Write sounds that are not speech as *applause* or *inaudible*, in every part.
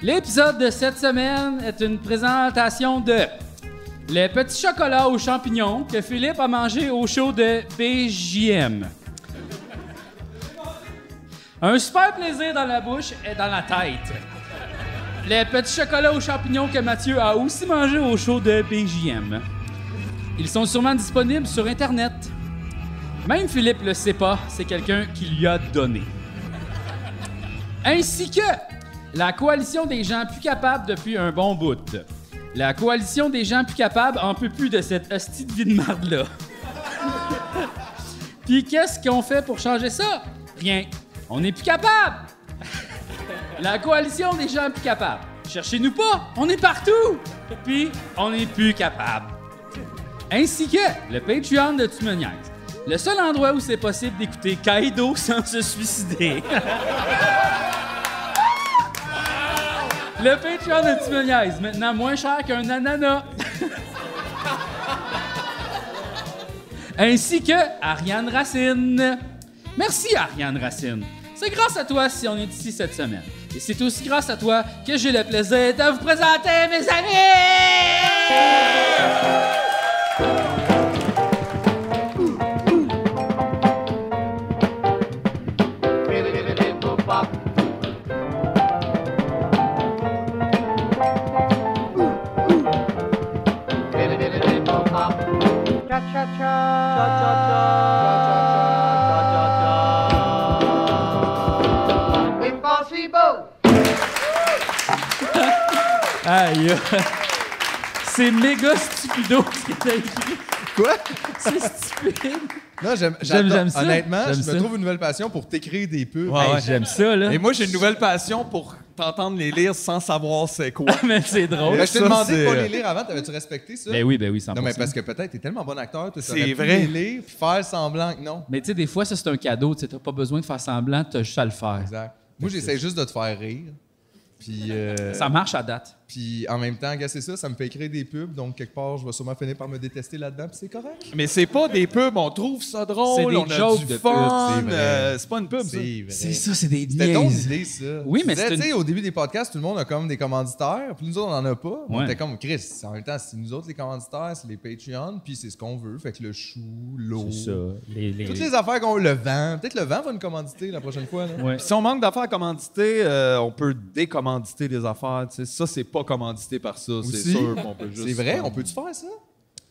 L'épisode de cette semaine est une présentation de le petit chocolat aux champignons que Philippe a mangé au show de BJM. Un super plaisir dans la bouche et dans la tête. Le petit chocolat aux champignons que Mathieu a aussi mangé au show de BJM. Ils sont sûrement disponibles sur Internet. Même Philippe le sait pas, c'est quelqu'un qui lui a donné ainsi que la coalition des gens plus capables depuis un bon bout. La coalition des gens plus capables en peut plus de cette hostie de vie de marde-là. *laughs* Puis qu'est-ce qu'on fait pour changer ça? Rien. On n'est plus capable! la coalition des gens plus capables. Cherchez-nous pas, on est partout! Puis on n'est plus capable ainsi que le Patreon de Tu me niaises. Le seul endroit où c'est possible d'écouter Kaido sans se suicider. *laughs* le Patreon de Tu me niaises, maintenant moins cher qu'un ananas. ainsi que Ariane Racine. Merci Ariane Racine. C'est grâce à toi si on est ici cette semaine. Et c'est aussi grâce à toi que j'ai le plaisir de vous présenter mes amis! Impossible! Aïe! C'est méga stupido ce que t'as écrit. Quoi? C'est stupide. Non, j'aime J'aime- j'adore- j'aime ça. Honnêtement, J'aime je ça. me trouve une nouvelle passion pour t'écrire des pubs. Ouais, Hey, ouais. J'aime ça, là. Et moi, j'ai une nouvelle passion pour t'entendre les lire sans savoir c'est quoi. *laughs* Mais c'est drôle. *laughs* Ben, je t'ai Ça, demandé de c'est- euh, pas les lire avant, t'avais-tu respecté ça? Ben oui, ben oui, 100%. non, mais parce que peut-être t'es tellement bon acteur, tu C'est saurais les vrai. lire puis faire semblant que non. Mais tu sais, des fois, ça, c'est un cadeau. Tu sais, t'as pas besoin de faire semblant, t'as juste à le faire. Exact. Moi, j'essaie juste de te faire rire. Puis, euh, Ça marche à date. puis en même temps, gars, c'est ça, ça me fait écrire des pubs, donc quelque part, je vais sûrement finir par me détester là-dedans, puis c'est correct. Mais c'est pas des pubs, on trouve ça drôle, C'est des on a jokes du de fun. pubs, c'est vrai. euh, C'est pas une pub, ça. C'est vrai. C'est ça, c'est des C'était ton niaises. idée, ça. Oui, mais Tu disais, c'est une- tu sais, au début des podcasts, tout le monde a comme des commanditaires, puis nous autres, on n'en a pas. On Ouais. était comme, Chris, en même temps, c'est nous autres les commanditaires, c'est les Patreons, puis c'est ce qu'on veut. Fait que le chou, l'eau, Les, les- toutes les affaires qu'on... Le vent. Peut-être le vent va nous commanditer la prochaine fois. Là. Ouais. Puis Si on manque d'affaires commanditées, euh, on peut décommanditer des affaires. tu sais. Ça, c'est pas commandité par ça, c'est Aussi. sûr. mais On peut juste C'est vrai, on peut-tu faire ça?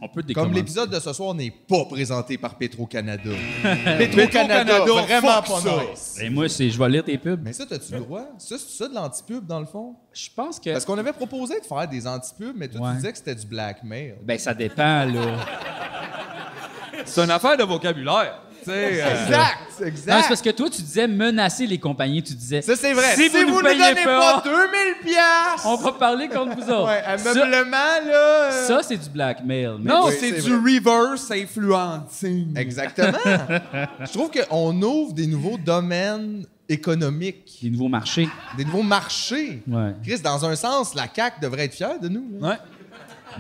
On peut Comme décommander. l'épisode de ce soir n'est pas présenté par *laughs* Petro-Canada. Petro-Canada, vraiment fuck pas ça. nice. Et Ben, moi, c'est je vais lire tes pubs. Mais ça, t'as-tu le droit? Ça, c'est ça de l'antipub, dans le fond? Je pense que. Parce qu'on avait proposé de faire des antipubs, mais toi, Ouais. tu disais que c'était du blackmail. Ben, ça dépend, là. C'est une affaire de vocabulaire. tu sais, euh, Exact! Non, c'est Exact! parce que toi, tu disais menacer les compagnies. Tu disais. Ça, c'est vrai. Si, vous, ne nous payez donnez pas, pas, 2000 piastres, on va parler contre vous autres. ouais, Ça- ameublement, là... euh, Ça, c'est du blackmail. mais- Non, Oui, c'est c'est du reverse *laughs* influencing. Exactement. Je trouve qu'on ouvre des nouveaux domaines économiques, Des nouveaux marchés. des nouveaux marchés. Ouais. Chris, dans un sens, la CAQ devrait être fière de nous. là. Ouais.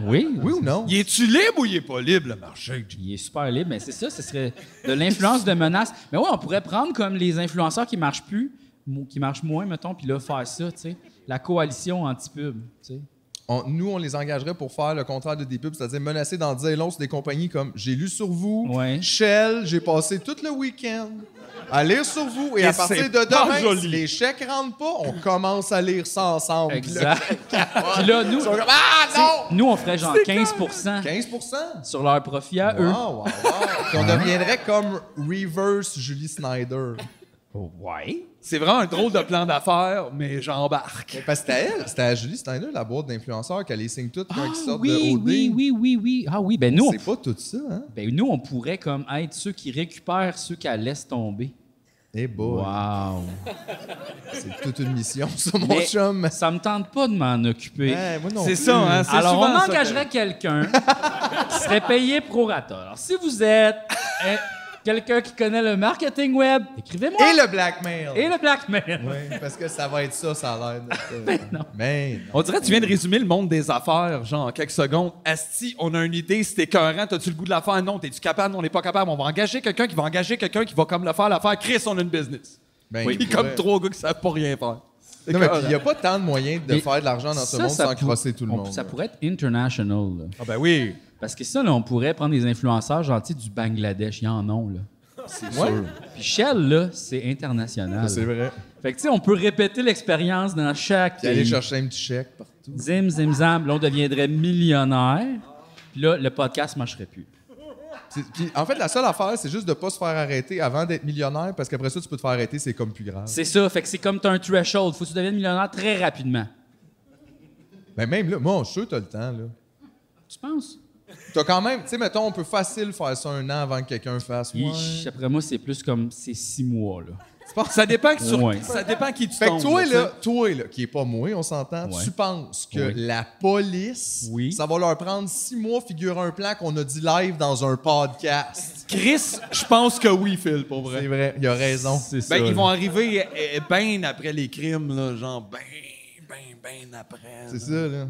Oui. Oui ou non? Il est-tu libre ou il est pas libre, le marché? Il est super libre, mais c'est ça, ce serait de l'influence de menace. Mais ouais, on pourrait prendre comme les influenceurs qui marchent plus, mou- qui marchent moins, mettons, puis là, faire ça, tu sais. La coalition anti-pub, tu sais. On- nous, on les engagerait pour faire le contraire de des pubs, c'est-à-dire menacer d'en dire long sur des compagnies comme « J'ai lu sur vous Ouais. Shell, j'ai passé tout le week-end à lire sur vous. Et, Et à partir c'est de pas demain, joli. si les chèques rentrent pas, on commence à lire ça ensemble. là. Exact. puis là, nous, Ils sont comme « Ah non! » nous, on ferait genre 15 15 sur leur profit à Wow, eux. Ah. wow, wow. Puis on deviendrait comme reverse Julie Snyder. Ouais. C'est vraiment un drôle de plan d'affaires, mais j'embarque. Parce que c'était à elle, c'était à Julie Snyder, la boîte d'influenceurs, qu'elle les signe toutes quand Ah, ils sortent oui, de OD. oui, oui, oui, oui. Ah oui, ben nous, C'est on, pas tout ça, hein? ben nous, on pourrait comme être ceux qui récupèrent ceux qu'elle laisse tomber. Eh boy, Wow. c'est toute une mission, *laughs* ça, mon Mais- chum. Ça me tente pas de m'en occuper. Eh, moi non C'est plus. ça, hein? c'est Alors, on souvent ça que- engagerait quelqu'un qui serait payé pro rata. Alors, si vous êtes euh, quelqu'un qui connaît le marketing web, écrivez-moi. Et le blackmail. Et le blackmail. Oui, parce que ça va être ça, ça a l'air. *laughs* de- Ben Mais non. On dirait que tu viens de résumer le monde des affaires, genre, en quelques secondes. Asti, on a une idée, c'est écœurant, t'as-tu le goût de la faire? Non, t'es-tu capable? On n'est pas capable. On va engager quelqu'un qui va engager quelqu'un qui va comme le faire, l'affaire. Chris, on a une business. Ben, Puis il comme pourrait- trois gars qui savent pas rien faire. Non, mais puis il n'y a pas tant de moyens de Mais faire de l'argent dans ce Ça, monde ça sans pour- crosser tout le on- monde. Ça là. pourrait être international. là. Ah ben oui. Parce que ça, là, on pourrait prendre des influenceurs gentils du Bangladesh. Il y en a, là. C'est Ouais. sûr. Puis Shell, là, c'est international. C'est vrai. Fait que, tu sais, on peut répéter l'expérience dans chaque Puis aller pays. chercher un petit chèque partout. Zim, zim, zam. Là, on deviendrait millionnaire. Puis là, le podcast ne marcherait plus. C'est- puis, en fait, la seule affaire, c'est juste de pas se faire arrêter avant d'être millionnaire, parce qu'après ça, tu peux te faire arrêter, c'est comme plus grave. C'est ça. Fait que c'est comme t'as un threshold. Faut que tu deviennes millionnaire très rapidement. Mais Ben, même là, moi, je suis sûr que t'as le temps, là. Tu penses? T'as quand même, tu sais, mettons, on peut facile faire ça un an avant que quelqu'un fasse. Ouais. Ish, Après moi, c'est plus comme c'est six mois, là. Ça dépend, que sur- Ouais. ça dépend qui tu Fait tombes, que toi, tu là, toi, là, qui est pas moi, on s'entend, Ouais. tu penses que Oui. la police, Oui. ça va leur prendre six mois figure un plan qu'on a dit live dans un podcast. sais. Chris, je pense que oui, Phil, pour C'est vrai. vrai, il a raison. C'est ça. Ben, là. ils vont arriver euh, ben après les crimes, là, genre ben, ben, ben après. C'est là. ça, là.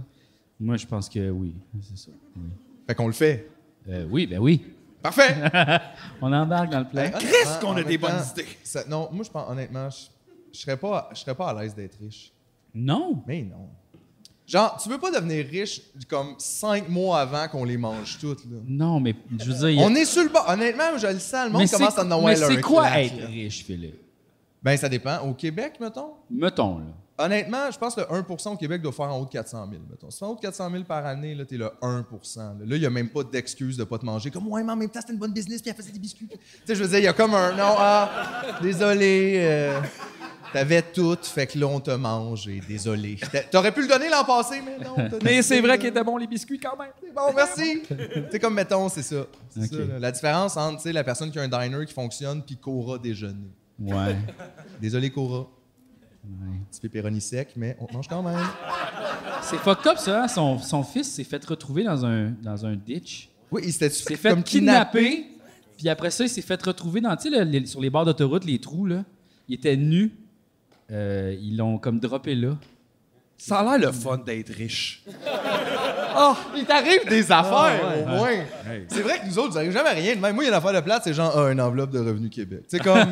Moi, je pense que oui. C'est ça. Oui. Fait qu'on le fait. Euh, oui, ben oui. Hein? Parfait! On embarque dans le plan. Chris, Ah, qu'on a En même des bonnes temps, idées. ça- non, moi, je pense, honnêtement, je, je serais pas, je serais pas à l'aise d'être riche. Non. Mais non. Genre, tu veux pas devenir riche comme cinq mois avant qu'on les mange toutes, là. Non, mais je veux dire. On est sur le bas. Honnêtement, je le sens, le monde mais commence c'est- à en avoir Mais leur c'est quoi claque, être là. riche, Philippe? Ben, ça dépend. Au Québec, mettons. Mettons, là. Honnêtement, je pense que le 1 au Québec doit faire en haut de 400 000, mettons. Si tu fais en haut de 400 000 par année, là, t'es le 1 là. Là, il n'y a même pas d'excuse de pas te manger. Comme, ouais, mais en même temps, c'était une bonne business, puis elle faisait des biscuits. Tu sais, je veux dire, il y a comme un, non, ah, désolé, euh, t'avais tout, fait que là, on te mange, et désolé. T'a- T'aurais pu le donner l'an passé, mais non. t'as- Mais c'est vrai qu'il était bon les biscuits quand même. C'est Bon, merci. c'est comme, mettons, c'est ça. C'est Ok. ça, là. La différence entre, tu sais, la personne qui a un diner qui fonctionne, puis Cora déjeuner. Ouais. Désolé, Cora. Petit pépéroni sec, mais on te mange quand même. C'est fucked up, ça. hein? Son, son fils s'est fait retrouver dans un, dans un ditch. Oui, il s'était fait, Il s'est fait comme kidnapper. kidnapper. Puis après ça, il s'est fait retrouver dans, tu sais, le- les- sur les barres d'autoroute, les trous, là. Il était nu. Euh, ils l'ont comme droppé là. Ça a l'air le fun d'être riche. Ah, Il t'arrive des affaires, Ah, ouais. au moins. C'est vrai que nous autres, nous arrive jamais rien. de Même moi, il y a une affaire de plate, c'est genre, ah, une enveloppe de revenu Québec. C'est *laughs* comme,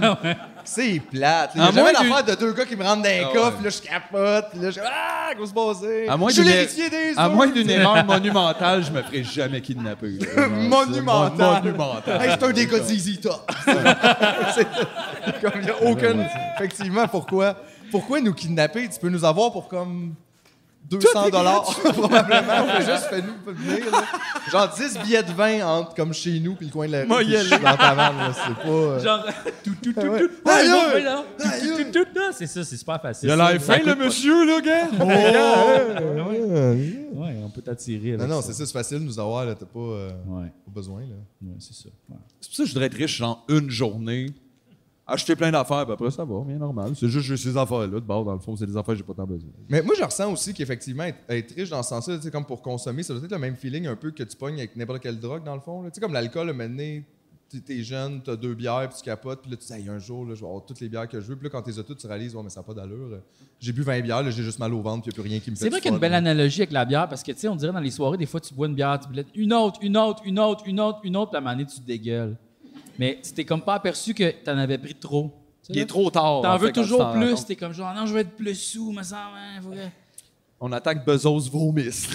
c'est plate. Il y À a moins jamais d'une- l'affaire de deux gars qui me rentrent dans les Ah, coffres, ouais. là, je capote, puis là, je ah, qu'on se passer. À moins je suis d'une- er- l'héritier des À autres. moins d'une *laughs* erreur monumentale, je me ferai jamais *laughs* kidnapper. Euh, là. Monumental. Monumental. Hey, c'est un des gars de ZZ Top. *laughs* C'est- comme, il y a aucune. Effectivement, pourquoi, pourquoi nous kidnapper? Tu peux nous avoir pour comme 200 dollars, *laughs* probablement. On fait juste fais-nous venir. là. Genre 10 billets de vin entre comme chez nous puis le coin de la rue. Moi, puis y aller. Dans ta vanne, là, c'est pas. euh, Genre, *laughs* tout, tout, tout, Ah ouais. tout. Ah, Ouais, yo! non, ouais, non. Ah, Tout, yo! tout, tout, tout, non. C'est ça, c'est super facile. Il a Ça, l'air fin, ça le coûte monsieur, là, gars. Oh, *laughs* pas- Ouais, on peut t'attirer. Non, avec non, ça. c'est ça, c'est facile de nous avoir. là, T'as pas, euh, Ouais, pas besoin. là. ouais, c'est ça. ouais. C'est pour ça que je voudrais être riche, genre une journée. Acheter plein d'affaires, puis après ça va, bien normal. C'est juste que j'ai ces affaires-là. De bord, dans le fond, c'est des affaires que j'ai pas tant besoin. Mais moi, je ressens aussi qu'effectivement, être, être riche dans ce sens-là, tu sais, comme pour consommer, ça doit être le même feeling un peu que tu pognes avec n'importe quelle drogue, dans le fond. là. Tu sais, comme l'alcool, à un moment donné, t'es- t'es jeune, t'as deux bières, puis tu capotes, puis là, tu dis, Hey, un jour, là, je vais avoir toutes les bières que je veux. Puis là, quand t'es toutes, tu réalises, ouais, mais ça n'a pas d'allure. J'ai bu 20 bières, là, j'ai juste mal au ventre, puis il a plus rien qui me fait C'est vrai du qu'il y a une fun, belle là. analogie avec la bière parce que, tu sais, on dirait dans les soirées, des fois, tu bois une bière, tu boulettes une autre, une autre, une autre, une autre, une autre, puis à un moment donné, tu te dégueules. Mais c'était comme pas aperçu que t'en avais pris trop. Tu sais, Il est là, trop tard. T'en en fait, veux quand tu toujours t'en rends plus. compte. T'es comme genre, ah non, je veux être plus sous, me semble. hein, faut que- On attaque Bezos *laughs* vomisse.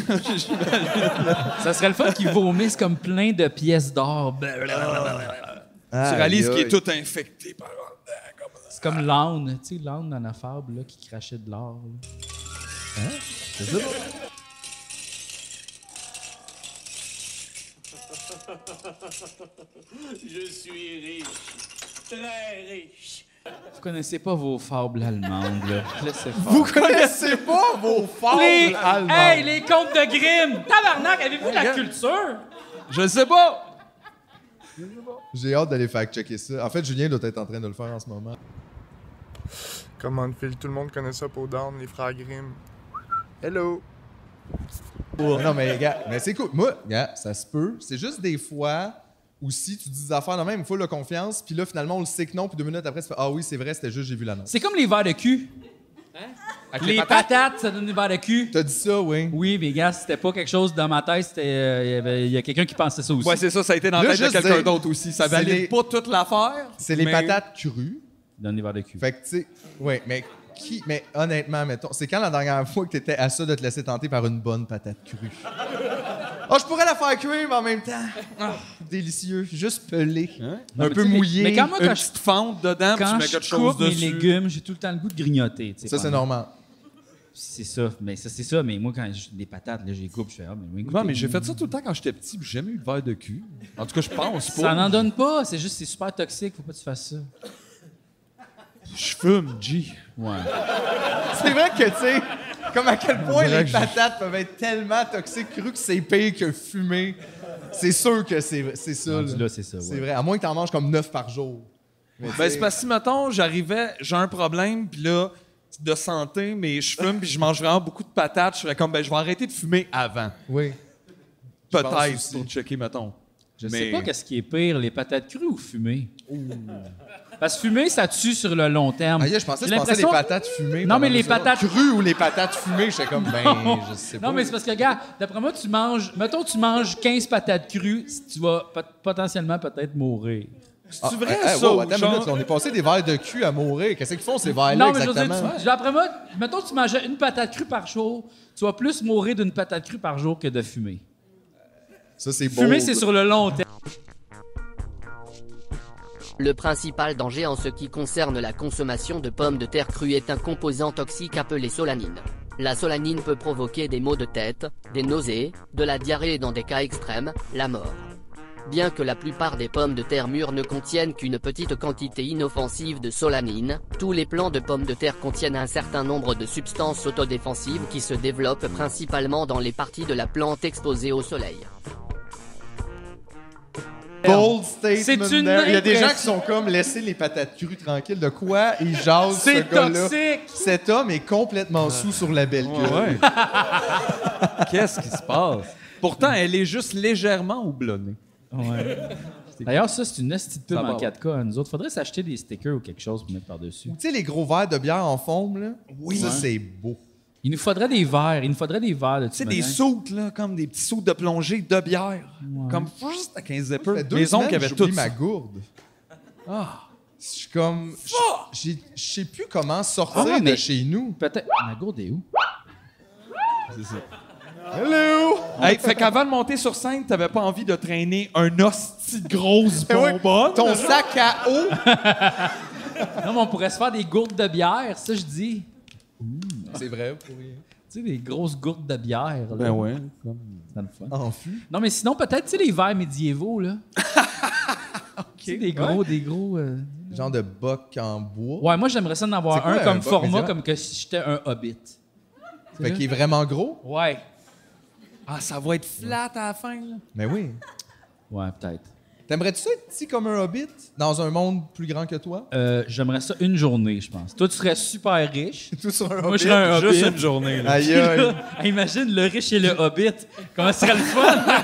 Ça serait le fun qu'ils vomissent comme plein de pièces d'or. Ben, Blablabla. Aïe, tu réalises qu'il aïe. est tout infecté par C'est comme l'âne, tu sais, l'âne dans la fable là, qui crachait de l'or. là. Hein? C'est ça. *laughs* Je suis riche, très riche. Vous connaissez pas vos fables allemandes, là. Laissez faire. Vous connaissez pas vos fables les... allemandes. Hey, les contes de Grimm! Tabarnak, avez-vous de la culture? Je sais pas. J'ai hâte d'aller fact-checker ça. En fait, Julien doit être en train de le faire en ce moment. Comment Phil, tout le monde connaît ça pour down, les frères Grimm. Hello! Mais Non, mais gars, mais c'est cool. Moi, gars, ça se peut. C'est juste des fois où si tu dis des affaires de même, full de confiance, puis là, finalement, on le sait que non, puis deux minutes après, tu fais Ah oui, c'est vrai, c'était juste, j'ai vu l'annonce. C'est comme les verres de cul. Avec Les patates, ça donne des verres de cul. T'as dit ça, oui. Oui, mais gars, c'était pas quelque chose dans ma tête. C'était, euh, il y avait- il y a quelqu'un qui pensait ça aussi. Ouais, c'est ça, ça a été dans Là, la tête de juste quelqu'un dire, d'autre aussi. Ça c'est valide les- pas toute l'affaire. C'est les mais- patates crues. donne des verres de cul. Fait que, tu sais, ouais, mais qui. Mais honnêtement, mettons, c'est quand la dernière fois que t'étais à ça de te laisser tenter par une bonne patate *laughs* crue? Ah, je pourrais la faire cuire, mais en même temps. Ah, délicieux. Juste pelé. Hein? Un mais peu tu sais, mais- mouillé. mais quand moi, Une quand je, petite fente dedans, puis tu quand mets je quelque chose coupe mes dessus. légumes, j'ai tout le temps le goût de grignoter. tu sais, Ça, c'est pendant- normal. C'est ça, mais ça, c'est ça. Mais moi, quand j'ai des patates, là, je les coupe, je fais, ah, mais je vais goûter. Non, mais j'ai fait ça tout le temps quand j'étais petit, puis j'ai jamais eu de verre de cul. En tout cas, je pense pas. Ça n'en donne pas, c'est juste, c'est super toxique, faut pas que tu fasses ça. Je fume, G. Ouais. C'est vrai que, tu sais, comme à quel point dirait les que je- patates peuvent être tellement toxiques, cru que c'est pire que fumer. C'est sûr que c'est c'est ça. Rendu là, c'est ça, ouais. C'est vrai. À moins que t'en manges comme neuf par jour. Mais Ben, tu c'est sais, parce que si, mettons, j'arrivais, j'ai un problème, puis là, de santé, mais je fume, puis je mange vraiment beaucoup de patates, je serais comme, ben, je vais arrêter de fumer avant. Oui. Je pense Peut-être, aussi. pour checker, mettons. Je Mais- sais pas qu'est-ce qui est pire, les patates crues ou fumées. Parce que fumer, ça tue sur le long terme. Ah, yeah, je pensais que J'ai tu pensais les l'impression- patates fumées. Non, mais pendant les une seconde. patates- crues ou les patates fumées, j'étais comme, ben, je sais pas. Non, mais c'est parce que, gars, d'après moi, tu manges. Mettons, tu manges 15 patates crues, tu vas pot- potentiellement peut-être mourir. C'est Ah, vrai, ah, ah, ça? wow, ou attends une genre- minute, là, on est passé des verres de cul à mourir. Qu'est-ce qu'ils font, ces verres-là, Non, mais je veux dire, Ah, exactement? tu- d'après moi, mettons, tu mangeais une patate crue par jour, tu vas plus mourir d'une patate crue par jour que de fumer. Ça, c'est beau. Fumer, c'est sur le long terme. Le principal danger en ce qui concerne la consommation de pommes de terre crues est un composant toxique appelé solanine. La solanine peut provoquer des maux de tête, des nausées, de la diarrhée et dans des cas extrêmes, la mort. Bien que la plupart des pommes de terre mûres ne contiennent qu'une petite quantité inoffensive de solanine, tous les plants de pommes de terre contiennent un certain nombre de substances autodéfensives qui se développent principalement dans les parties de la plante exposées au soleil. Bold statement. C'est une there. Il y a des impression. gens qui sont comme laissez les patates crues tranquilles. De quoi ils jasent ce C'est gars-là? toxique! Cet homme est complètement sous sur la belle gueule. Ouais. Qu'est-ce qui se passe? Pourtant, elle est juste légèrement houblonnée. D'ailleurs, ça, c'est une hostie de pub Ça en part. 4K à nous autres. Faudrait s'acheter des stickers ou quelque chose pour mettre par-dessus. Ou tu sais, les gros verres de bière en forme, là? Oui. Ça, c'est beau. Il nous faudrait des verres. Il nous faudrait des verres. là, Tu Tu sais, des me dis. sautes, là, comme des petits sauts de plongée de bière. Comme juste à 15 Ça zippers. fait deux Mes oncles semaines que avaient tout j'oublie ma ça. Ah! gourde. Je suis comme... je- j'ai- Je sais plus comment sortir Ah ouais, de mais- chez nous. Peut-être. Ma gourde est où? Hello! Hey, fait qu'avant de monter sur scène, t'avais pas envie de traîner un hostie de grosse *laughs* Eh oui, bonbonne. Ton sac à eau! Non, mais on pourrait se faire des gourdes de bière, ça, je dis. C'est vrai, pour rien. Tu sais, des grosses gourdes de bière. Là. Ben ouais. C'est le fun. En fût. Non, mais sinon, peut-être, tu sais, les verres médiévaux, *laughs* là. Tu sais, des gros, des gros. euh, Genre de boc en bois. Ouais, moi, j'aimerais ça en C'est avoir quoi, un un comme boc format, médiéval? comme que si j'étais un hobbit. Fait qu'il est vraiment gros. Ouais. Ah, ça va être flat à la fin, là. Mais oui. Ouais, peut-être. T'aimerais-tu ça être petit comme un hobbit dans un monde plus grand que toi? Euh, J'aimerais ça une journée, je pense. Toi, tu serais super *laughs* riche. Tout sur un Moi, je serais un hobbit. Juste une journée, là. Aïe, aïe. Là, *laughs* imagine le riche et le hobbit. Comment ça serait le *laughs* fun? *laughs*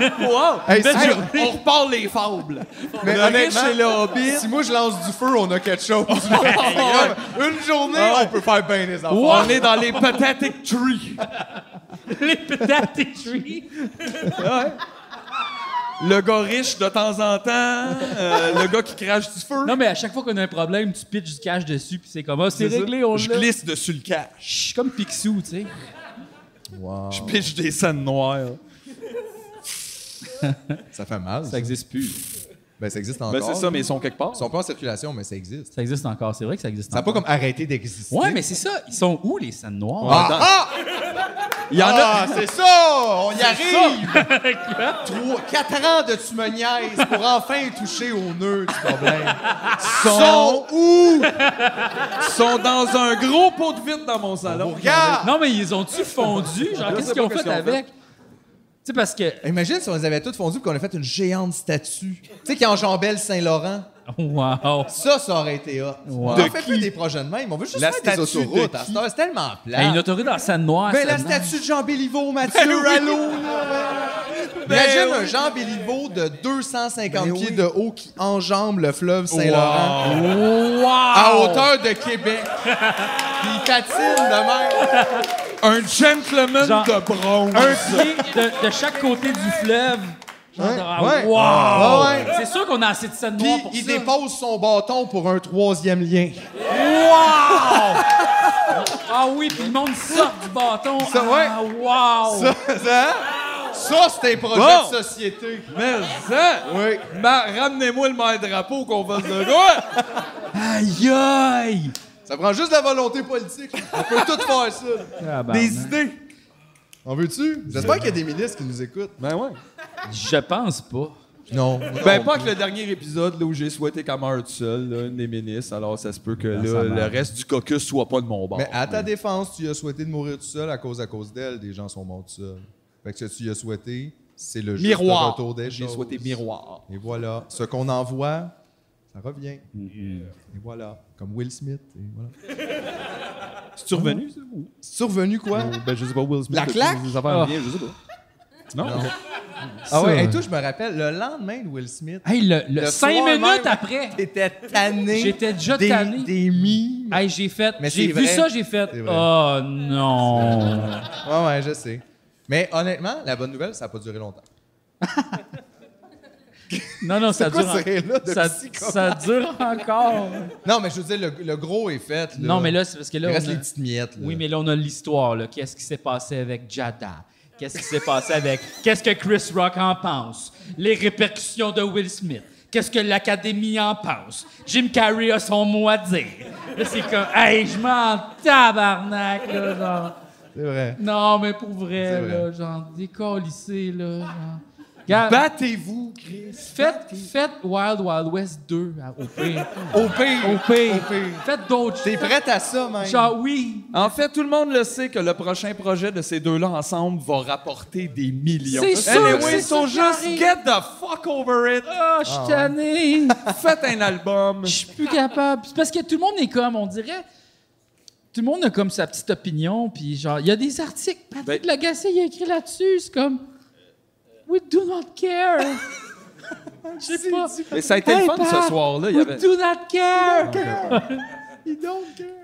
Wow! Hey, Belle c'est- journée. on repart les fables. Mais le riche honnêtement, et le hobbit. Si moi je lance du feu, on a quelque chose. une journée, on peut faire bien les enfants. On est dans les pathetic trees. Les patates trees. Le gars riche de temps en temps, euh, le gars qui crache du feu. Non, mais à chaque fois qu'on a un problème, tu pitches du cash dessus, puis c'est comme, ah, c'est C'est ça. réglé, on Je l'a. glisse dessus le cash. Chut, comme Picsou, tu sais. Je pitche des scènes noires. Ça fait mal. Ça existe plus. Ben, ça existe encore. Ben, c'est ça, mais ils sont quelque part. Ils sont pas en circulation, mais ça existe. Ça existe encore, c'est vrai que ça existe Ça n'a pas encore. comme arrêté d'exister. Ah. Ouais, mais c'est ça. Ils sont où, les scènes noires? Ah! ah! Il y en a. Ah, c'est ça! On y *laughs* arrive! Trois, quatre ans de tu me niaises pour enfin toucher au nœud du problème. Sont où? sont dans un gros pot de vitre dans mon salon. Regarde! Non, mais ils ont-tu fondu? Genre, Je qu'est-ce sais qu'ils ont pas fait qu'est-ce qu'ils ont avec? Tu sais, parce que. Imagine si on les avait toutes fondues et qu'on a fait une géante statue. Tu sais, qui enjambait le Saint-Laurent. Wow! Ça, ça aurait été hot. On De en fait plus des projets de même. On veut juste La faire des statue de autoroutes. qui? Ben, à cette heure. C'est tellement plat. Hey, une autoroute dans scène noire. Ben, la Seine-Nord. statue de Jean Béliveau, Mathieu Rallo. là. Ben Imagine un Jean Béliveau de 250 pieds de haut qui enjambe le fleuve Saint-Laurent Wow! à hauteur de *laughs* Québec. Puis il patine de même. Un gentleman Genre- de bronze. Un pied de, de chaque côté du fleuve. Genre, Ouais, ah, ouais. wow! Ouais, ouais. C'est sûr qu'on a assez de scènes Puis noires pour il ça. dépose son bâton pour un troisième lien. Ah oui, puis le monde sort du bâton. Ça, ouais. Ah, wow! Ça, ça, ça, c'est un projet hein? Bon. de société. Mais ça! Oui. Ma- Ramenez-moi le maire drapeau qu'on fasse de quoi? Aïe aïe! Ça prend juste de la volonté politique. On peut tout faire ça. Ah, ben. Des idées! En veux-tu? J'espère qu'il y a des ministres qui nous écoutent. Ben ouais. Je pense pas. Non. Ben pas que le dernier épisode là, où j'ai souhaité qu'elle meure toute seule, là, une des ministres, alors Ah, ça se peut que là, le reste du caucus soit pas de mon bord. Mais à ta défense, tu as souhaité de mourir tout seul à cause à cause d'elle. Des gens sont morts tout seuls. Fait que ce que tu y as souhaité, c'est le juste miroir! retour des J'ai choses. souhaité miroir. Et voilà. Ce qu'on envoie, ça revient. Mm-hmm. Et voilà. Comme Will Smith. Et voilà. C'est revenu ça? ou- C'est revenu quoi? Ben je sais pas, Will Smith. La a fait claque? des affaires bien, je sais pas. Non? Ah ouais, Ça. et tout, je me rappelle, le lendemain de Will Smith, Hey, le, le Le cinq soir minutes même. après, t'étais tanné. j'étais déjà des, tanné. Des mimes. Hey, j'ai fait. Mais J'ai c'est vu vrai. ça, j'ai fait. C'est vrai. Oh non! Ouais, ouais, je sais. Mais honnêtement, la bonne nouvelle, ça n'a pas duré longtemps. Non, non, ça quoi dure. ce rire-là de ça, psychopathe? ça dure encore. Non, mais je veux dire, le, le gros est fait. Là. Non, mais là, c'est parce que là. Il reste on a- les petites miettes. là. Oui, mais là, on a l'histoire. là. Qu'est-ce qui s'est passé avec Jada? Qu'est-ce qui s'est passé avec. Qu'est-ce que Chris Rock en pense? Les répercussions de Will Smith. Qu'est-ce que l'Académie en pense? Jim Carrey a son mot à dire. Là, c'est comme. Hey, je m'en tabarnak, là. genre. C'est vrai. Non, mais pour vrai, C'est vrai. là. Genre, décollissé, là. Genre. Regarde, Ben, Battez-vous, Chris! faites, faites Wild Wild West 2 hein, au pire. *laughs* Au pire. Au pire. Au pire. Faites d'autres T'es prête à ça, même? Genre, oui. En fait, tout le monde le sait que le prochain projet de ces deux-là ensemble va rapporter des millions. C'est sûr, Anyway, c'est so sûr, just Harry. get the fuck over it. Ah, je suis tanné. Faites un album. Je suis plus capable. C'est parce que tout le monde est comme, on dirait. Tout le monde a comme sa petite opinion, puis genre, il y a des articles. Ben- Patrick Lagacé, il a écrit là-dessus. C'est comme. We do not *laughs* care. Je sais pas. Mais ça a été Hey, le fun Pat, ce soir-là. Il y We avait. do not care. You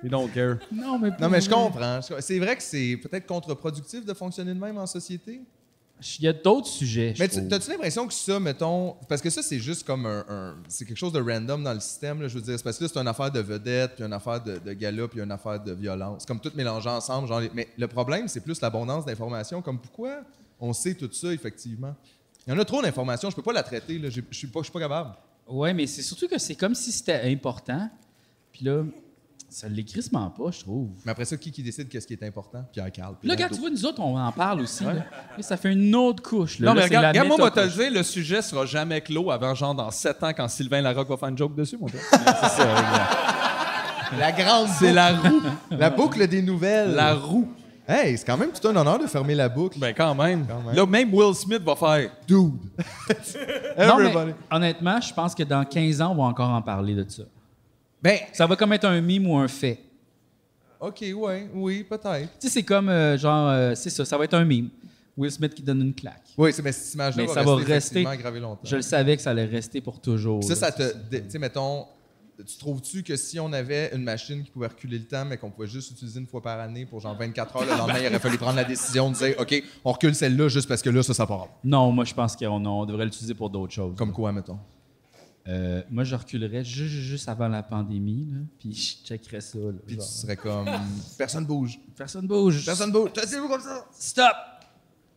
don't care. Non, mais. Non, mais je comprends. Je- C'est vrai que c'est peut-être contre-productif de fonctionner de même en société. Il y a d'autres sujets. je Mais tu- trouve. t'as-tu l'impression que ça, mettons. Parce que ça, c'est juste comme un. un- c'est quelque chose de random dans le système, là, je veux dire. C'est parce que là, c'est une affaire de vedette, puis une affaire de, de gala, puis une affaire de violence. C'est comme tout mélangé ensemble. Genre, les- mais le problème, c'est plus l'abondance d'informations. Comme pourquoi on sait tout ça, effectivement? Il y en a trop d'informations, je peux pas la traiter, là. J'ai- Je suis pas, je suis pas capable. Ouais, mais c'est surtout que c'est comme si c'était important. Puis là, ça l'écrissement pas, je trouve. Mais après ça, qui, qui décide qu'est-ce qui est important? Pierre Carl. Puis là, Pierre quand tu Nadeau. vois, nous autres, on en parle aussi. là. Mais ça fait une autre couche. Là. Non, Là, mais c'est la regarde, regarde, moi, moi, te le métacouche. dire, le sujet sera jamais clos avant, genre, dans 7 ans, quand Sylvain Larocque va faire une joke dessus, *laughs* mon gars. La grande. C'est la roue. La boucle des nouvelles. La roue. Hey, c'est quand même tout un honneur de fermer la boucle. Ben, quand même. Quand même. Là, même Will Smith va faire. Dude. Non, mais Everybody. honnêtement, je pense que dans 15 ans, on va encore en parler de ça. Ben, Ça va comme être un mime ou un fait. OK, ouais, oui, peut-être. Tu sais, c'est comme, euh, genre, euh, c'est ça, ça va être un mime. Will Smith qui donne une claque. Oui, c'est mais cette image-là Mais va ça rester, va rester. effectivement gravée longtemps. Je le savais que ça allait rester pour toujours. Puis ça, là. ça te. dé- Tu sais, mettons, tu trouves-tu que si on avait une machine qui pouvait reculer le temps, mais qu'on pouvait juste utiliser une fois par année pour genre 24 heures, *laughs* le lendemain, il aurait fallu prendre la décision de dire, OK, on recule celle-là juste parce que là, ça, ça part. Non, moi, je pense qu'on on devrait l'utiliser pour d'autres choses. Comme quoi, mettons. Euh, moi, je reculerais ju- ju- juste, avant la pandémie, là, puis je checkerais ça. là, Puis tu genre. serais comme. Personne bouge. Personne bouge. Personne bouge. Tassez-vous comme ça. Stop!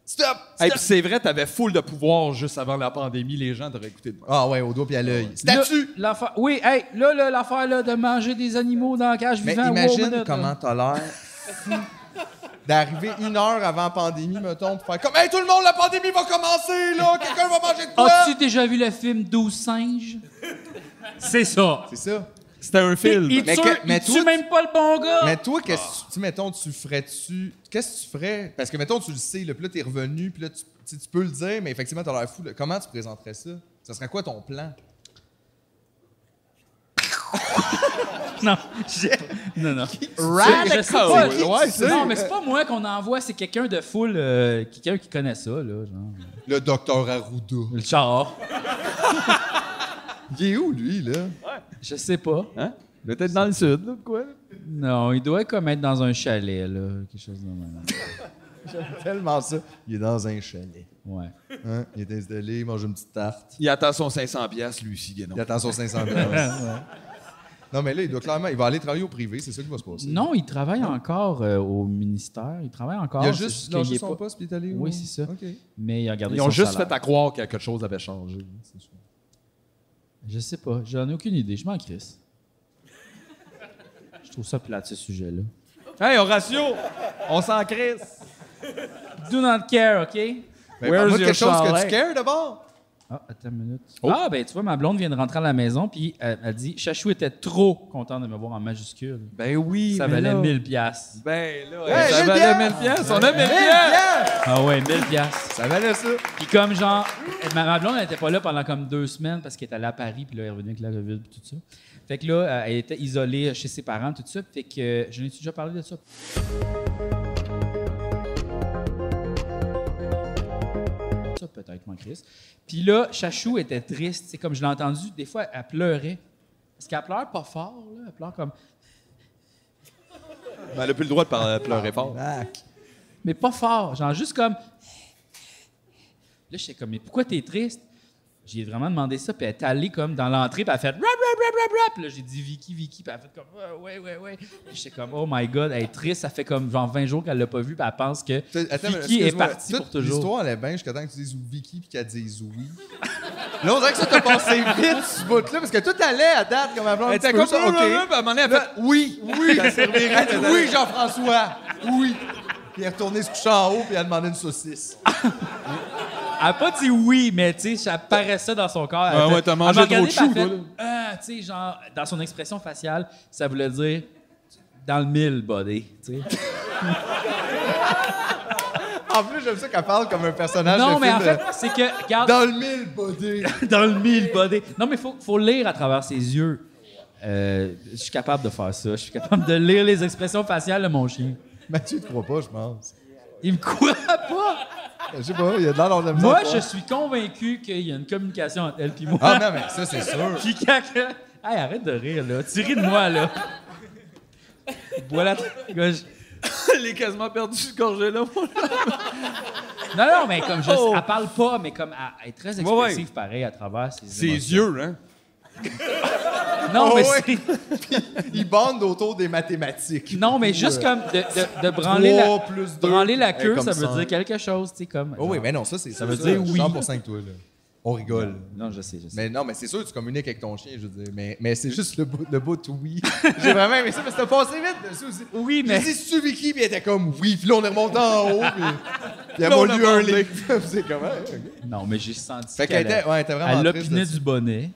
Stop. Hey, puis c'est vrai, t'avais full de pouvoir juste avant la pandémie. Les gens t'auraient écouté de Ah ouais, au doigt puis à l'œil. Statue. Là, l'affaire- Oui, hey, là, là, l'affaire là, de manger des animaux dans la cage Mais vivant. wow, imagine minute, comment là. t'as l'air fou d'arriver une heure avant la pandémie, mettons, pour faire comme Hey tout le monde, la pandémie va commencer, là, quelqu'un va manger de quoi? As-tu déjà vu le film 12 singes? *laughs* C'est ça. C'est ça. C'était un film. Il Mais tue, que- mais il tue toi, tu- même pas le bon gars. Mais toi, qu'est-ce que tu- tu, mettons, tu ferais-tu. Qu'est-ce que tu ferais? Parce que, mettons, tu le sais, là, puis là, t'es revenu, puis là, tu, tu sais, tu peux le dire, mais effectivement, t'as l'air fou. là. Comment tu présenterais ça? Ça serait quoi ton plan? Non, j'ai- non, *laughs* non. Radical. Je sais pas, Ouais, je- ouais, c'est- non, mais c'est pas moi qu'on envoie, c'est quelqu'un de full, euh, quelqu'un qui connaît ça, là, genre. Le docteur Arruda. Le char. Il est où, lui, là? Je sais pas. Hein? Peut-être dans le sud, là, de quoi? là? Non, il doit comme être dans un chalet, là, quelque chose de même. J'aime tellement ça. Il est dans un chalet. Ouais. Hein? Il est installé, il mange une petite tarte. Il attend son 500 piastres, lui aussi, Guénon. Il attend son 500 Non, mais là, il doit clairement. Il va aller travailler au privé, c'est ça qui va se passer. Non, il travaille encore euh, au ministère. Il travaille encore. Il a c'est juste qu'il lâché est son pas- poste puis il est allé. Oui, au- c'est ça. OK. Mais il a gardé Ils ont son juste salaire. fait à croire que quelque chose avait changé. c'est sûr. Je sais pas. J'en ai aucune idée. Je m'en crisse. Je trouve ça plate, ce sujet-là. Hey, Horatio, on s'en crisse. Do not care, OK? Mais Ben, parle-moi de your quelque chose que chalet? tu cares Oh. d'abord. Ah, attends une minute. Ah, ben, tu vois, ma blonde vient de rentrer à la maison, puis elle, elle dit Chachou était trop content de me voir en majuscule. Ben oui, Ça mais valait là- 1000 piastres. Ben là, Hey, ça mille valait piastres! 1000 piastres. On a 1000 Hey, Pierre! piastres. Ah ouais, 1000 piastres. Ça valait ça. Puis comme genre, eh, ma, ma blonde, elle était pas là pendant comme deux semaines parce qu'elle était allée à Paris, puis là, elle est revenue avec la COVID, puis tout ça. Fait que là, euh, elle était isolée chez ses parents, tout ça. Fait que euh, je n'ai déjà parlé de ça. Ça, peut-être, mon Chris. Puis là, Chachou était triste. C'est comme je l'ai entendu, des fois, elle pleurait. Parce qu'elle pleure pas fort, là. Elle pleure comme. Ben, elle a plus le droit de parler- pleurer fort. Ben, mais pas fort, genre juste comme. Là, j'étais comme, mais pourquoi t'es triste? J'ai vraiment demandé ça, puis elle est allée comme dans l'entrée, puis elle a fait rap, rap, rap, rap, rap. Puis Là, j'ai dit Vicky, Vicky, puis elle a fait comme, Ah, ouais, ouais, ouais. Puis J'étais comme, oh my god, elle est triste, ça fait comme genre 20 jours qu'elle l'a pas vu, puis elle pense que Vicky est excuse-moi, partie toute pour toujours. L'histoire, elle est bien jusqu'à temps que tu dises Vicky puis qu'elle dise oui. Là, on dirait que ça t'a passé vite, ce bout-là, parce que tout allait à date comme avant. Elle était comme ça, OK. Puis à un moment donné, elle a fait Oui, oui. Elle dit, oui, Jean-François. Oui. Puis elle est retournée se coucher en haut, puis elle a demandé une saucisse. Elle a pas dit oui, mais tu sais, ça paraissait dans son corps. Elle Ah était- ouais, t'as elle mangé m'a trop regardé, de puis elle choux, fait, toi, Ah, tu sais, genre, dans son expression faciale, ça voulait dire dans le mille, buddy. tu sais. En plus, j'aime ça qu'elle parle comme un Ah, personnage Non, de mais film en fait, de- c'est que, regarde, Dans le mille, body. *laughs* dans le mille, body. Non, mais faut, faut lire à travers ses yeux. Euh, je suis capable de faire ça. Je suis capable de lire les expressions faciales de mon chien. Mathieu, te crois pas, je pense. Il me croit pas. Je sais pas, il a de l'air dans la Moi, misère, je pas. suis convaincu qu'il y a une communication entre elle et moi. Ah non, mais ça, c'est sûr. *laughs* Puis quand que- Hey, arrête de rire, là. Tu ris de moi, là. Bois la gauche. *laughs* Elle est quasiment perdue ce gorgé *laughs* là. Non, non, mais comme je. Oh. Elle parle pas, mais comme elle, elle est très expressive, ouais. pareil, à travers ses, Ses émotions. yeux, hein? Non, Oh, mais ouais. c'est- Il bande autour des mathématiques. Non, mais juste comme de, de, *laughs* de branler, Trois la, plus deux. branler la queue, Eh, comme ça veut cinq. dire quelque chose, tu sais, comme. Oh oui, genre- mais non, ça, c'est Ça veut dire oui. 100% que toi, là. On rigole. Non, je sais, je sais. Mais non, mais c'est sûr, tu communiques avec ton chien, je veux dire. Mais, mais c'est juste le bout, le bout de *laughs* oui. J'ai vraiment aimé ça, parce que t'as passé vite dessus aussi. Oui, J'ai mais. dit, c'est Vicky, puis elle était comme oui. Puis là, on est remonté en haut, puis, puis elle Là, m'a on a lu un parlé. livre. *laughs* c'est ah, comment? Non, mais j'ai senti. Fait qu'elle était, ouais, elle était vraiment Elle triste l'opinait de ça. du bonnet.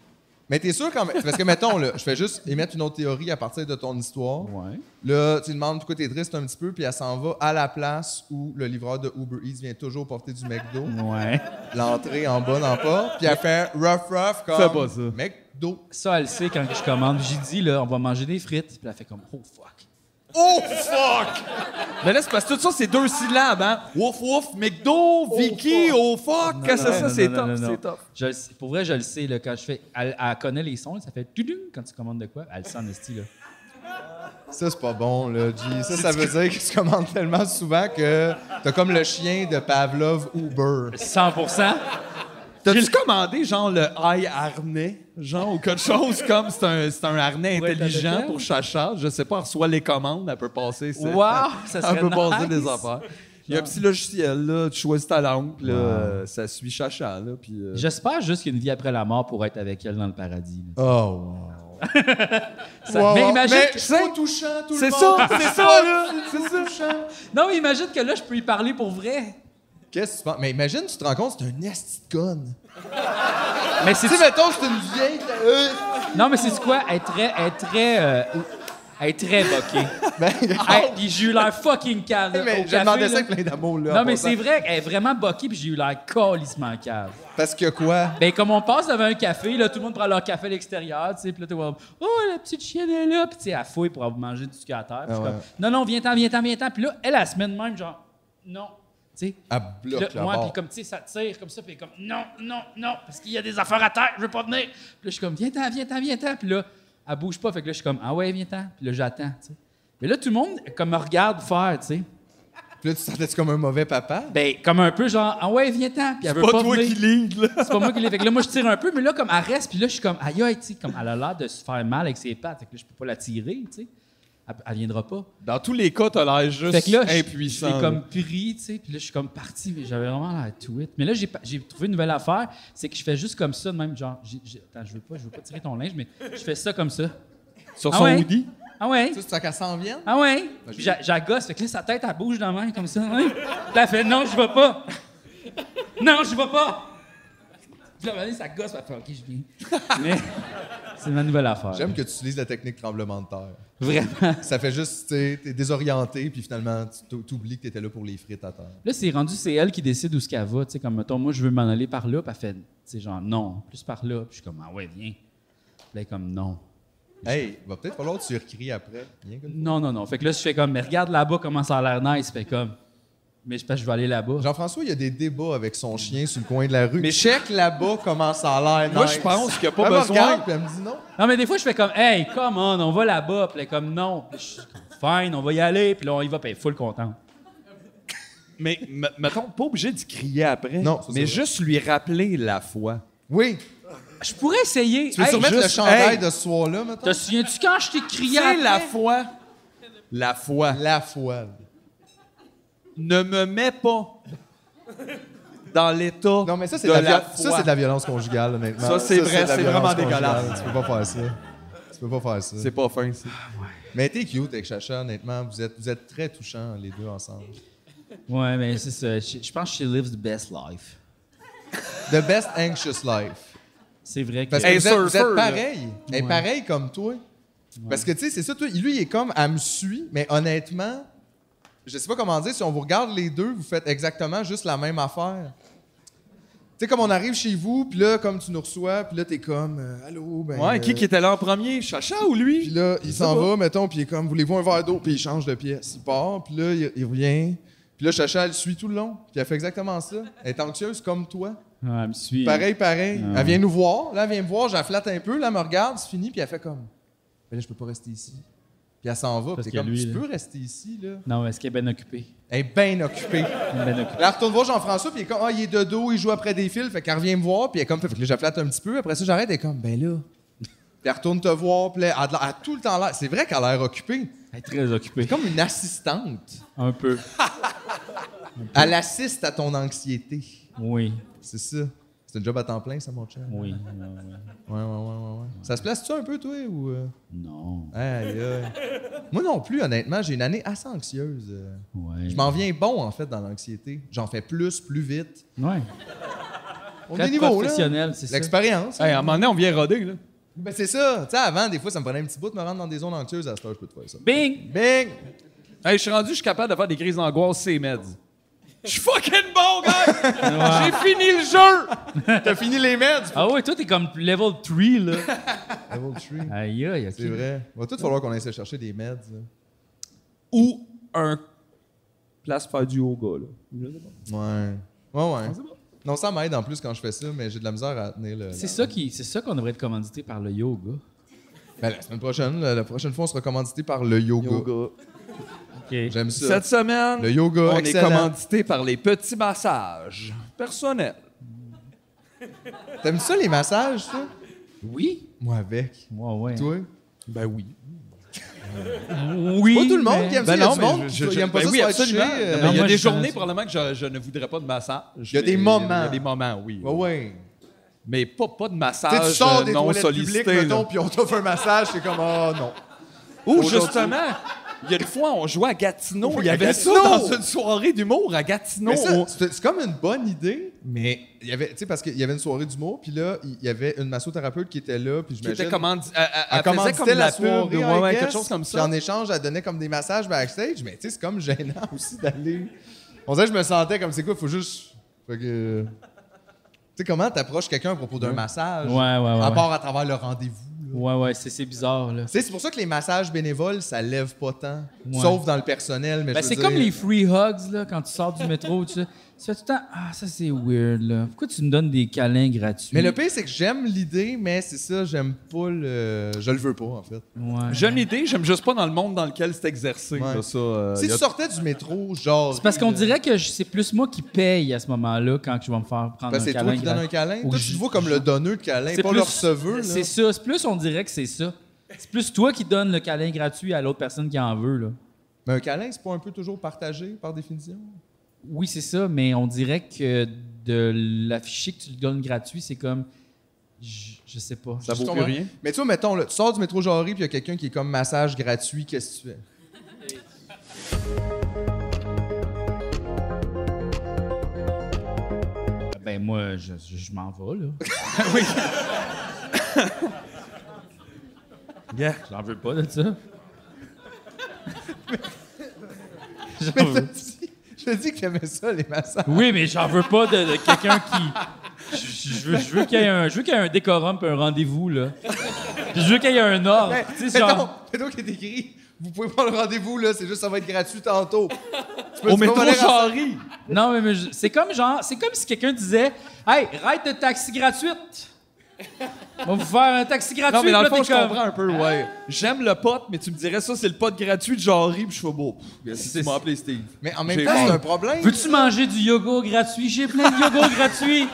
Mais t'es sûr quand même. Parce que, mettons, là, je fais juste émettre une autre théorie à partir de ton histoire. Ouais. Là, tu lui demandes pourquoi t'es triste un petit peu, puis elle s'en va à la place où le livreur de Uber Eats vient toujours porter du McDo. Ouais. L'entrée en bas, en pas. Puis elle fait rough, rough comme. Fais pas ça. McDo. Ça, elle sait quand je commande. J'ai dit, là, on va manger des frites. Puis elle fait comme, oh fuck. Oh fuck! Mais là, c'est parce que tout ça, c'est deux syllabes, hein? Wouf, wouf, McDo, Vicky, oh fuck, Non, qu'est-ce que non, c'est ça, non, c'est non, top, non, non, non. c'est top. Je le sais- pour vrai, je le sais, là, quand je fais. Elle, elle connaît les sons, ça fait tudum quand tu commandes de quoi. Elle le sent en esti, là. Ça, c'est pas bon, là, G. Ça, ça veut dire que tu commandes tellement souvent que t'as comme le chien de Pavlov Uber. 100 T'as-tu commandé, genre, le high harnais, genre, ou quelque chose *laughs* comme c'est un, c'est un harnais Ouais, t'as intelligent le pour Chacha? Je sais pas, elle reçoit les commandes, elle peut passer. c'est- Wow, ça serait Elle peut nice. passer des affaires. Il y a un petit logiciel, là, tu choisis ta langue, puis là, euh, ça suit Chacha, là, puis... euh, J'espère juste qu'il y a une vie après la mort pour être avec elle dans le paradis. là. Oh, wow. Ça- mais imagine. que- c'est touchant, tout C'est le ça, monde. c'est ça, là! C'est ça! Non, mais imagine que là, je peux y parler pour vrai. Qu'est-ce que tu penses? Mais imagine, tu te rends compte, c'est un esti de conne. Mais c'est Tu sais, mettons, c'est une vieille. euh, Non, mais c'est quoi? Elle est très. Elle est très. euh, elle est très *laughs* boquée. ben, Hey, puis j'ai eu l'air fucking cave. là, au mais j'ai café, demandé là. ça avec plein d'amour, là. en Non, mais passant. c'est vrai qu'elle est vraiment boquée, puis j'ai eu l'air calissement cave. Parce que quoi? Ben, comme on passe devant un café, là, tout le monde prend leur café à l'extérieur, tu sais, puis là, t'es comme, oh, la petite chienne est là, puis tu sais, elle fouille pour avoir mangé du sucre à terre. Puis Ah je suis ouais. comme, non, non, viens-t'en, viens-t'en, viens-t'en. Puis là, elle, la semaine même, genre, non, tu sais. Elle Puis bloque là, la moi, barre. puis comme, tu sais, ça tire comme ça, puis elle est comme, non, non, non, parce qu'il y a des affaires à terre, je veux pas venir. Puis là, je suis comme, viens-t'en, viens-t'en, viens-t'en. Puis là, elle bouge pas, fait que là, je suis comme, ah ouais, viens-t'en. Puis là, j'attends, tu sais. Mais là, tout le monde, comme, me regarde faire, tu sais. Puis là, tu te sentais-tu comme un mauvais papa? Ben, comme un peu genre, ah ouais, viens-t'en. Puis elle veut Pas pas, toi venir. qui ligne, là. C'est pas moi qui l'ai. Fait que là, moi, je tire un peu, mais là, comme elle reste, puis là, je suis comme, aïe, aïe, tu sais, comme elle a l'air de se faire mal avec ses pattes. Fait que là, je peux pas la tirer, tu sais. Elle, elle viendra pas. Dans tous les cas, t'as l'air juste Fait que là, je- impuissant. je l'ai comme pris, tu sais, puis là, je suis comme parti, mais j'avais vraiment la tweet. Mais là, j'ai pas- j'ai trouvé une nouvelle affaire, c'est que je fais juste comme ça, de même, genre, j'ai- j'ai- attends, je veux pas, je veux pas tirer ton linge, mais je fais ça comme ça. Sur Ah son ouais? hoodie. Ah ouais? Tu sais, tu sens qu'elle s'en vienne? Ah ouais? Puis j'a- j'agosse, fait que là, sa tête, elle bouge dans la main, comme ça. hein? Puis elle fait, non, je vais pas. Non, je vais pas. Puis là, à un moment donné, ça gosse, elle fait, OK, je viens. Mais c'est ma nouvelle affaire. J'aime que tu utilises la technique tremblement de terre. Vraiment. Ça fait juste, tu sais, t'es désorienté, puis finalement, tu t'ou- t'oublies que t'étais là pour les frites à terre. Là, c'est rendu, c'est elle qui décide où ce qu'elle va. Tu sais, comme, mettons, moi, je veux m'en aller par là. Puis elle fait, tu sais, genre, non, plus par là. Puis je suis comme, ah ouais, viens. Puis elle est comme, non. Hey, va peut-être falloir que tu recries après. Bien que- Non, non, non. Fait que là, je fais comme, mais regarde là-bas comment ça a l'air nice. Fait comme, mais je pense que je vais aller là-bas. Jean-François, il y a des débats avec son chien sur le coin de la rue. Mais check là-bas comment ça a l'air. Moi, nice. je pense qu'il n'y a pas Elle me besoin. regarde, puis elle me dit non. Non, mais des fois, je fais comme, hey, come on, on va là-bas. Puis elle est comme, non. Puis je suis comme, fine, on va y aller. Puis là, on y va. Puis elle est full contente. Mais, me- mettons, pas obligé d'y crier après. Non, ça, c'est mais vrai. juste lui rappeler la foi. Oui. Je pourrais essayer. Tu veux Hey, surmettre juste- le chandail hey. de ce soir-là, Te maintenant? souviens-tu quand je t'ai crié C'est la après? foi. La foi. La foi. Ne me mets pas dans l'état. Non, mais ça, c'est de de, la, la vi- foi. ça, c'est de la violence conjugale, honnêtement. Ça, c'est vrai, de la c'est violence vraiment conjugale. dégueulasse. Tu peux pas faire ça. Tu peux pas faire ça. C'est pas fin, ça. Mais t'es cute avec Chacha, honnêtement. Vous êtes, vous êtes très touchants, les deux ensemble. Ouais, mais c'est ça. Je, je pense que she lives the best life. The best anxious life. C'est vrai que. Parce que Hey, vous, êtes, vous surfer, êtes pareil. Elle est Ouais. pareil comme toi. Parce que, tu sais, c'est ça, toi, lui, il est comme, elle me suit, mais honnêtement, je sais pas comment dire, si on vous regarde les deux, vous faites exactement juste la même affaire. Tu sais, comme on arrive chez vous, puis là, comme tu nous reçois, puis là, t'es comme, euh, allô, ben. Ouais, euh, qui qui était là en premier, Chacha ou lui? Puis là, il sais s'en pas. va, mettons, puis il est comme, voulez-vous un verre d'eau? Puis il change de pièce. Il part, puis là, il, il revient. Puis là, Chacha, elle suit tout le long. Puis elle fait exactement ça. Elle est anxieuse comme toi. Ouais, elle me suit. Pareil, pareil. Ah. Elle vient nous voir. Là, elle vient me voir, j'en flatte un peu. Là, elle me regarde, c'est fini, puis elle fait comme, ben là, je peux pas rester ici. Puis elle s'en va. Parce Puis t'es que comme, lui, tu là- peux rester ici, là. Non, est-ce qu'elle est bien occupée? Elle est bien occupée. Elle est bien occupée. Là, elle retourne voir Jean-François, puis il est comme, ah, il est de dos, il joue après des fils. Fait qu'elle revient me voir, puis elle est comme, fait que là, je la flatte un petit peu. Après ça, j'arrête, elle est comme, ben là. Puis elle retourne te voir, puis là, elle a de l'air- elle a tout le temps l'air. C'est vrai qu'elle a l'air occupée. Elle est très occupée. Comme une assistante. Un peu. Elle assiste à ton anxiété. Oui. C'est ça. C'est un job à temps plein, ça, mon chum. Oui. ouais, ouais. Ouais, ouais, ouais, ouais. ouais. Ça se place-tu un peu, toi, ou. euh? Non. Aïe, aïe. Moi non plus, honnêtement, j'ai une année assez anxieuse. euh. Ouais. Je m'en viens bon, en fait, dans l'anxiété. J'en fais plus, plus vite. Ouais. On Très est niveau, là. professionnel, c'est ça. L'expérience. Hey, à un moment donné, on vient roder, là. Ben, c'est ça. Tu sais, avant, des fois, ça me prenait un petit bout de me rendre dans des zones anxieuses. À ce heure, je peux te faire ça. Bing! Bing! Hey, je suis rendu, je suis capable de faire des crises d'angoisse, c'est meds. Je suis fucking bon, gars! J'ai fini le jeu! T'as fini les meds! Ah ouais, toi, t'es comme level 3, là. Ah. Level tree. *laughs* Aïe, aïe, ok. C'est vrai. Va tout falloir qu'on essaie de chercher des meds. là. Ou un place faire du yoga, là. Je sais pas. Ouais. Ouais, ouais. Non, ça m'aide en plus quand je fais ça, mais j'ai de la misère à tenir le. C'est ça qui, c'est ça qu'on devrait être commandité par le yoga. Ben, la semaine prochaine, la, la prochaine fois, on sera commandité par le yoga. Ok. J'aime ça. Cette semaine, Le yoga, on excellent. est commandité par les petits massages personnels. T'aimes ça, les massages, ça? Oui. Moi, avec. Ouais, ouais. Toi? Ben oui. Oui. Pas tout le monde mais- qui aime ça. il Ben non, y a mais du monde je, je- qui je- aime pas ben ça oui, se faire absolument. toucher, euh, Non, mais il y moi, a je suis des journées, dans- probablement, que je, je ne voudrais pas de massage. y a des Mais Il y moments. a des moments, oui. Ouais, Ah ouais. Mais pas, pas de Tu sais, massage tu sors euh, des non toilettes sollicité. publiques, mettons, là. puis on t'offre un massage, c'est comme, oh non. *laughs* Ou Aujourd'hui. justement, il y a une fois, on jouait à Gatineau. Oui, Il y à avait Gatineau. ça dans une soirée d'humour à Gatineau. Mais ça, On- c'est c'est comme une bonne idée, mais il y avait, tu sais, parce qu'il y avait une soirée d'humour, puis là, il y avait une massothérapeute qui était là, puis qui j'imagine. était commandi- elle- elle- Elle elle faisait commanditait comme de la, la soirée, pub, I ouais, ouais, guess, quelque chose comme Puis ça. en échange, elle donnait comme des massages backstage, mais tu sais, c'est comme gênant *laughs* aussi d'aller. On dirait que je me sentais comme, c'est quoi, faut juste. Fait que. Tu sais, comment t'approches quelqu'un à propos d'un massage? Ouais, ouais, ouais, À ouais. part à travers le rendez-vous. là. Ouais, ouais, c'est, c'est bizarre, là. Tu sais, c'est pour ça que les massages bénévoles, ça lève pas tant. Ouais. Sauf dans le personnel, mais Ben, je veux c'est dire- comme les free hugs, là, quand tu sors du métro, tu sais. Tu fais tout le temps. Ah, ça, c'est weird, là. Pourquoi tu me donnes des câlins gratuits? Mais le pire, c'est que j'aime l'idée, mais c'est ça, j'aime pas le. Je le veux pas, en fait. Ouais. J'aime l'idée, j'aime juste pas dans le monde dans lequel c'est exercé. Ouais. là, ça, euh, Si y a- tu sortais du métro, genre. C'est parce qu'on dirait que je- c'est plus moi qui paye à ce moment-là quand je vais me faire prendre Parce que un Ben, c'est toi câlin. qui donnes un gratuit. câlin. Ou Toi, tu je- te vois comme le donneur de câlin, C'est pas plus- le receveur. là. C'est ça. C'est plus, on dirait que c'est ça. C'est plus toi qui donnes le câlin gratuit à l'autre personne qui en veut, là. Mais un câlin, c'est pas un peu toujours partagé, par définition? Oui, c'est ça, mais on dirait que de l'afficher que tu le donnes gratuit, c'est comme. Je, je sais pas. Ça Je- vaut plus rien. Mais tu vois, mettons, là, tu sors du métro Jarry, puis il y a quelqu'un qui est comme massage gratuit, qu'est-ce que tu fais? Ben, moi, je, je- je m'en vais, là. oui. Yeah. J'en veux pas de ça. J'en Mais je veux- te dis- *laughs* je te dis que j'aimais ça, les massages. Oui, mais j'en veux pas de, de quelqu'un qui. Je, je veux, je veux qu'il y ait un, je veux qu'il y ait un décorum puis un rendez-vous, là. Je veux qu'il y ait un ordre. Mais, Tu sais, Ben, mettons, genre- mettons qu'il est écrit, vous pouvez prendre le rendez-vous, là, c'est juste, ça va être gratuit tantôt. Tu peux- Au tu peux métro venir à- Jarry. Non, mais, mais je- c'est comme genre, c'est comme si quelqu'un disait Hey, ride de taxi gratuite. On va vous faire un taxi gratuit. Non, mais dans le puis là, fond, t'es je comme- comprends un peu, ouais. J'aime le pote, mais tu me dirais ça, c'est le pote gratuit de Jarry, puis je fais beau. Si tu m'as appelé Steve. Mais en même J'ai temps, c'est peur. un problème. Veux-tu manger du yogourt gratuit? J'ai plein de yogourt gratuit.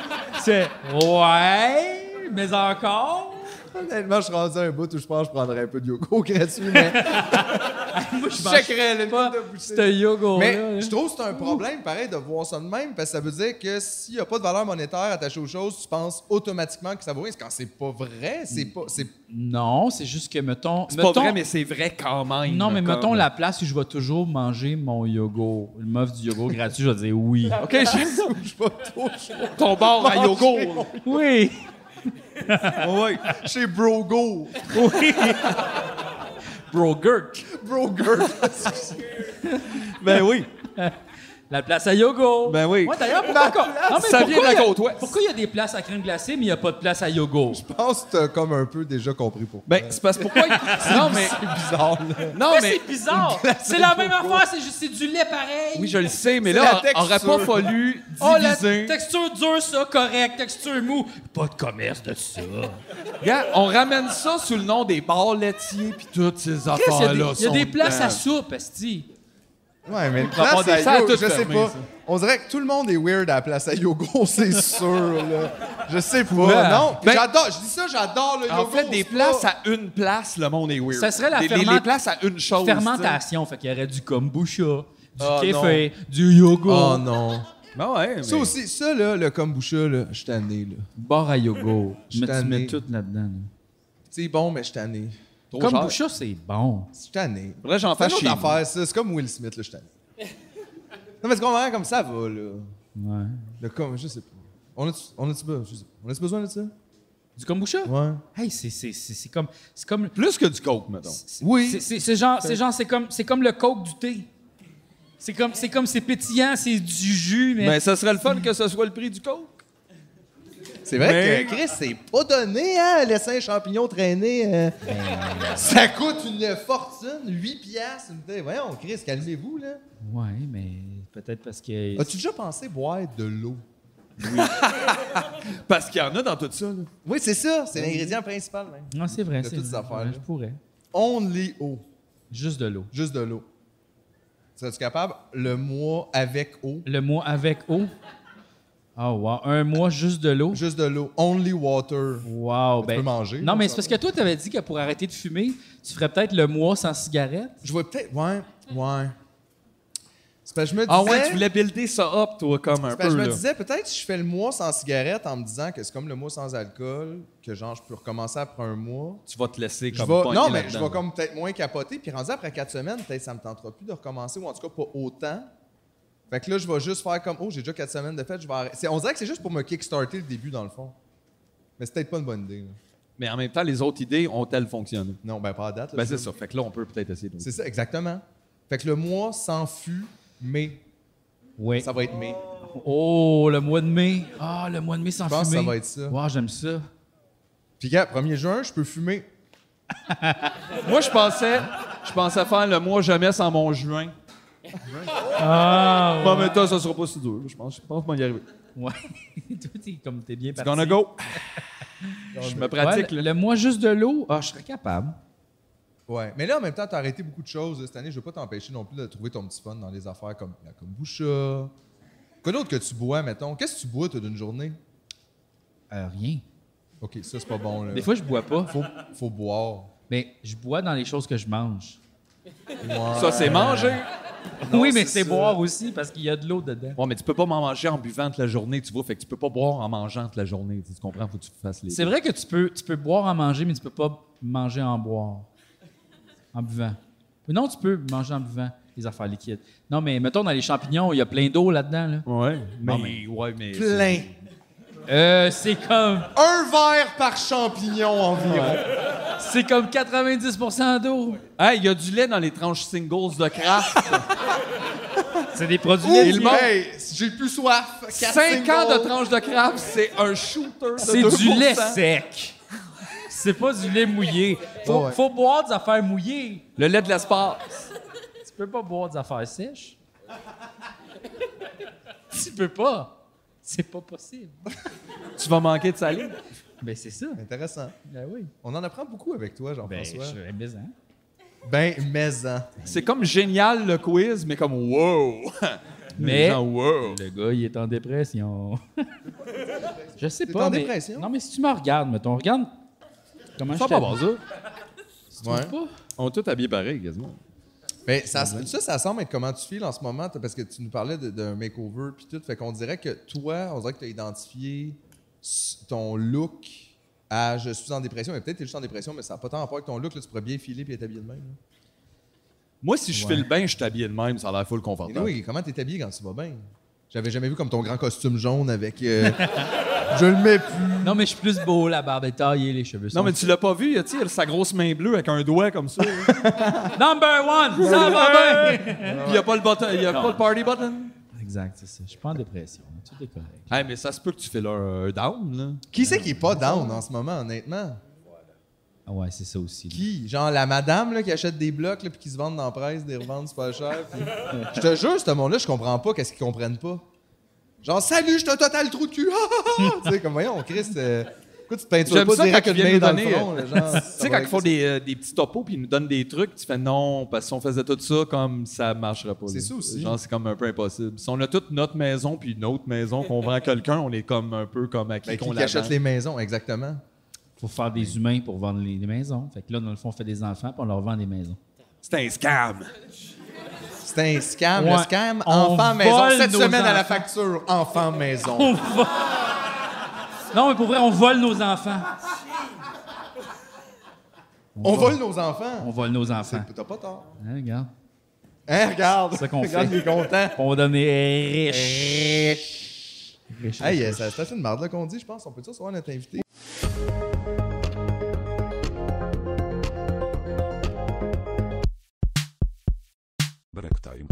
C'est Ouais, mais encore. Honnêtement, je suis rendu à un bout où je pense que je prendrais un peu de yogourt gratuit, *laughs* mais Moi, je je mange checkerais le pas nombre de bouchées. ce yogourt. Mais je trouve que c'est un problème, pareil, de voir ça de même, parce que ça veut dire que s'il n'y a pas de valeur monétaire attachée aux choses, tu penses automatiquement que ça vaut rien. C'est Quand c'est pas vrai, c'est pas. C'est Mm. Non, c'est juste que, mettons. C'est pas mettons- vrai, mais c'est vrai quand même. Non, mais comme- mettons la place où je vais toujours manger mon yogourt. Le meuf du yogourt gratuit, je vais dire oui. *laughs* OK, je- je vais trop chaud. ton bar à yogourt. Oui. Ouais. Chez Brogo. Brogurt. Broger. Ben oui. La place à yogourt. Ben oui. Moi, d'ailleurs, pourquoi, Non, mais Ça vient de la pourquoi- côte ouest. Pourquoi il y a des places à crème glacée, mais il n'y a pas de place à yogourt? Je pense que t'as comme un peu déjà compris pourquoi. Ben, c'est parce pourquoi. *laughs* non, mais. C'est bizarre, là. Non, Mais mais. c'est bizarre. C'est la même affaire, c'est juste c'est du lait pareil. Oui, je le sais, mais C'est là, la aurait pas texture. fallu Oh, la diviser. texture dure, ça, correct. Texture mou. Pas de commerce de ça. Regarde, on ramène ça sous le nom des bars laitiers puis toutes ces Chris, il y a affaires-là. des- il y a sont des places dedans. à soupe, Asti. Ouais, mais va avoir place des à salles yo- toutes je sais fermées, pas. ça. On dirait que tout le monde est weird à la place à yogourt, *laughs* c'est sûr, là. Je sais pas. Ouais. Non, Ben- j'adore. Je dis ça, j'adore le En yogourt. fait, des c'est places pas- à une place, le monde est weird. Ça serait la des, les- ferment- les places à une chose. Fermentation, fait qu'il y aurait du kombucha, du Oh, Ah, café, du yogourt. Oh non. tu sais. Ben ouais, mais... Ça aussi, ça, là, le kombucha, là, je suis tanné, là. Bar à yogourt. Je Mais tu t'en ai. mets tout là-dedans. C'est bon, mais je suis tanné. Trop cher. Kombucha, c'est bon. Je suis tanné. Faudrait que j'en C'est une fasse autre chez nous. affaire, ça. C'est comme Will Smith, là, je suis tanné. non, mais tu comprends comme ça va, là. Ouais. Le com, je sais pas. On a-tu on a-tu be- je sais pas. On a-tu besoin de ça? Du kombucha? Ouais. Hey, c'est- c'est c'est- c'est comme... C'est comme... Plus que du coke, mettons. c'est- Oui. Euh. c'est- C'est c'est genre, c'est genre, c'est comme, c'est comme le coke du thé. C'est comme, c'est comme, c'est pétillant, c'est du jus, mais... Mais Ben, ça serait le fun que ce soit le prix du coke. C'est vrai Mais- que Chris, c'est pas donné, hein, laisser un champignon traîner. euh. Ça coûte une fortune, 8 piastres. une bouteille. Voyons, Chris, calmez-vous, là. Ouais, mais peut-être parce que... As-tu déjà pensé boire de l'eau? Parce qu'il y en a dans tout ça. là. Oui, c'est ça. C'est l'ingrédient principal, même. Non, c'est vrai. Il y a c'est toutes vrai, ces affaires, ouais, là. Je pourrais. Only eau. Juste de l'eau. Juste de l'eau. Serais-tu capable? Le mois avec eau. Le mois avec eau. Ah, wow. Un mois juste de l'eau. Juste de l'eau. Only water. Wow. peux ben- manger, Non, là, mais c'est ça parce que toi, tu avais dit que pour arrêter de fumer, tu ferais peut-être le mois sans cigarette. Je vais peut-être. Ouais, ouais. C'est parce que je me disais. Ah ouais, tu voulais builder ça up, toi, comme un c'est parce que peu. Ben, je me là. disais, peut-être si je fais le mois sans cigarette en me disant que c'est comme le mois sans alcool, que genre je peux recommencer après un mois. Tu vas te laisser Je comme vais- pogner non, mais je là-dedans. vais comme peut-être moins capoter. Puis rendu après quatre semaines, peut-être ça me tentera plus de recommencer, ou en tout cas pas autant. Fait que là, je vais juste faire comme, oh, j'ai déjà quatre semaines de fête, je vais arrêter. C'est- On dirait que c'est juste pour me kickstarter le début, dans le fond. Mais c'est peut-être pas une bonne idée. là. Mais en même temps, les autres idées ont-elles fonctionné? Non, ben pas à date. là, Ben je- c'est ça. Fait que là, on peut peut-être essayer d'autres. C'est ça, exactement. Fait que le mois sans fut, mai. Oui. Ça va être mai. Oh, le mois de mai. Ah, le mois de mai sans Je pense que fumer. ça va être ça. Wow, j'aime ça. Puis, gars, 1er juin, je peux fumer. Moi, je pensais, je pensais faire le mois jamais sans mon juin. Wow! Bon, mais toi, ça sera pas si dur. Je pense, je pense qu'on va y arriver. Ouais. *laughs* Toi, t'es comme t'es bien It's parti. gonna go. *laughs* je me pratique. Ouais, le, là. le moi juste de l'eau, ah, je serais capable. Ouais. Mais là, en même temps, t'as arrêté beaucoup de choses. euh, Cette année, je veux pas t'empêcher non plus de trouver ton petit fun dans les affaires comme la kombucha. Quoi d'autre que tu bois, mettons? Qu'est-ce que tu bois, toi, d'une journée? Euh, rien. OK, ça, c'est pas bon, là. Des fois, je bois pas. faut, faut boire. Mais je bois dans les choses que je mange. Ça, c'est manger. oui, mais c'est boire aussi parce qu'il y a de l'eau dedans. Ouais, mais tu peux pas m'en manger en buvant toute la journée, tu vois. Fait que tu peux pas boire en mangeant toute la journée. Tu comprends? Faut que tu fasses les. C'est vrai que tu peux, tu peux boire en manger, mais tu peux pas manger en boire. En buvant. Non, tu peux manger en buvant les affaires liquides. Non, mais mettons dans les champignons, il y a plein d'eau là-dedans. Là. Ouais, mais. Ouais, mais. Plein. Euh, c'est comme Un verre par champignon environ. c'est comme 90 d'eau. Hey, il y a du lait dans les tranches singles de Kraft. C'est des produits Ouh, laitiers. hey, j'ai plus soif. Quatre 5 ans de singles. tranches de Kraft, c'est un shooter. de C'est du 2%. lait sec. C'est pas du lait mouillé. Faut, Ah ouais. faut boire des affaires mouillées. Le lait de l'espace. Tu peux pas boire des affaires sèches. tu peux pas. C'est pas possible. Tu vas manquer de salé. Ben c'est ça. Intéressant. Ben oui. On en apprend beaucoup avec toi, Ben je Jean-François. suis bizarre. Ben, maison. C'est comme génial le quiz, mais comme *laughs* wow. Mais- Les gens, wow. Le gars, il est en dépression. *laughs* je sais T'es pas. en mais- dépression? Non, mais si tu me regardes, mettons, regarde. Comment je Ça pas bon, t'habille. ça. Tu trouves Ouais. pas? On est tous habillés pareil, quasiment. Ben, ça, hein. ça, ça semble être comment tu files en ce moment, t'as- parce que tu nous parlais de- d'un makeover puis tout. Fait qu'on dirait que toi, on dirait que tu as identifié s- ton look à je suis en dépression. Mais peut-être que tu es juste en dépression, mais ça n'a pas tant rapport avec ton look. là, tu pourrais bien filer puis être habillé de même. là. Moi, si je file bien, je suis habillé de même, ça a l'air full Mais confortable. oui, comment t'es habillé quand tu vas bien? J'avais jamais vu comme ton grand costume jaune avec. euh, *laughs* je le mets plus. Non, mais je suis plus beau, la barbe est taillée, les cheveux Non, sont mais tu l'as pas vu, il a tu sais, sa grosse main bleue avec un doigt comme ça. là. Number *laughs* one, ça va bien! Puis il n'y a pas le button, il y a pas le party button. Exact, c'est ça. Je suis pas en dépression. Tout est correct. Hey, mais ça se peut que tu files un un down, là. Qui c'est qui est pas down en ce moment, honnêtement? Ah ouais, c'est ça aussi. Qui? Genre la madame là, qui achète des blocs là, puis qui se vendent dans la presse, des revendent super cher. puis- *laughs* Je te jure, ce monde-là, je comprends pas qu'est-ce qu'ils comprennent pas. Genre, salut, je te total trou de cul. *laughs* tu sais, comme voyons, Chris, euh, pourquoi tu te peintures J'aime pas ça direct quand une ils viennent main dans nous euh, le front? là, genre, *laughs* Tu sais, quand ils font des, euh, des petits topos puis ils nous donnent des trucs, tu fais non, parce que si on faisait tout ça, comme ça marcherait pas. C'est là. ça aussi. Genre, c'est comme un peu impossible. Si on a toute notre maison puis une autre maison qu'on vend à quelqu'un, on est comme un peu comme à qui Ben, qu'on qui, la qui vend. achète les maisons, exactement. Faut faire des humains pour vendre les, les maisons. Fait que là, dans le fond, on fait des enfants puis on leur vend des maisons. C'est un scam. C'est un scam, Ouais. le scam On enfant maison. vole Cette nos semaine à la enfants. facture, enfant maison. Non, mais pour vrai, on vole nos enfants. On vole nos On enfants. vole nos enfants. T'as pas tort. Hein, regarde. Hein, regarde. C'est ça qu'on *laughs* regarde, fait. il est content. On va donner riche. Riche, Hey, riche. euh, ça- c'est assez de marde là qu'on dit, je pense. On peut tous voir notre invité. Break time.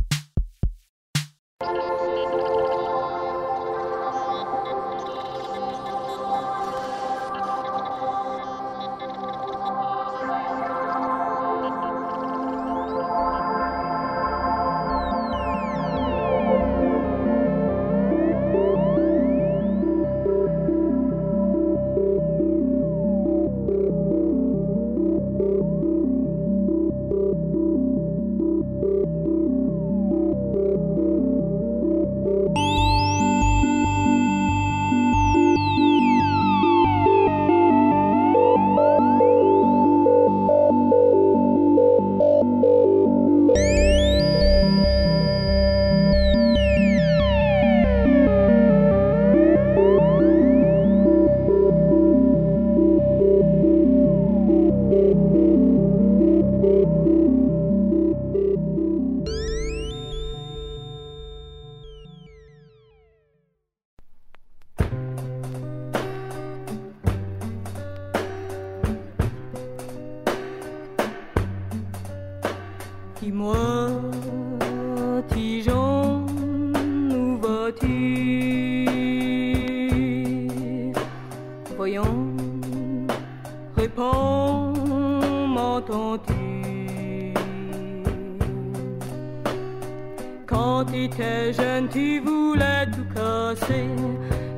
étais jeune, tu voulais tout casser.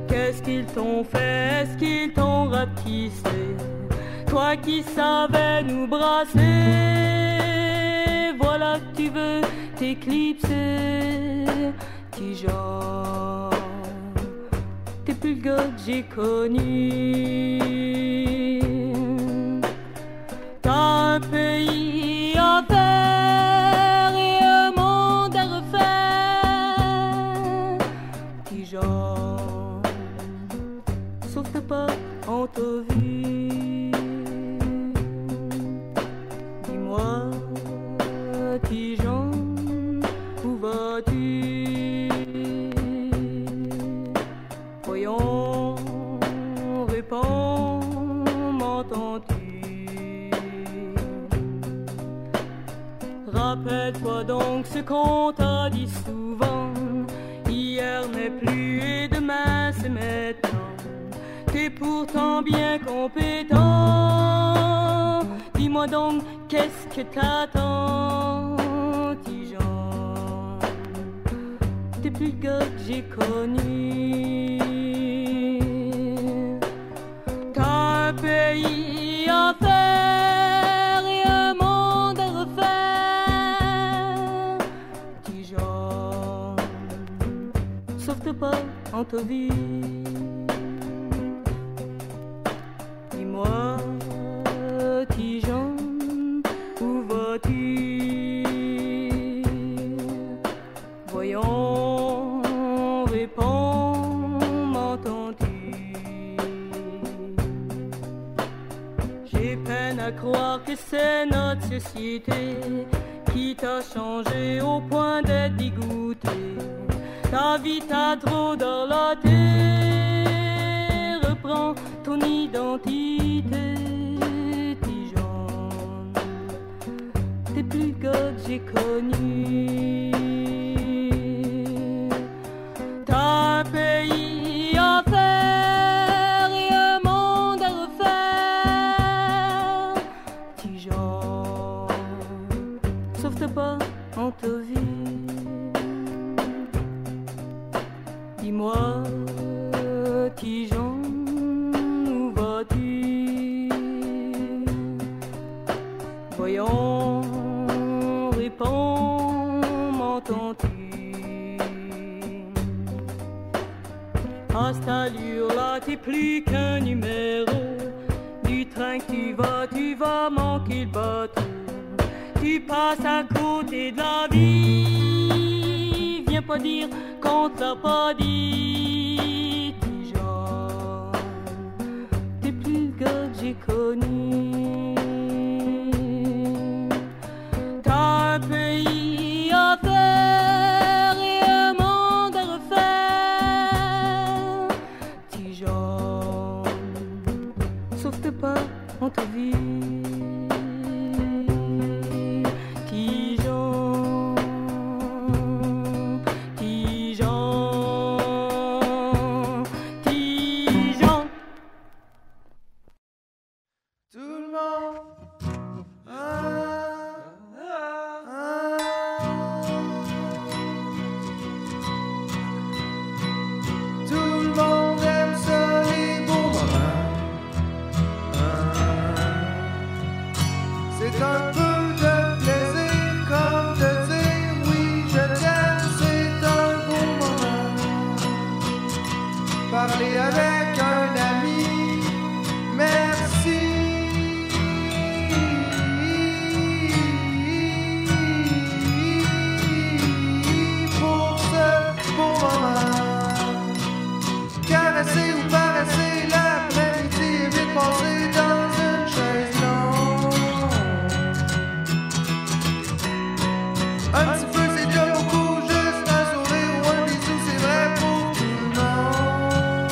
Qu'est-ce qu'ils t'ont fait Est-ce qu'ils t'ont rapetissé Toi qui savais nous brasser, voilà que tu veux t'éclipser. Qui genre T'es plus le gars que j'ai connu. T'as un pays à faire et un monde à refaire. Dijon, sauf que pas on t'a vu. Dis-moi, Dijon, où vas-tu? Voyons, réponds, m'entends-tu Rappelle-toi donc ce qu'on t'a dit souvent. Hier n'est plus et demain c'est maintenant. T'es pourtant bien compétent. Dis-moi donc qu'est-ce que t'attends, Tigeon t'es plus le gars que j'ai connu. T'as un pays à faire et un monde à refaire. Dijon, sauve-toi pas en ta vie. Dis-moi, Dijon, où vas-tu? Voyons, réponds, m'entends-tu J'ai peine à croire que c'est notre société qui t'a changé au point d'être dégoûté. Ta vie t'a trop dans la tête. Reprends ton identité, Dijon t'es plus le gars que j'ai connu. T'as un pays à faire et un monde à refaire. Dijon, sauve-toi pas en ta vie. Dis-moi, Dijon, où vas-tu? Voyons, réponds, m'entends-tu À cette allure-là, t'es plus qu'un numéro Du train que tu vas, tu vas manquer le bateau Tu passes à côté de la vie Viens pas dire qu'on te l'a pas dit Dijon, t'es plus le gars que j'ai connu. T'as un pays à faire et un monde à refaire. Dijon, sauve-toi pas en ta vie. Dijon, Dijon, Dijon. Tout le monde. Tout le monde aime ça les beaux moments. C'est un peu de plaisir comme de dire oui je t'aime, c'est un beau moment. Parler avec un ami, merci. Pour ce beau moment. Caresser ou paresser l'après-midi et vite passer dans une chaise longue. Un petit peu, c'est déjà beaucoup, juste un sourire ou un bisou, c'est vrai pour tout le monde.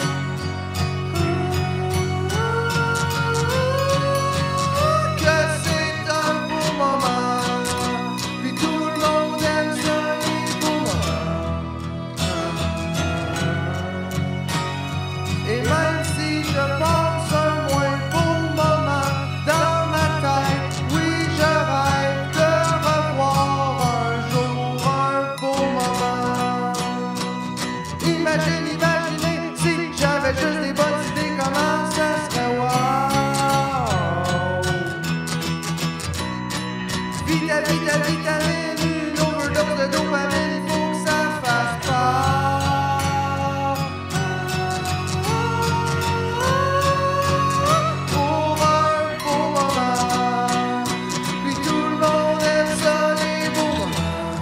j'imagine imaginer si j'avais juste des bonnes idées, comment ça serait wow. Vita, vita, vitamine, une overdose de dopamine, il faut que ça fasse pas. Pour un beau moment, puis tout le monde aime ça, les beaux moments.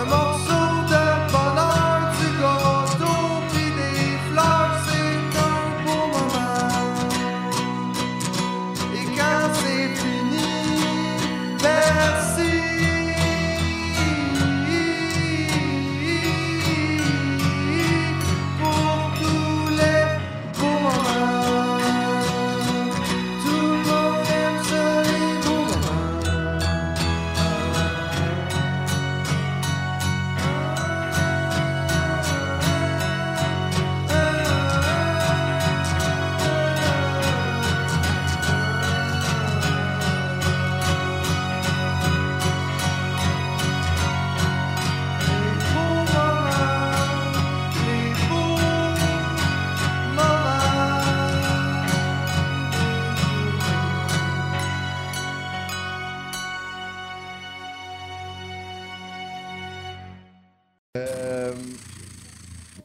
Un morceau de bonheur, du gâteau puis des fleurs, c'est un beau moment. Et quand c'est fini, merci. Pour tous les beaux moments, tout le monde aime ça, les beaux moments.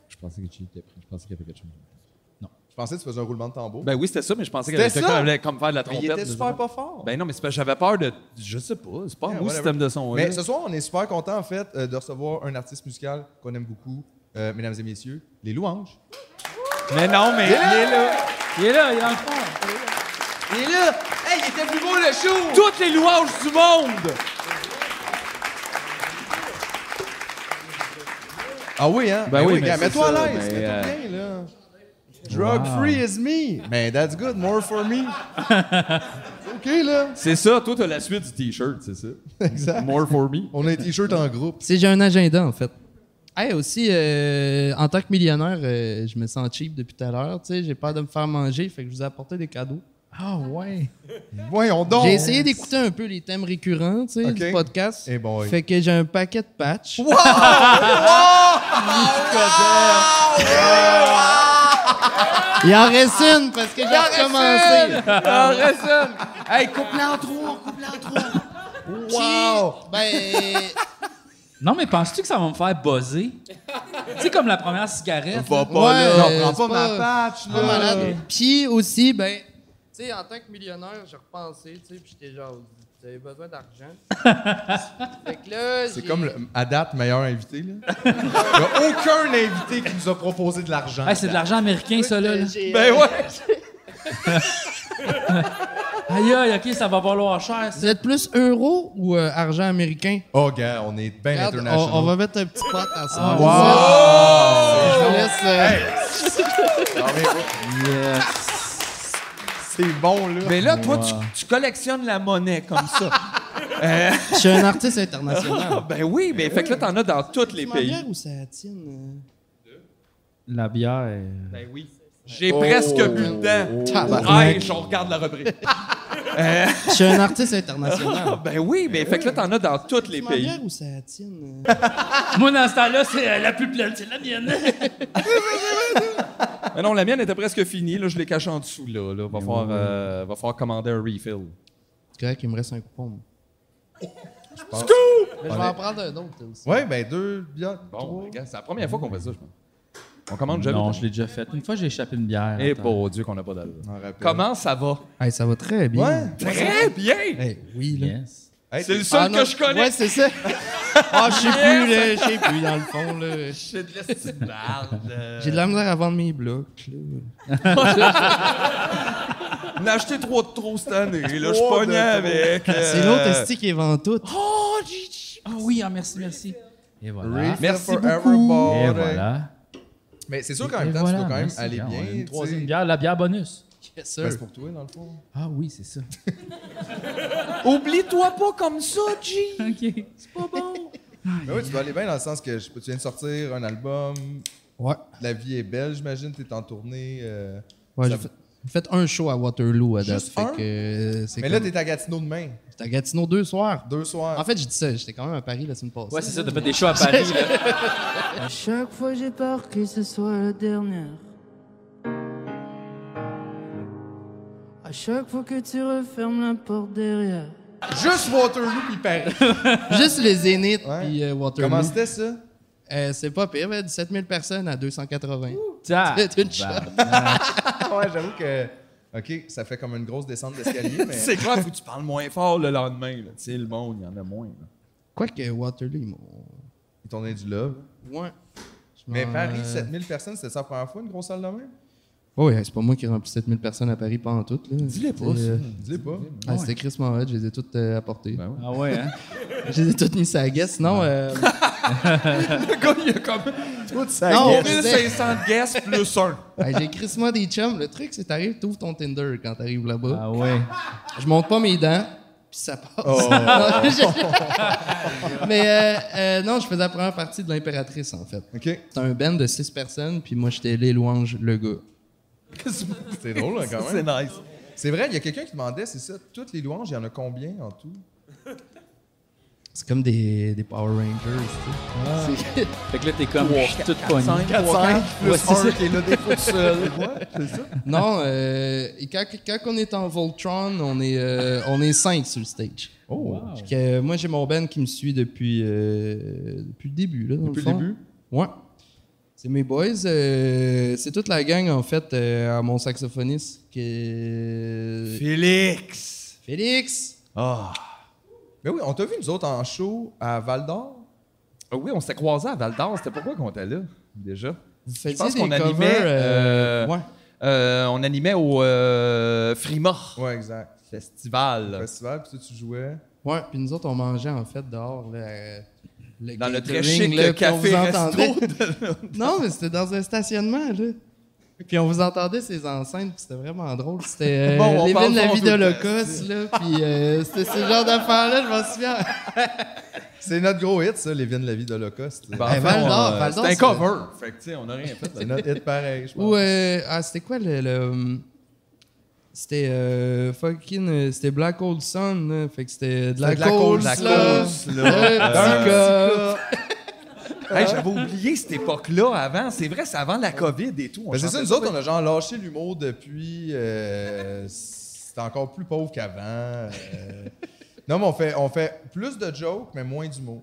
Je pensais que tu étais pris. Je pensais qu'il y avait quelque chose. Non. Je pensais que tu faisais un roulement de tambour. Ben oui, c'était ça, mais je pensais que C'était quelqu'un ça? allait comme faire de la mais trompette. il était mais- super pas fort. Ben non, mais c'est parce que j'avais peur de. Je sais pas, c'est pas un Yeah, beau whatever. système de son. Mais là. ce soir, on est super content en fait euh, de recevoir un artiste musical qu'on aime beaucoup, euh, mesdames et messieurs, les Louanges. mais non, mais. Il est là, il est dans le fond. Il est là! Hey, il était plus beau le show! Toutes les louanges du monde! Ah oui, hein? Ben oui, mais gars, c'est mets-toi ça, à l'aise, mais, mets-toi euh, bien là. Drug free is me. Ben that's good, more for me. ok là. C'est ça, toi, t'as la suite du T-shirt, c'est ça? *laughs* Exact. More for me. On a un t-shirt en groupe. C'est j'ai un agenda en fait. Hey, aussi, euh, en tant que millionnaire, euh, je me sens cheap depuis tout à l'heure. Tu sais, j'ai peur de me faire manger, fait que je vous ai apporté des cadeaux. Ah ouais. Voyons donc. J'ai essayé d'écouter un peu les thèmes récurrents, tu sais, Ok. du podcast. Eh boy. Fait que j'ai un paquet de patchs. Il en reste une parce que j'ai recommencé. Hey, coupe la Wow! Ben, Non, mais penses-tu que ça va me faire buzzer? tu sais, comme la première cigarette. Va pas Ouais, là. euh, Bah, Non, prends c'est pas, pas- ma patch pas là. malade. Puis aussi, ben, tu sais, en tant que millionnaire, j'ai repensé, tu sais, puis j'étais genre, vous avez besoin d'argent. *laughs* fait que là, C'est j'ai- comme le, à date meilleur invité là. Il n'y a aucun invité qui nous a proposé de l'argent. Ah, Hey, c'est de l'argent américain, ça, là. là. J'ai- Ben ouais! Aïe, aïe, OK, ça va valoir cher, ça. Vous êtes plus euro ou euh, argent américain? Oh gars, on est bien Regarde, international. on, on va mettre un petit pot ensemble. Je Ah, vous laisse. euh, C'est bon là. Mais là, toi, tu, tu collectionnes la monnaie comme *laughs* ça. Euh, Je suis un artiste international. *laughs* ben oui, mais fait que là, t'en as dans tous les C'est ma pays. bière ou ça attine? La bière. Ben oui. J'ai presque Oh. bu dedans. Hey, je regarde la reprise. *laughs* Je suis un artiste international. *laughs* ben oui, mais fait que là, t'en as dans tous les C'est ma pays. bière ou ça attine? Moi, dans ce temps-là, c'est euh, la plus pleine, c'est la mienne. Mais non, la mienne était presque finie. Là, je l'ai cachée en dessous. Là, là. Va, falloir, euh, va falloir commander un refill. C'est correct, il me reste un coupon. moi. Mais je vais en prendre un autre toi aussi. Ouais, ben deux bières. Oh. Bon, trois. regarde, c'est la première fois qu'on fait ça, je pense. On commande jamais. non, autant. je l'ai déjà faite. Une fois, j'ai échappé une bière. Eh, attends. bon Dieu, qu'on n'a pas d'allure. Je m'en rappelle. Comment ça va? Hey, ça va très bien. Ouais. Très bien! Hey, oui, là. Yes. Hey, C'est le t'es- seul Ah, non, que je connais. Ouais, c'est *laughs* ça. Ah, je sais plus, là. Je sais plus, dans le fond, là. C'est de la petite euh. merde. J'ai de la misère à vendre mes blocs, là. On a acheté trois de trop cette année. Là, je Trois de pognais trop. avec. euh, C'est l'autre esti qui est vend tout. Oh, Gigi! Ah oui, ah, merci, merci. Et voilà. Reef Merci forever beaucoup. bought Et it. voilà. Mais c'est sûr Et qu'en même temps, voilà, tu dois quand même merci, aller gars, on a bien. Une tu sais. troisième bière, la bière bonus. Yes, Ben, sir. c'est pour toi, dans le fond. Ah oui, c'est ça. Oublie-toi pas comme ça, G. OK. Ben oui, tu dois aller bien dans le sens que je sais pas, tu viens de sortir un album. Ouais. La vie est belle, j'imagine. T'es en tournée. euh, Ouais, ça- j'ai fait- fait un show à Waterloo à date. Juste fait un? que, euh, c'est Mais là, comme- t'es à Gatineau demain. j'étais à Gatineau deux soirs. Deux soirs. En fait, j'ai dit ça, j'étais quand même à Paris la semaine passée. Ouais, c'est ça, t'as fait des shows à Paris. *laughs* là. À chaque fois j'ai peur que ce soit la dernière. À chaque fois que tu refermes la porte derrière. Juste Waterloo puis Paris. Juste les Zéniths puis euh, Waterloo. Comment c'était ça? Euh, c'est pas pire, mais 17 000 personnes à 280. Tabarnak. C'est une shot. *laughs* ouais, j'avoue que. OK, ça fait comme une grosse descente *laughs* d'escalier, mais. *laughs* C'est clair, faut que tu parles moins fort le lendemain. là. Tu sais, le monde, il y en a moins. là. Quoique Waterloo, ils m'ont- Ils t'ont donné du love. Ouais. Je Mais m'en- Paris, 7000 personnes, c'était sa première fois, une grosse salle de même? Ouais, ouais, Oh c'est pas moi qui remplis 7000 personnes à Paris pendant tout. Dis-les pas, ça. Dis-le Hmm, pas. Ah, c'était Chris Moret, je les ai toutes euh, apportées. Ah ouais, hein? Je les ai toutes mises à la guest, sinon. *laughs* euh, Le gars, il y a comme Tout Non, ça. mais- 1500 de guests plus un. hey, ben, j'ai Chris moi des chums. Le truc, c'est que t'arrives, t'ouvres ton Tinder quand t'arrives là-bas. Ah ouais. Je monte pas mes dents, puis ça passe. Oh. *laughs* Non, je- mais euh, euh, non, je faisais la première partie de l'Impératrice, en fait. OK. C'était un band de six personnes, puis moi, j'étais les louanges, le gars. *laughs* C'est drôle, hein, quand C'est même. nice. C'est vrai, il y a quelqu'un qui demandait, c'est ça, toutes les louanges, il y en a combien en tout? C'est comme des, des Power Rangers, tu sais. Fait que là, t'es comme, je suis toute pognée. 5 plus Ouais, c'est ça. 1 qui est là des fois tout seul. *laughs* Ouais, c'est ça. Non, euh, et quand, quand on est en Voltron, on est, euh, on est cinq sur le stage. Oh, Wow. Fait que, euh, moi, j'ai mon band qui me suit depuis, euh, depuis le début. Là, dans depuis le fond. début? Ouais. C'est mes boys. euh, c'est toute la gang, en fait, euh, à mon saxophoniste. Que... Félix! Félix! Ah! Ben oui, on t'a vu nous autres en show à Val d'Or. Ah oui, on s'était croisés à Val d'Or. C'était pourquoi qu'on était là, déjà? Vous faisiez pense des qu'on covers, animait, euh, euh, ouais. Euh, on animait au euh, Frima Ouais, exact. Festival. Festival, puis toi, tu jouais. Ouais, puis nous autres, on mangeait, en fait, dehors. Là, euh, Dans le très catering, chic là, puis on vous café entendait. resto de- Non, mais c'était dans un stationnement, là. Puis on vous entendait ces enceintes, puis c'était vraiment drôle. C'était euh, Bon, on les parle villes de la pas, on vie doute. d'Holocauste, là. Puis euh, c'était ce genre d'affaires-là, je m'en souviens. C'est notre gros hit, ça, Les Vignes de la vie d'Holocauste. Ben, Eh, Val on, d'Or, euh, Val d'Or, C'était un c'est- cover. Fait que, tu sais, on n'a rien fait. C'est notre hit pareil, je pense. Ou, euh, ah, c'était quoi le. le- c'était euh, fucking. euh, C'était Black Old Sun, là. Fait que c'était de la C'était de la cold, cold, de la là. Le petit *laughs* cold, Euh, cop. Hey, J'avais oublié cette époque-là avant. C'est vrai, c'est avant la COVID et tout. On Ben, c'est ça, chantait nous autres, on a genre lâché l'humour depuis. euh, c'est encore plus pauvre qu'avant. euh. Non, mais on fait, on fait plus de jokes, mais moins d'humour.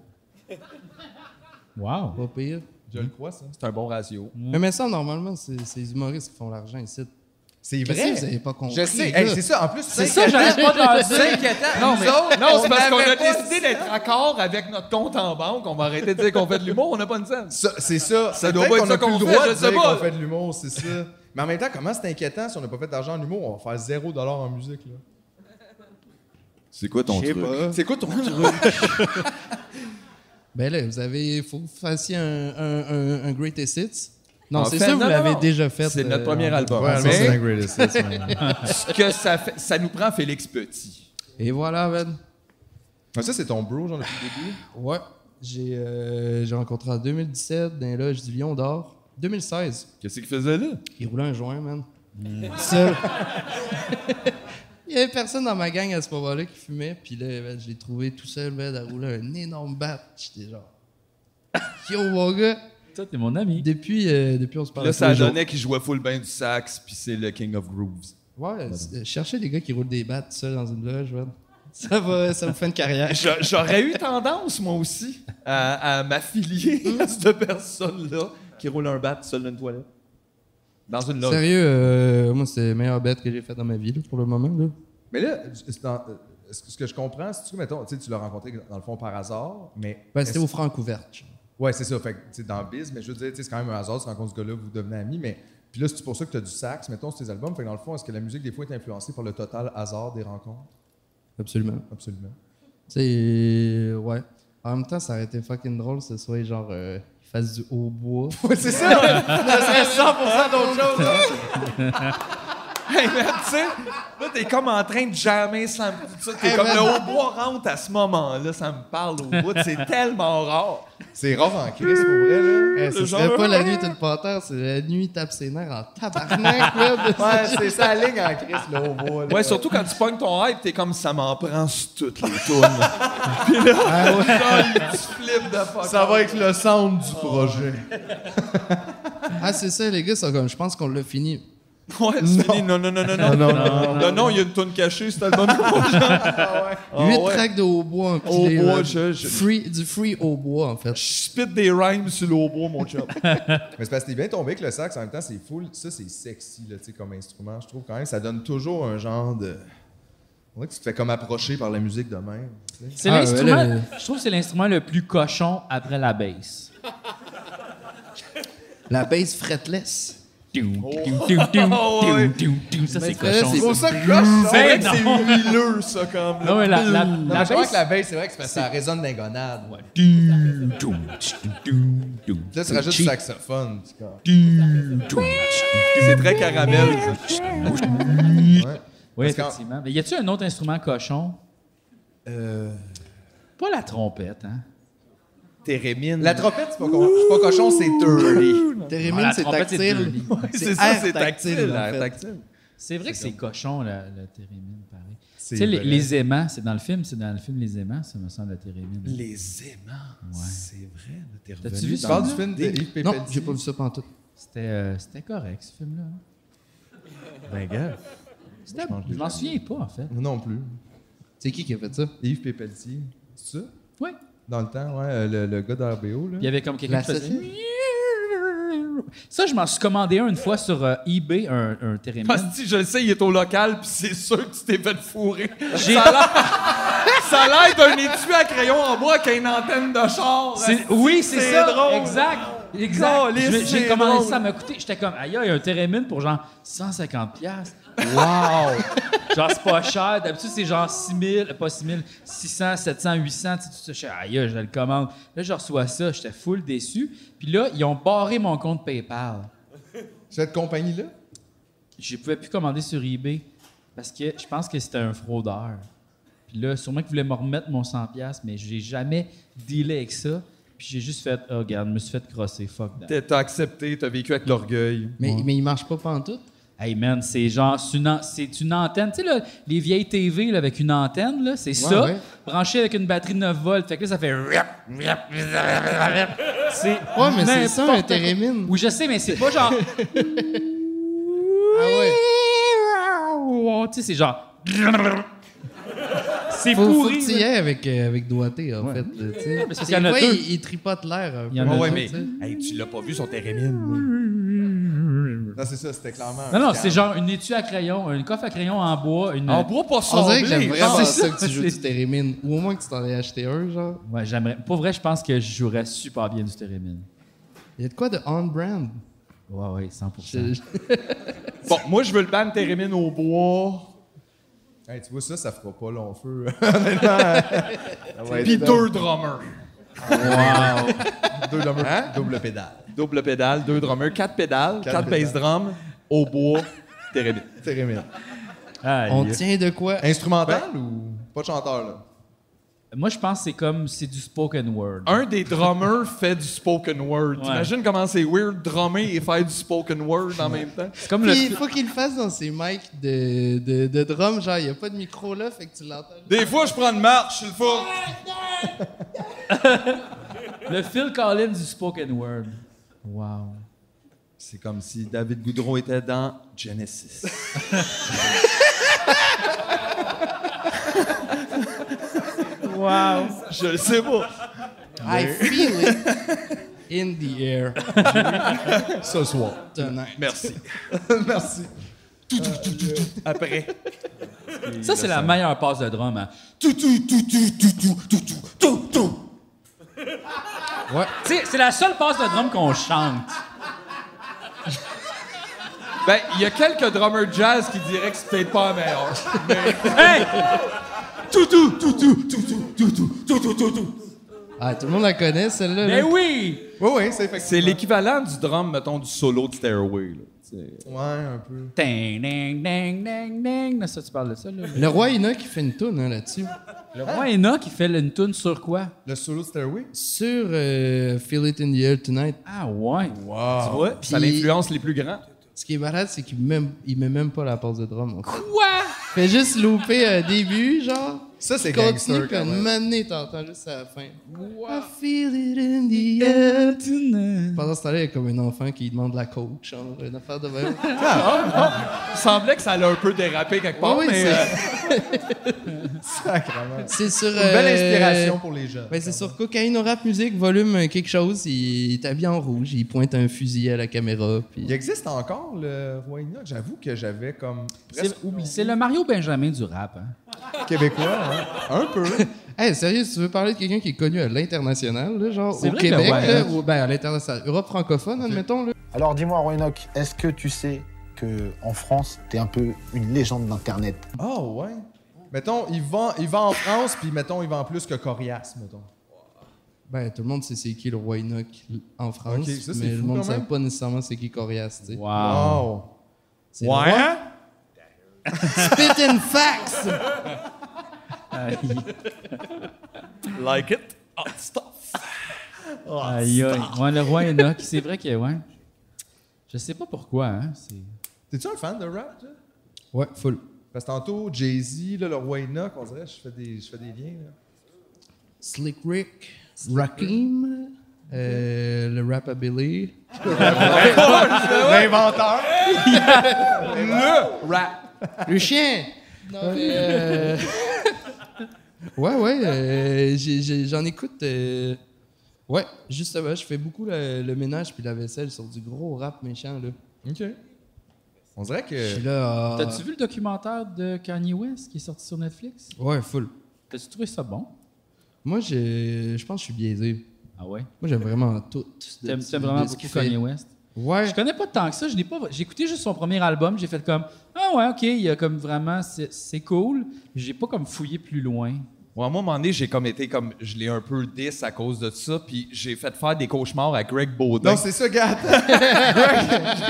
Wow. Pas pire. Je le crois, ça. C'est un bon ratio. Mais, mais ça, normalement, c'est c'est les humoristes qui font l'argent ici. C'est Qu'est-ce vrai. que vous avez pas compris, Je sais. les Hey, gars? c'est ça. En plus, C'est ça, j'arrive pas dans le C'est inquiétant. Non, mais, non, c'est parce qu'on a décidé d'être raccord avec notre compte en banque. On va arrêter de dire qu'on fait de l'humour. On n'a pas une scène. Ça, c'est ça. Ça Peut-être doit pas être qu'on ça a plus qu'on le fait, droit je de sais dire pas. qu'on fait de l'humour, c'est ça. Mais en même temps, comment c'est inquiétant si on n'a pas fait d'argent en humour? On va faire zéro dollar en musique, là. C'est quoi ton truc? C'est quoi ton Ben là, vous avez. Faut que vous fassiez un, un, un, un Greatest Hits. Non, En c'est fait, ça, vous non, non, l'avez non. déjà fait. C'est euh, notre premier en- album. Ouais, ça, mais- c'est un greatest *laughs* Ce que ça fait, ça nous prend Félix Petit. Et voilà, Ben. Ça, c'est ton bro, genre, depuis le début. Ouais. J'ai euh, j'ai rencontré en 2017 dans les loges du Lion d'Or. 2016. Qu'est-ce qu'il faisait là? Il roulait un joint, man. Seul. Il y avait personne dans ma gang à ce moment-là qui fumait. Puis là, ben, je l'ai trouvé tout seul, ben, à rouler un énorme bat. J'étais genre. Yo, mon gars. Toi, t'es mon ami. Depuis, euh, depuis on se parle Là, tous les ça jours. donnait qu'il jouait full bain du sax, puis c'est le King of Grooves. Ouais, euh, cherchez des gars qui roulent des battes seuls dans une loge, man. Ça va, ça vous fait une carrière. Je- J'aurais eu tendance, moi aussi, à, à m'affilier à cette personne-là qui roule un bat seul dans une toilette. Dans une loge. Sérieux, euh, moi, c'est la meilleure bête que j'ai faite dans ma vie, là, pour le moment, là. Mais là, c'est dans- euh, ce que- ce que je comprends, c'est que, mettons, tu sais, tu l'as rencontré dans le fond par hasard, mais. Ben, c'était est-ce- au Francouverte. Ouais, c'est ça. Fait que, tu sais, dans le biz, mais je veux dire, tu sais, c'est quand même un hasard, tu rencontres ce gars-là, vous devenez amis, mais. Puis là, c'est pour ça que tu as du sax, mettons, sur tes albums. Fait que dans le fond, est-ce que la musique, des fois, est influencée par le total hasard des rencontres? Absolument. *laughs* Absolument. Tu sais, euh, ouais. En même temps, ça aurait été fucking drôle que ce soit genre. Euh, qu'ils fassent du *laughs* hautbois. hein. Ouais, c'est ça! ça serait 100% d'autre chose! Hey, man, tu sais, là, t'es comme en train de jammer sans. tu sais, T'es Hey, comme man. le hautbois rentre à ce moment-là, ça me parle au bout. C'est tellement rare. C'est rare en crise pour vrai, là. Eh, ce Le serait genre- pas la nuit est une panthère, c'est la nuit tape ses nerfs en tabarnak, *laughs* là. Ouais, c'est ça, la ligne en crise, là, au bois. là. Ouais, surtout quand tu pognes ton hype, t'es comme ça m'en prend sur toutes les *laughs* tournes. Puis là, Ah ouais. genre, tu flippes de fuck. Ça va off. être le sound du projet. Ah, c'est ça, les gars, ça, comme, je pense qu'on l'a fini. Ouais, tu fais des non, non, non, non, Non, non. non, non, Non, non, il y a une tourne cachée, c'est album. *laughs* Ah ouais. Ah Huit ouais. tracks de hautbois, un petit Hautbois, délire. je- je- Free- Du free hautbois, en fait. Je spit des rhymes sur le hautbois, mon chum. Mais c'est parce que t'es bien tombé avec le sax. En même temps, c'est full. Ça, c'est sexy, là, tu sais, comme instrument. Je trouve quand même, ça donne toujours un genre de. On dirait que tu te fais comme approcher par la musique de même. tu sais. C'est Ah, l'instrument. ouais, là, Je trouve que c'est l'instrument le plus cochon après la bass. La base fretless. Oh. Tum, tum, tum, tum, tum, tum, tum. Ben, Ça, c'est frère, cochon. c'est- Pour ça que coche, Mais c'est vrai que non. c'est huileux, ça, comme. Non, mais Ah la, la, Non, la mais je crois bass- que la bass, c'est vrai que c'est parce que ça résonne d'un gonade. Ouais. Tum, tum, tum, tum, tum. Là, tu rajoutes du saxophone. tu comprends. Tum, tum. C'est très caramel. ça. Ouais. Oui, Parce qu'en- effectivement. Mais y a-tu un autre instrument cochon? Euh. Pas la trompette, hein? Térémine. La trompette, c'est pas, con... c'est pas cochon, c'est dirty. Ah, Térémine, la c'est trompette, c'est tactile. dirty. C'est ça, air c'est tactile. en l'air fait. tactile. C'est vrai que c'est cochon, la, la térémine, pareil. C'est Tu sais, les, vrai. les aimants, c'est dans le film, c'est dans le film Les aimants, ça me semble, la térémine. Les aimants. C'est vrai, là, t'es T'as-tu revenu vu dans- Tu ça? parles du film de Yves Pépeldi. Non, j'ai pas vu ça pendant tout. C'était euh, c'était correct, ce film-là. hein. Ben, gars. C'était- Je m'en souviens pas, en fait. Non plus. C'est qui qui a fait ça? Yves Pépeldi. C'est ça? Oui. Dans le temps, ouais, euh, le, le gars d'RBO, là. Il y avait comme quelqu'un La qui faisait... société. Ça, je m'en suis commandé un une fois sur euh, eBay, un, un térémine. Asti, je le sais, il est au local, puis c'est sûr que tu t'es fait fourrer. J'ai- Ça a l'air- ça a l'air d'un étui à crayon en bois qui a une antenne de char. C'est- oui, c'est c'est ça. drôle. Exact. Non, Exact. lisse, Je- J'ai c'est commandé drôle. ça, ça m'a coûté. J'étais comme, aïe, aïe, un térémine pour genre 150 pièces. Wow! Genre, c'est pas cher. D'habitude, c'est genre 6 000, pas 6 000, 600, 700, 800. Tu sais, tu sais, j'étais, aïe, aïe, je le commande. Là, je reçois ça. J'étais full déçu. Puis là, ils ont barré mon compte PayPal. Cette compagnie-là? Je pouvais plus commander sur eBay parce que je pense que c'était un fraudeur. Puis là, sûrement qu'ils voulaient me remettre mon 100$, piastres, mais j'ai jamais dealé avec ça. Puis j'ai juste fait, oh, regarde, je me suis fait crosser, fuck that. T'as t'as accepté, t'as vécu avec l'orgueil. Mais, mais il marche pas pendant tout. Hey man, c'est genre, c'est une, an- c'est une antenne. Tu sais, là, les vieilles TV là, avec une antenne, là, c'est ça, ouais. branché avec une batterie de 9 volts. Fait que là, ça fait. rap, rap, rap, rap. C'est. Ouais, mais c'est ça, un n'importe quoi. térémine. Oui, je sais, mais c'est pas genre. Ah ouais? *laughs* tu sais, c'est genre. *laughs* C'est Faut, faut que pourri. tu y là. ailles avec, euh, avec doigté, en Ouais. fait. là, tu sais. Ouais, parce qu'il y Des en a fois, deux. Il, il tripote l'air un peu. Il y en a là, Ouais, tu mais- sais. Ah Hey, tu l'as pas vu, son térémine. Non, c'est ça, c'était clairement. un Non, non, scam. c'est genre une étui à crayon, une coiffe à crayon en bois, une. En bois, pas On dirait que j'aime semblé, genre. vraiment c'est ça ça, que tu *laughs* joues c'est- du térémine. Ou au moins que tu t'en aies acheté un, genre. Ouais, j'aimerais. Pour vrai, je pense que je jouerais super bien du térémine. Il y a de quoi de on-brand? Ouais, ouais, 100%. Je- Bon, moi, je veux le ban térémine au bois. Hey, tu vois, ça, ça fera pas long feu. Puis deux drummers. Deux double, double pédale. Double pédale, deux drummers, quatre pédales, Quatre quatre bass drums, au bois, térémine. Térémine. Aïe. On tient de quoi? Instrumental ou pas de chanteur, là? Moi, je pense que c'est comme c'est du spoken word. Un des drummers fait du spoken word. Ouais. T'imagines comment c'est weird drummer et faire du spoken word en même temps? C'est comme le. Puis il faut qu'il le fasse dans ses mics de, de, de drum, genre il n'y a pas de micro là, fait que tu l'entends. Des fois, je prends une marche sur le four. Le Phil Collins du spoken word. Wow. C'est comme si David Goudreau était dans Genesis. *laughs* Wow. je le sais pas. I feel it *laughs* in the air. Ce soir. Tonight. *laughs* Merci. Euh, Merci. Après. Ça, c'est la meilleure passe de drum. hein. Ouais. Tu sais, c'est la seule passe de drum qu'on chante. Ben, il y a quelques drummers jazz qui diraient que c'est peut-être pas la meilleure. Hey! Ah, tout le monde la connaît celle-là. Mais là. Eh oui! Oui, oui, c'est effectivement. C'est l'équivalent du drum, mettons, du solo de Stairway. là. Ouais, un peu. Ding, ding, ding, ding, ding. Là, ça, tu parles de ça, là. Le roi Enoch, il fait une toune hein, là-dessus. Le roi Enoch, il fait une toune sur quoi? Le solo Stairway? Sur euh, Feel It in the Air Tonight. Ah ouais? Wow. Tu vois, ça Puis- l'influence les plus grands. Ce qui est malade, c'est qu'il met, il met même pas la pause de drum. en fait. Quoi? Il fait juste louper un début, genre. Ça, c'est Il Continue, gangster, puis à quand un même. moment donné, t'entends juste à la fin. I feel it in the air tonight. Pendant ce temps-là, il y a comme un enfant qui demande la coke, genre, une affaire de même. Il semblait que ça allait un peu déraper quelque part, Ouais, Ah oui, mais... euh, *laughs* Sacrement. C'est sur. euh, euh, Une belle inspiration pour les jeunes, Ben, c'est quand sur Cocaïne au rap musique, volume euh, quelque chose. Il est habillé en rouge, il pointe un fusil à la caméra. Puis... Il existe encore le roi Enoch. J'avoue que j'avais comme presque oublié C'est le Mario Benjamin du rap. Hein? québécois. hein. Un peu. Hey, sérieux, si tu veux parler de quelqu'un qui est connu à l'international, là, genre C'est au vrai que Québec, le Roy là, Enoch- ou ben, à l'international, Europe francophone, admettons. Là. Alors dis-moi, Roenoch, est-ce que tu sais que en France, t'es un peu une légende d'Internet Ah ouais. Mettons, il vend, il vend en France, puis mettons, il vend plus que Corias, mettons. Ben, tout le monde sait c'est qui le roi Enoch en France, Ok, ça, c'est mais le fou monde quand ne savait même. pas nécessairement c'est qui Corias. tu sais. Wow. C'est le roi- Spit and facts! Like it, hot stuff. Aïe, aïe. Ouais, le roi Enoch, c'est vrai que, ouais. Je sais pas pourquoi, hein. c'est- T'es-tu un fan de rap, toi? Ouais, full. Parce que tantôt, Jay-Z, là, le roi Enoch, on dirait, je fais des, je fais des liens. là. Slick Rick, Rakim, euh, le Rapabilly. L'inventeur. Le rap. Le chien! Euh, *laughs* ouais, ouais, euh, j'ai- j'ai- j'en écoute. euh, Ouais, justement, je fais beaucoup le, le ménage puis la vaisselle sur du gros rap méchant, là. OK. On dirait Je suis que. là. Euh, ah, T'as-tu vu le documentaire de Kanye West qui est sorti sur Netflix? Ouais, full. T'as-tu trouvé ça bon? Moi, j'ai- je pense que je suis biaisé. Ah ouais? Moi, j'aime vraiment tout. de- T'aimes de- t'aimes vraiment de ce beaucoup qu'il fait. Kanye West? Ouais. Je connais pas tant que ça. Je n'ai pas. J'ai écouté juste son premier album. J'ai fait comme ah ouais ok. Il y a comme vraiment c'est c'est cool. J'ai pas comme fouillé plus loin. Ouais, moi, à un moment donné, j'ai comme été comme... Je l'ai un peu 10 à cause de ça, puis j'ai fait faire des cauchemars à Greg Baudin. Non, c'est ça, gars. j'ai fait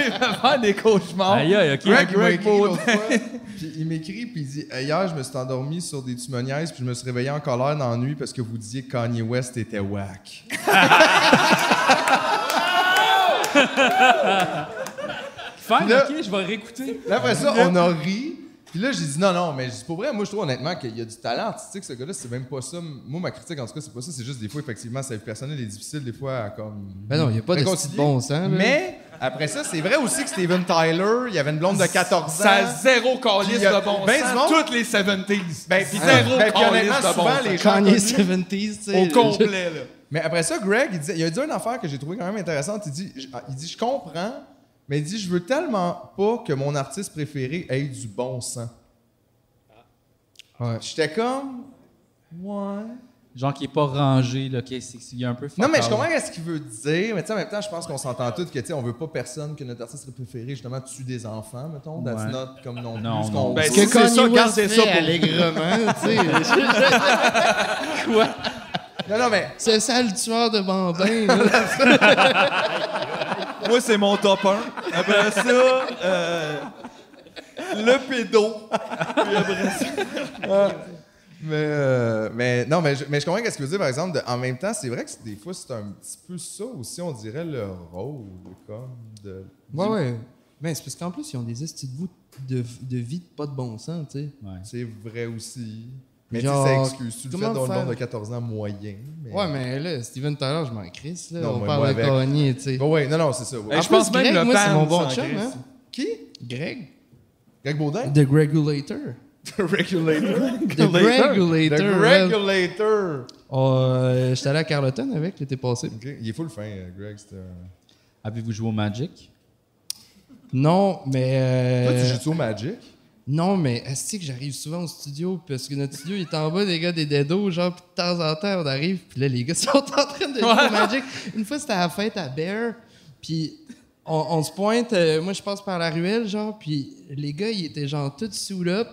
faire Ah, des cauchemars. Aïe aïe ok. Greg, Greg, m'a Greg écrit l'autre Baudin. fois, puis il m'écrit, puis il dit Hier, je me suis endormi sur des tumoniaises, puis je me suis réveillé en colère dans la nuit parce que vous disiez que Kanye West était whack. Fine, Là- ok. Je vais réécouter. Là, après ça, on a ri. Puis là, j'ai dit non, non, mais je dis, pour vrai, moi, je trouve honnêtement qu'il y a du talent artistique, ce gars-là. C'est même pas ça. Moi, ma critique, en tout cas, c'est pas ça. C'est juste des fois, effectivement, sa vie personnelle est difficile, des fois, à comme. Ben non, il n'y a pas de réconcilier. petit bon sens. là. Mais après ça, c'est vrai aussi que Steven Tyler, il avait une blonde de 14 ans. Ça a zéro Puis calice il y a de bon ben du sens. monde- Toutes les 70s. euh, hein. Ben, puis Ben, zéro ben, puis calice honnêtement, de bon souvent, sens. les gens Kanye connus- 70s, tu sais. Au complet, là. Mais après ça, Greg, il, dit- il a dit une affaire que j'ai trouvé quand même intéressante. Il dit, je- ah, il dit, je comprends, mais il dit, je veux tellement pas que mon artiste préféré ait du bon sens. Ah. Ouais. J'étais comme, ouais. Genre qui est pas rangé là. Qui est, il y a un peu. Non, mais je fuck comprends all. ce qu'il veut dire, mais tu sais, en même temps, je pense qu'on s'entend tous que, tu sais, on veut pas personne que notre artiste préféré, justement, tue des enfants, mettons. That's Ouais. not comme non, Non, plus. ce non. qu'on- Ben, Ce que Si c'est Kanye ça, West gardez ça fait pour- allègrement, *laughs* tu sais. non, non, mais Ce sale tueur de bambins, là. *laughs* Moi, c'est mon top 1. Après ça, euh, le pédo. Ah. Mais, euh, mais non, mais je, mais je comprends ce que tu veux dire, par exemple. de- en même temps, c'est vrai que c'est- des fois, c'est un petit peu ça aussi, on dirait le rôle, comme de. *laughs* Ouais, ouais. Mais c'est parce qu'en plus, ils ont des estis de, voûte- de, de vie de pas de bon sens, tu sais. Ouais. C'est vrai aussi. Mais tu sais, Genre, ça excuse. Tu le fais comment dans le faire? nombre de 14 ans moyen. Mais... Ouais, mais là, Steven Tyler, je m'en crisse, là. Non, On mais parle moi de avec. Kanye, tu sais. Bon, ouais, non, non, c'est ça. ouais. Ben, En je pense plus, même Greg, le moi, c'est pan mon bon s'en chum, crisse. hein. Qui Greg? Ah, Greg Baudin The *laughs* Regulator. Regulator. The Regulator. The ouais. Regulator. Euh, J'étais allé à Carleton avec l'été passé. Ok, Il est full fin, euh, Greg. c'est un- Avez-vous joué au Magic? Non, mais. euh, Toi, tu joues au Magic Non, mais est-ce que j'arrive souvent au studio parce que notre studio il est en bas des gars des dedos, genre, puis de temps en temps, on arrive, puis là, les gars *laughs* sont en train de jouer au Magic. Une fois, c'était à la fête à Bear, puis on, on se pointe, euh, moi, je passe par la ruelle, genre, puis les gars, ils étaient genre tous sous là.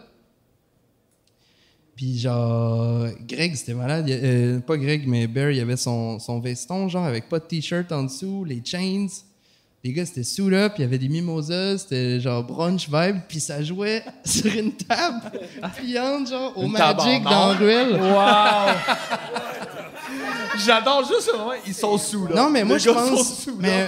Puis genre, Greg, c'était malade. Il y a- euh, pas Greg, mais Bear, il avait son, son veston, genre, avec pas de t-shirt en dessous, les chains. Les gars, c'était sous là, puis il y avait des mimosas, c'était genre brunch vibe, puis ça jouait *laughs* sur une table pliante, genre au Une table en Magic or. dans Ruel. Wow! J'adore juste ce moment, ils sont sous, là. Non, mais moi, Les je gars sont pense- sous, là. *laughs* mais-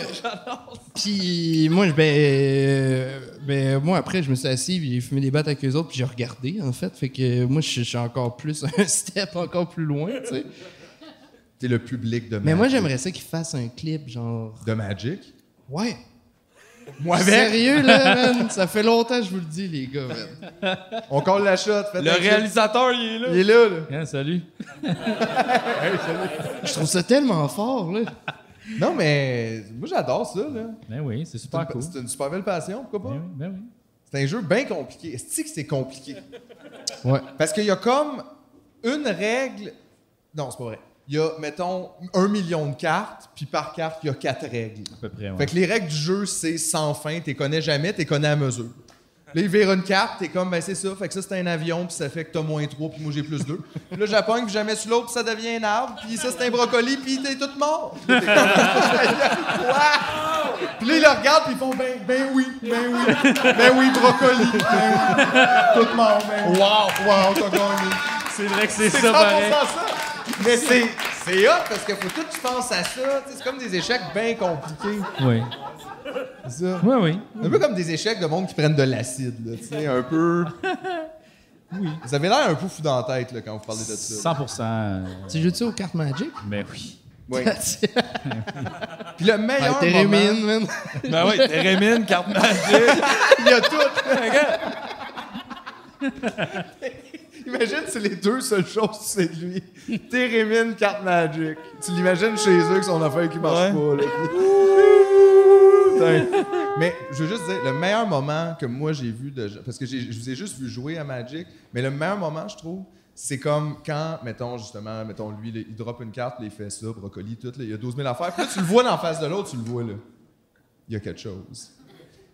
Puis moi, je- ben, euh, ben, moi après, je me suis assis, puis j'ai fumé des battes avec eux autres, puis j'ai regardé, en fait. Fait que moi, je suis- je suis encore plus un *laughs* step encore plus loin, tu sais. T'es le public de Magic. Mais moi, j'aimerais ça qu'ils fassent un clip, genre. De Magic? Ouais. Moi avec? Sérieux, là, man. Ça fait longtemps que je vous le dis, les gars, man. On colle la shot. faites Le un clip. réalisateur, il est là. Il est là, là. Hein, salut. Je trouve ça tellement fort, là. Non, mais moi, j'adore ça, là. Ben oui, c'est super C'est une- cool. C'est une super belle passion, pourquoi pas? Ben oui. C'est un jeu bien compliqué. Est-ce que c'est compliqué? Ouais. Parce qu'il y a comme une règle. Non, c'est pas vrai. Il y a, mettons, un million de cartes, puis par carte, il y a quatre règles. À peu près, ouais. Fait que les règles du jeu, c'est sans fin. T'es connais jamais, t'es connais à mesure. Là, il vire une carte, t'es comme, ben c'est ça. Fait que ça, c'est un avion, puis ça fait que t'as moins 3, puis moi, j'ai plus 2. Puis là, j'appogne, puis jamais sur l'autre, puis ça devient un arbre, puis ça, c'est un brocoli, puis t'es tout mort. Puis là, t'es comme, Quoi? Puis là, ils le regardent, puis ils font, ben, ben oui, ben oui, ben oui, brocoli, ben oui, tout mort, ben oui. Wow! Wow, t'as gagné. C'est vrai que c'est C'est ça, 100% pareil. ça. Mais c'est, c'est hot parce qu'il faut tout que tu penses à ça. Tu sais, C'est comme des échecs bien compliqués. Oui. C'est ça. Oui, oui. Un peu comme des échecs de monde qui prennent de l'acide, là, tu sais, un peu. Oui. Vous avez l'air un peu fou dans la tête là, quand vous parlez de ça. 100%. Tu joues-tu aux cartes Magic? *laughs* Ben oui. Oui. Puis Puis le meilleur t'es moment... rémine, man. Ben oui, Térémine, carte magique. Il y a tout. Imagine, c'est les deux seules choses que tu sais de lui. Térémine, carte magique. Tu l'imagines chez eux que son affaire qui marche pas. là. Putain. Mais je veux juste dire, le meilleur moment que moi j'ai vu de. Parce que j'ai- je vous ai juste vu jouer à Magic, mais le meilleur moment, je trouve, c'est comme quand, mettons, justement, mettons, lui, il drop une carte, là, il fait ça, brocoli, tout, là, il y a 12 000 affaires. Puis là, tu le vois dans la face de l'autre, tu le vois, là. Il y a quelque chose.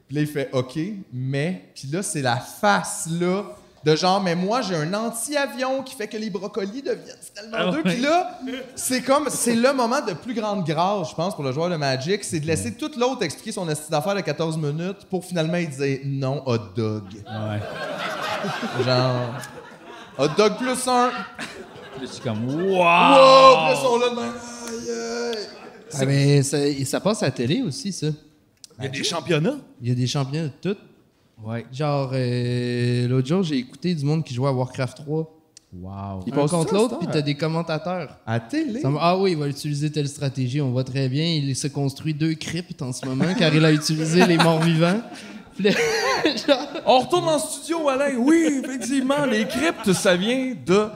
Puis là, il fait OK, mais. Puis là, c'est la face, là, de genre, mais moi, j'ai un anti-avion qui fait que les brocolis deviennent finalement Ah deux. ouais. Puis là, c'est comme. C'est le moment de plus grande grâce, je pense, pour le joueur de Magic. C'est de laisser toute l'autre expliquer son astuce d'affaires de 14 minutes pour finalement, il disait non, hot dog. Genre. Hot dog plus un. Là, je suis comme, Wow! Puis là, ils wow! sont là de même. Aïe, aïe. Ah, mais ça, et ça passe à la télé aussi, ça. Il y a des championnats. Il y a des championnats de tout. Ouais. Genre, euh, l'autre jour, j'ai écouté du monde qui jouait à Warcraft 3. Wow. Ils Ah, passent contre ça, l'autre, c'est puis un- t'as des commentateurs. À télé. Ça me- ah oui, il va utiliser telle stratégie, on voit très bien. Il se construit deux cryptes en ce moment, car il a utilisé les morts-vivants. *laughs* Puis là- On retourne en studio, Alain. Oui, effectivement, les cryptes, ça vient de.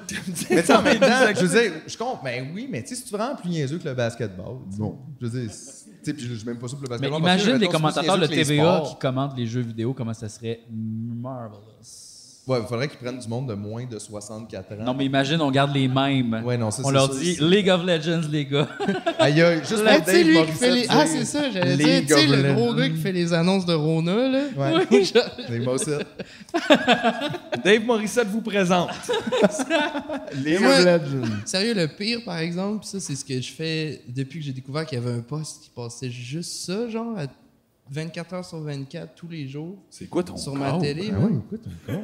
Mais tu sais, en même temps, je veux dire, je compte, mais oui, mais tu sais, c'est vraiment plus niaiseux que le basketball. Non. Je veux dire, c'est- tu sais, puis je je suis même pas sûr que le Mais basketball. parce que, imagine les mettons, c'est plus commentateurs de niaiseux que les TVA sports. qui commentent les jeux vidéo, comment ça serait marvelous. Ouais, il faudrait qu'ils prennent du monde de moins de 64 ans. Non, mais imagine, on garde les mêmes. Ouais, non, ça, on c'est leur sûr, dit c'est- League of Legends, les gars. *laughs* Aïe, aïe, juste Ah, pour tu sais, Dave lui qui Morissette fait les... dire Ah, c'est ça, j'allais dire. League Tu sais, of le Legends. gros gars qui fait les annonces de Rona, là. Ouais. Oui, genre- Dave Morissette. Dave Morissette vous présente. League Moi- of Legends. Sérieux, le pire, par exemple, pis ça, c'est ce que je fais depuis que j'ai découvert qu'il y avait un poste qui passait juste ça, genre, à 24 heures sur 24, tous les jours. C'est quoi ton Sur ma corps? télé, Ah ouais. oui,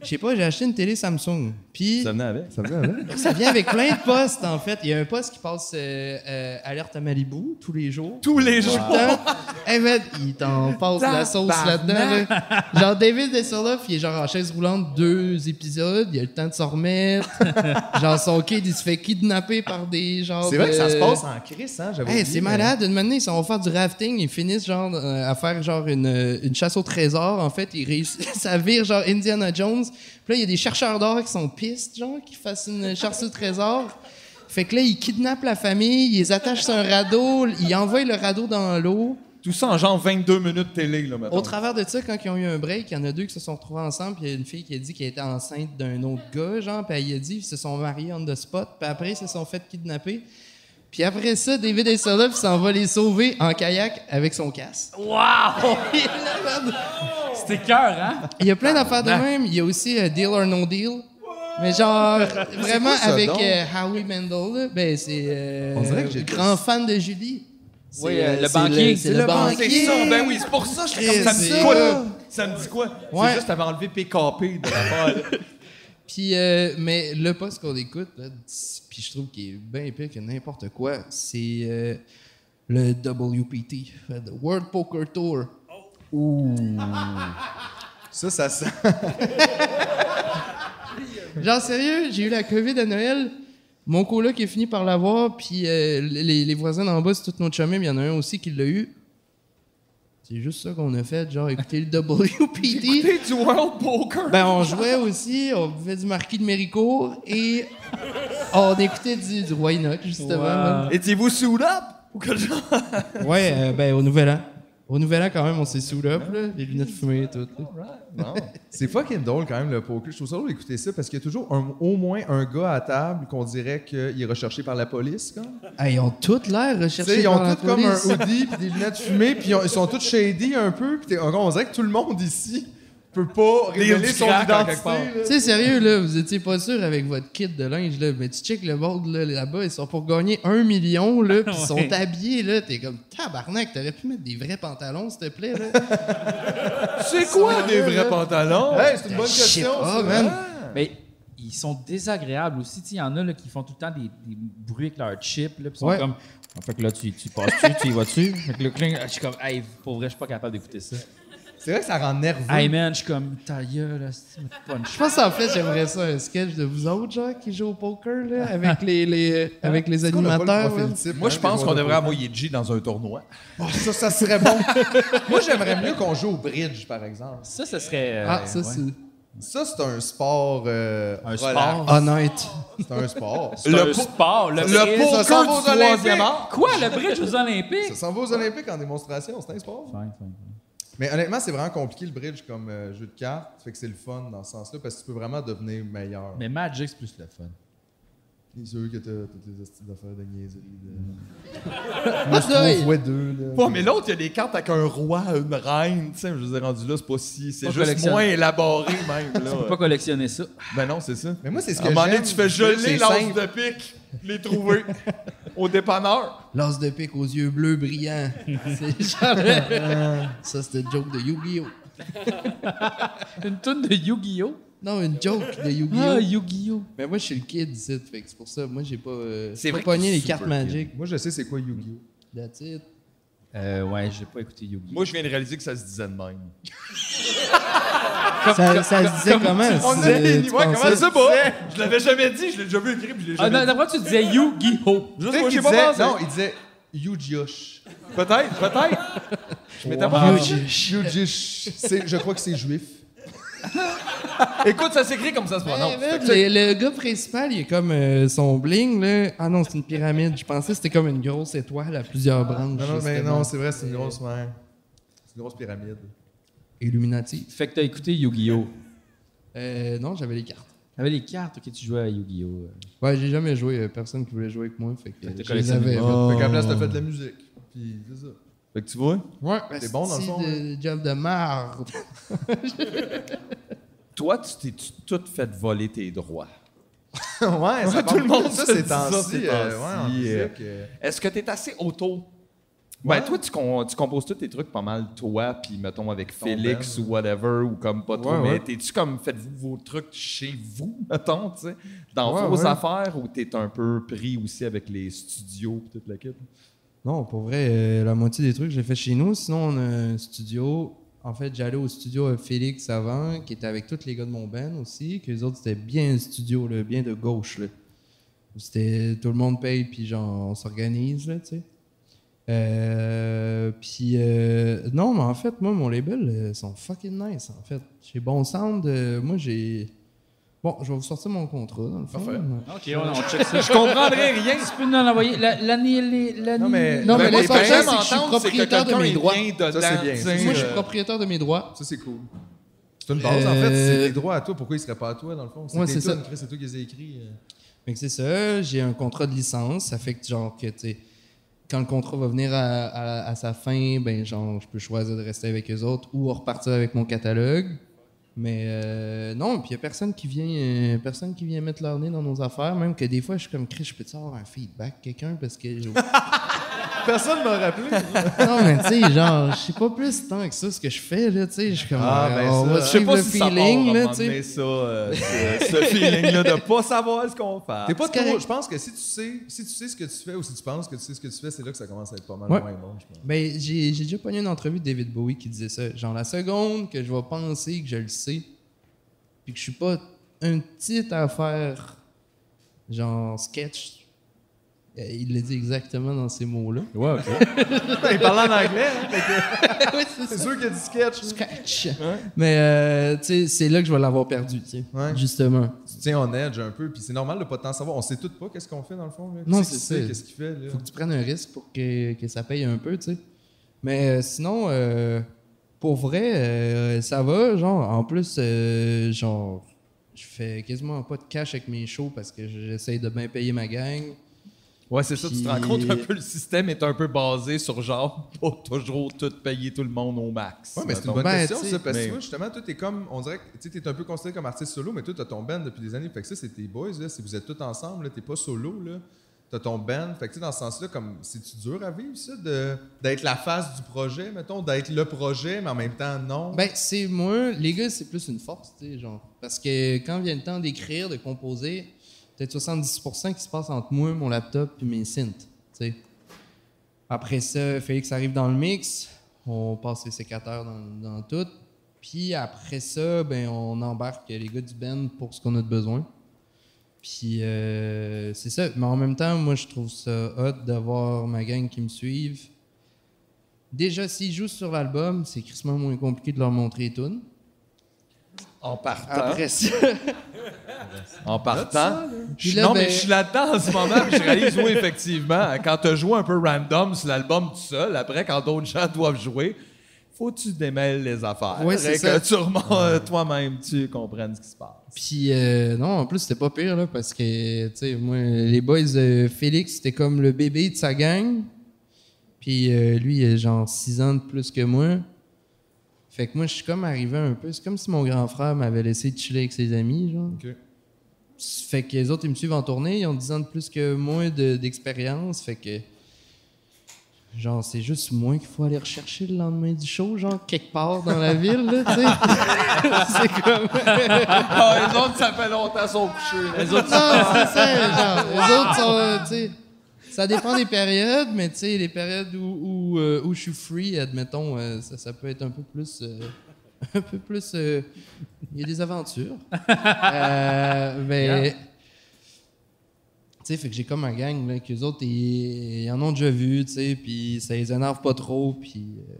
Je sais pas, j'ai acheté une télé Samsung. Puis Ça venait avec. Ça venait avec. ça vient avec plein de postes, en fait. Il y a un poste qui passe euh, euh, alerte à Malibu tous les jours. Tous les Tout le jours. temps. Hey, man, il t'en passe la sauce Tabarnak. là-dedans. là. Genre, David est sur là, puis il est genre en chaise roulante deux épisodes. Il a le temps de s'en remettre. genre, son kid, il se fait kidnapper par des genre. C'est vrai que ça de- se passe en crise, hein, j'avais Hey, oublié, c'est mais- malade. Une manière, ils sont faire du rafting, ils finissent genre euh, à faire genre une, euh, une chasse au trésor. En fait, ils réussissent *laughs* ça vire genre Indiana Jones. Puis là, il y a des chercheurs d'or qui sont pistes, genre, qui fassent une chasse au trésor. Fait que là, ils kidnappent la famille, ils les attachent sur un radeau, ils envoient le radeau dans l'eau. Tout ça en genre 22 minutes télé, là, maintenant. Au travers de ça, quand ils ont eu un break, il y en a deux qui se sont retrouvés ensemble. Puis il y a une fille qui a dit qu'elle était enceinte d'un autre gars, genre. Puis elle a dit qu'ils se sont mariés on the spot. Puis après, ils se sont fait kidnapper. Puis après ça, David Hasselhoff s'en va les sauver en kayak avec son casque. *laughs* Wow! C'était cœur, hein? Il y a plein d'affaires de même. Il y a aussi euh, Deal or No Deal. Mais genre, vraiment quoi ça, avec donc? euh, Howie Mandel, là, ben c'est euh, On dirait que j'ai grand fan de Julie. Oui, euh, euh, le c'est banquier. le- c'est le Ah, banquier. C'est ça, ben oui, c'est pour ça, je comme Chris, ça me c'est dit quoi, ça. là? Ça me dit quoi? Ouais. C'est juste, t'avais enlevé PKP de la balle. Puis, euh, mais le poste qu'on écoute, là, c'est- puis je trouve qu'il est bien pire que n'importe quoi, c'est euh, le WPT, fait, le euh, World Poker Tour. Ouh! Ça, ça sent. Genre, sérieux, j'ai eu la COVID à Noël. Mon coloc est fini par l'avoir, puis euh, les, les voisins d'en bas, c'est tout notre chemin, mais il y en a un aussi qui l'a eu. C'est juste ça qu'on a fait, genre écouter le WPT. Écouter du World Poker. Ben, on jouait aussi, on buvait du Marquis de Méricourt et on écoutait du, du Roy Knock, justement. Étiez-vous sous up ou quelque chose? Ouais, euh, ben, au Nouvel An. Au Nouvel An, quand même, on s'est saoulé, up, là, les lunettes fumées et tout. là. Non. C'est fucking drôle quand même le poker. Je trouve ça drôle d'écouter ça parce qu'il y a toujours un- au moins un gars à table qu'on dirait qu'il est recherché par la police. Quand. Hey, ils ont toutes l'air Tu recherchés sais, ils par la ont tous comme un police. hoodie puis des lunettes fumées puis ils ont- ils sont tous shady un peu. Puis t'es- on dirait que tout le monde ici peut pas Des révéler petits son cracks en identité. quelque part. là. Tu sais, sérieux, là, vous étiez pas sûr avec votre kit de linge, là, mais tu check le board, là, là-bas, ils sont pour gagner un million, là, *laughs* puis ils sont Ouais. habillés, là, t'es comme, tabarnak, t'aurais pu mettre des vrais pantalons, s'il te plaît, *laughs* là. C'est quoi Sérieux, des vrais là? pantalons? Hey, c'est une bonne Je sais question. pas, ça. man. Mais ils sont désagréables aussi. Tu sais, Il y en a là, qui font tout le temps des, des bruits avec leur chip. Là, puis ils sont Ouais. comme. Ah, Fait que là, tu, tu passes-tu, tu y *laughs* vas-tu? Fait que le cling, je suis comme, hey, pour vrai, je suis pas capable d'écouter ça. C'est vrai que ça rend nerveux. Hey man, je suis comme, ta gueule, là, c'est une Je punch. Ah. pense, en fait, j'aimerais ça, un sketch de vous autres, genre, qui joue au poker, là, avec les, les, avec les qu'on a pas le animateurs, profil là. type, Moi, hein, je des pense joueurs qu'on de devrait poker? envoyer G dans un tournoi. Oh, ça, ça serait bon. *laughs* Moi, j'aimerais mieux qu'on joue au bridge, par exemple. Ça, ça serait. euh, Ah, ça, ouais. c'est Ça, c'est un sport. euh, Un relax. sport. honnête. C'est un sport. C'est un sport. Le, Le bridge. poker Ça s'en va aux du troisième Olympiques. art. Quoi, le bridge aux Olympiques? Ça s'en va aux Olympiques en démonstration, c'est un sport. Fine, fine, fine. Mais honnêtement, c'est vraiment compliqué le bridge comme euh, jeu de cartes. Fait que c'est le fun dans ce sens-là parce que tu peux vraiment devenir meilleur. Mais Magic, c'est plus le fun. C'est sûr que t'as toutes les astuces d'affaires de niaiserie. De... Pas d'œil. Ouais, deux, là. Ouais, mais l'autre, il y a des cartes avec un roi, une reine, tu sais, je veux dire, rendu là, c'est pas si... C'est Pas juste collectionne. moins élaboré, même, *laughs* là. Tu peux pas collectionner ça. Ben non, c'est ça. Mais moi, c'est ce À que un moment donné, j'aime. tu fais geler C'est l'ange simple. de pique, les *laughs* trouver, au dépanneur. L'as de pique aux yeux bleus brillants. C'est genre le- Ça, c'était une joke de Yu-Gi-Oh! *laughs* Une toune de Yu-Gi-Oh! Non, une joke de Ah, Yu-Gi-Oh! Yu-Gi-Oh! Mais moi, je suis le kid ici, fait que c'est pour ça. Moi, j'ai pas, euh, C'est pas vrai pogné qu'il est les cartes super kid. magiques. Moi, je sais c'est quoi Yu-Gi-Oh! Mm. That's it. Euh, ouais, j'ai pas écouté Yu-Gi-Oh! Moi, je viens de réaliser que ça se disait de même. Ça, ça se disait comment? On c'est- a des tu niveaux, comment pensais? ça se bat? Je l'avais jamais dit, je l'ai déjà vu écrit, puis je l'ai Ah, jamais non, dit. d'abord, tu disais Yu-Gi-Oh! Juste, Tu sais moi, qu'il j'ai pas disait- pensé. Non, il disait Yu-Gi-Oh! Peut-être, peut-être. *laughs* Je m'étais pas Wow. rendu. Yu-Gi-Oh! C'est- Je crois que c'est juif. *laughs* Écoute, ça s'écrit comme ça, c'est pas Ouais, non. man, le, le gars principal, il est comme euh, son bling, là. Ah non, c'est une pyramide. Je pensais que c'était comme une grosse étoile à plusieurs branches. Non, non, mais justement. non, c'est vrai, c'est une grosse mère. C'est une grosse pyramide. Illuminati. Fait que t'as écouté Yu-Gi-Oh! Euh, non, j'avais les cartes. T'avais les cartes que tu jouais à Yu-Gi-Oh! Ouais, j'ai jamais joué. euh, Personne qui voulait jouer avec moi. Fait que t'as euh, je les collectionné. avais. Fait qu'à la place, t'as fait de la musique. Puis c'est ça. Fait que tu vois, Ouais, C'est bon, dans le fond, De, job de marde. toi, tu t'es tu- tout fait voler tes droits. ouais, ça Ouais, tout le monde ça, se c'est dit ça, temps-ci. ces euh, temps-ci, ouais, en euh, musique, euh, Est-ce que t'es assez auto? Ouais. Ben, toi, tu, com- tu composes tous tes trucs pas mal, toi, puis mettons avec Ton Félix band. ou whatever, ou comme pas trop, Ouais, mais ouais. t'es-tu comme faites-vous vos trucs chez vous, *laughs* mettons, tu sais, dans Ouais, vos ouais. affaires, ou t'es un peu pris aussi avec les studios et toute la quête? Non, pour vrai, euh, la moitié des trucs, je les fais chez nous. Sinon, on a un studio. En fait, j'allais au studio euh, Félix avant, qui était avec tous les gars de mon band aussi, que les autres, c'était bien un studio, là, bien de gauche. Là. Où C'était tout le monde paye, puis genre, on s'organise, là, tu sais. Euh, puis euh, non, mais en fait, moi, mon label, euh, sont fucking nice, en fait. J'ai bon sound. euh, moi, j'ai... Bon, je vais vous sortir mon contrat, dans le fond. euh, Parfait. Ok, on, check *laughs* ça. Je comprendrais rien. Tu peux nous en envoyer la- l'année. les- l'année- Non, mais- Non, mais Ben, là, les ce que j'aime, gens c'est que je suis m'entendent, c'est que propriétaire de quelqu'un mes est droits. bien dedans, Ça, c'est bien. tu sais, Moi, je suis euh, propriétaire de mes droits. Ça, c'est cool. C'est une base, en Euh, fait. C'est des droits à toi. Pourquoi ils seraient pas à toi, dans le fond? C'est Ouais, tes c'est ça. tunes, Chris, c'est toi qui les as écrits. euh. Fait que c'est ça, j'ai un contrat de licence, ça fait que genre que tu sais, quand le contrat va venir à, à- à sa fin, ben genre je peux choisir de rester avec les autres ou repartir avec mon catalogue. Mais euh, non, puis il y a personne qui vient euh, personne qui vient mettre leur nez dans nos affaires, même que des fois je suis comme Chris, je peux avoir un feedback quelqu'un parce que j'ai- *laughs* Personne ne m'a rappelé. *laughs* Non, mais tu sais, genre, je sais pas plus tant que ça ce que je fais, là, tu sais. Je suis comme, euh, Ah, ben on ça, va je sais suivre pas le si ça feeling, part à un là, moment tu sais. donné, ça, euh, ce- ce feeling-là de pas savoir ce qu'on fait. T'es pas C'est trop. correct. Je pense que si tu sais, si tu sais ce que tu fais ou si tu penses que tu sais ce que tu fais, c'est là que ça commence à être pas mal Ouais. moins bon. Je pense. Ben, j'ai j'ai déjà pogné une entrevue de David Bowie qui disait ça. Genre, la seconde que je vais penser que je le sais, puis que je suis pas une petite affaire, genre sketch, euh, il l'a dit exactement dans ces mots-là. Ouais, Ben, il parlait en anglais, hein, fait que- Oui, c'est C'est ça. sûr qu'il y a du sketch. Sketch. Mais, euh, tu sais, c'est là que je vais l'avoir perdu, tu sais. Ouais. Justement. Tu tiens en edge un peu, puis c'est normal de pas tant savoir. On sait toutes pas qu'est-ce qu'on fait dans le fond. là. Qui Non, c'est c'est qui ça. sait Qu'est-ce qu'il fait là? Faut que tu prennes un risque pour que, que ça paye un peu, tu sais. Mais euh, sinon, euh, pour vrai, euh, ça va. Genre, en plus, euh, genre, je fais quasiment pas de cash avec mes shows parce que j'essaye de bien payer ma gang. Ouais, c'est ça, tu te rends Puis- compte un peu, le système est un peu basé sur genre, *laughs* pas toujours tout payer tout le monde au max. Ouais, mais c'est une mettons. bonne question, ça, parce que Mais- toi, justement, toi, t'es comme, on dirait que tu sais, t'es un peu considéré comme artiste solo, mais toi, t'as ton band depuis des années. Fait que ça, c'est tes boys, là. Si vous êtes tous ensemble, là, t'es pas solo, là. T'as ton band. Fait que, tu sais, dans ce sens-là, comme, c'est-tu dur à vivre, ça, de- d'être la face du projet, mettons, d'être le projet, mais en même temps, non? Ben, c'est moi, les gars, c'est plus une force, tu sais, genre. Parce que quand vient le temps d'écrire, de composer, peut-être 70% qui se passe entre moi, mon laptop, puis mes synths, tu sais. Après ça, Félix arrive dans le mix, on passe les sécateurs dans, dans tout. Puis après ça, ben, on embarque les gars du band pour ce qu'on a de besoin. Puis euh, c'est ça. Mais en même temps, moi, je trouve ça hot d'avoir ma gang qui me suivent. Déjà, s'ils jouent sur l'album, c'est crissement moins compliqué de leur montrer les tunes. En partant. Après ça. *laughs* En ça, partant. là. je- Puis là, non, ben- mais je suis là-dedans en ce moment, puis je réalise, oui, effectivement, quand tu joues un peu random sur l'album tout seul, après, quand d'autres gens doivent jouer, faut que tu démêles les affaires. Ouais, c'est Et ça. que tu remontes euh, toi-même, tu comprennes ce qui se passe. Puis euh, non, en plus, c'était pas pire, là, parce que, tu sais, moi, les boys, euh, Félix, c'était comme le bébé de sa gang. Puis euh, lui, il a genre 6 ans de plus que moi. Fait que moi, je suis comme arrivé un peu. C'est comme si mon grand frère m'avait laissé chiller avec ses amis, genre. Ok. Fait que les autres, ils me suivent en tournée. Ils ont 10 ans de plus que moi de- d'expérience. fait que. Genre, c'est juste moi qu'il faut aller rechercher le lendemain du show, genre, quelque part dans la ville, là, tu sais. *laughs* c'est comme. Ah, les autres, ça fait longtemps sont couchés. là. Non, c'est ça, genre, les autres sont, euh, tu sais, Ça dépend des périodes, mais tu sais, les périodes où, où, euh, où je suis free, admettons, euh, ça, ça peut être un peu plus. euh, un peu plus. euh, Il y a des aventures. Euh, mais. Yeah. Tu sais, fait que j'ai comme un gang, là, qu'eux autres, ils, ils en ont déjà vu, tu sais, puis ça les énerve pas trop, puis. euh,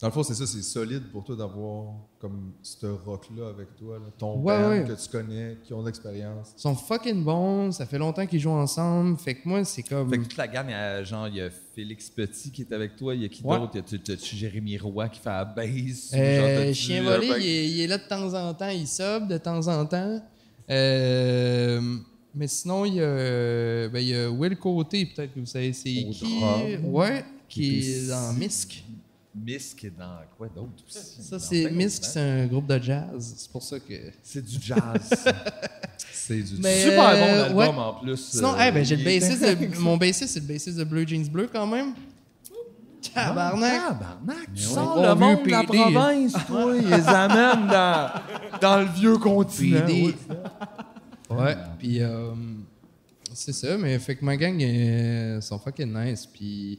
Dans le fond, c'est ça, c'est solide pour toi d'avoir comme ce rock-là avec toi, là. ton Ouais, band ouais. que tu connais, qui ont de l'expérience. ils sont fucking bons, ça fait longtemps qu'ils jouent ensemble, fait que moi, c'est comme. Fait que toute la gamme, il y a, genre, il y a Félix Petit qui est avec toi, il y a qui Ouais. d'autre? Il y a tu- t'as-tu Jérémy Roy qui fait la bass. Euh, chien volé, il est, il est là de temps en temps, il sub de temps en temps. Euh, mais sinon, il y, a, ben, il y a Will Côté, peut-être que vous savez c'est Au qui. drum. Ouais, qui Qui est est dans ici. Misk. Misk est dans quoi d'autre aussi? Ça, Dans c'est plein Misk, d'autres c'est un groupe de jazz. C'est pour ça que. C'est du *laughs* jazz. C'est du Mais, Super euh, bon album ouais. en plus. Sinon, euh, eh ben, j'ai le il est- bassiste *laughs* de- mon bassiste, c'est le bassiste de Blue Jeans Bleu quand même. Tabarnak! Ah, Tabarnak, tu on sors est bon le monde vieux de la PD, hein. province, toi. Ils les amènent dans, dans le vieux continent. PD. ouais. Ouais, puis euh, c'est ça, mais fait que ma gang euh, sont fucking nice. Puis,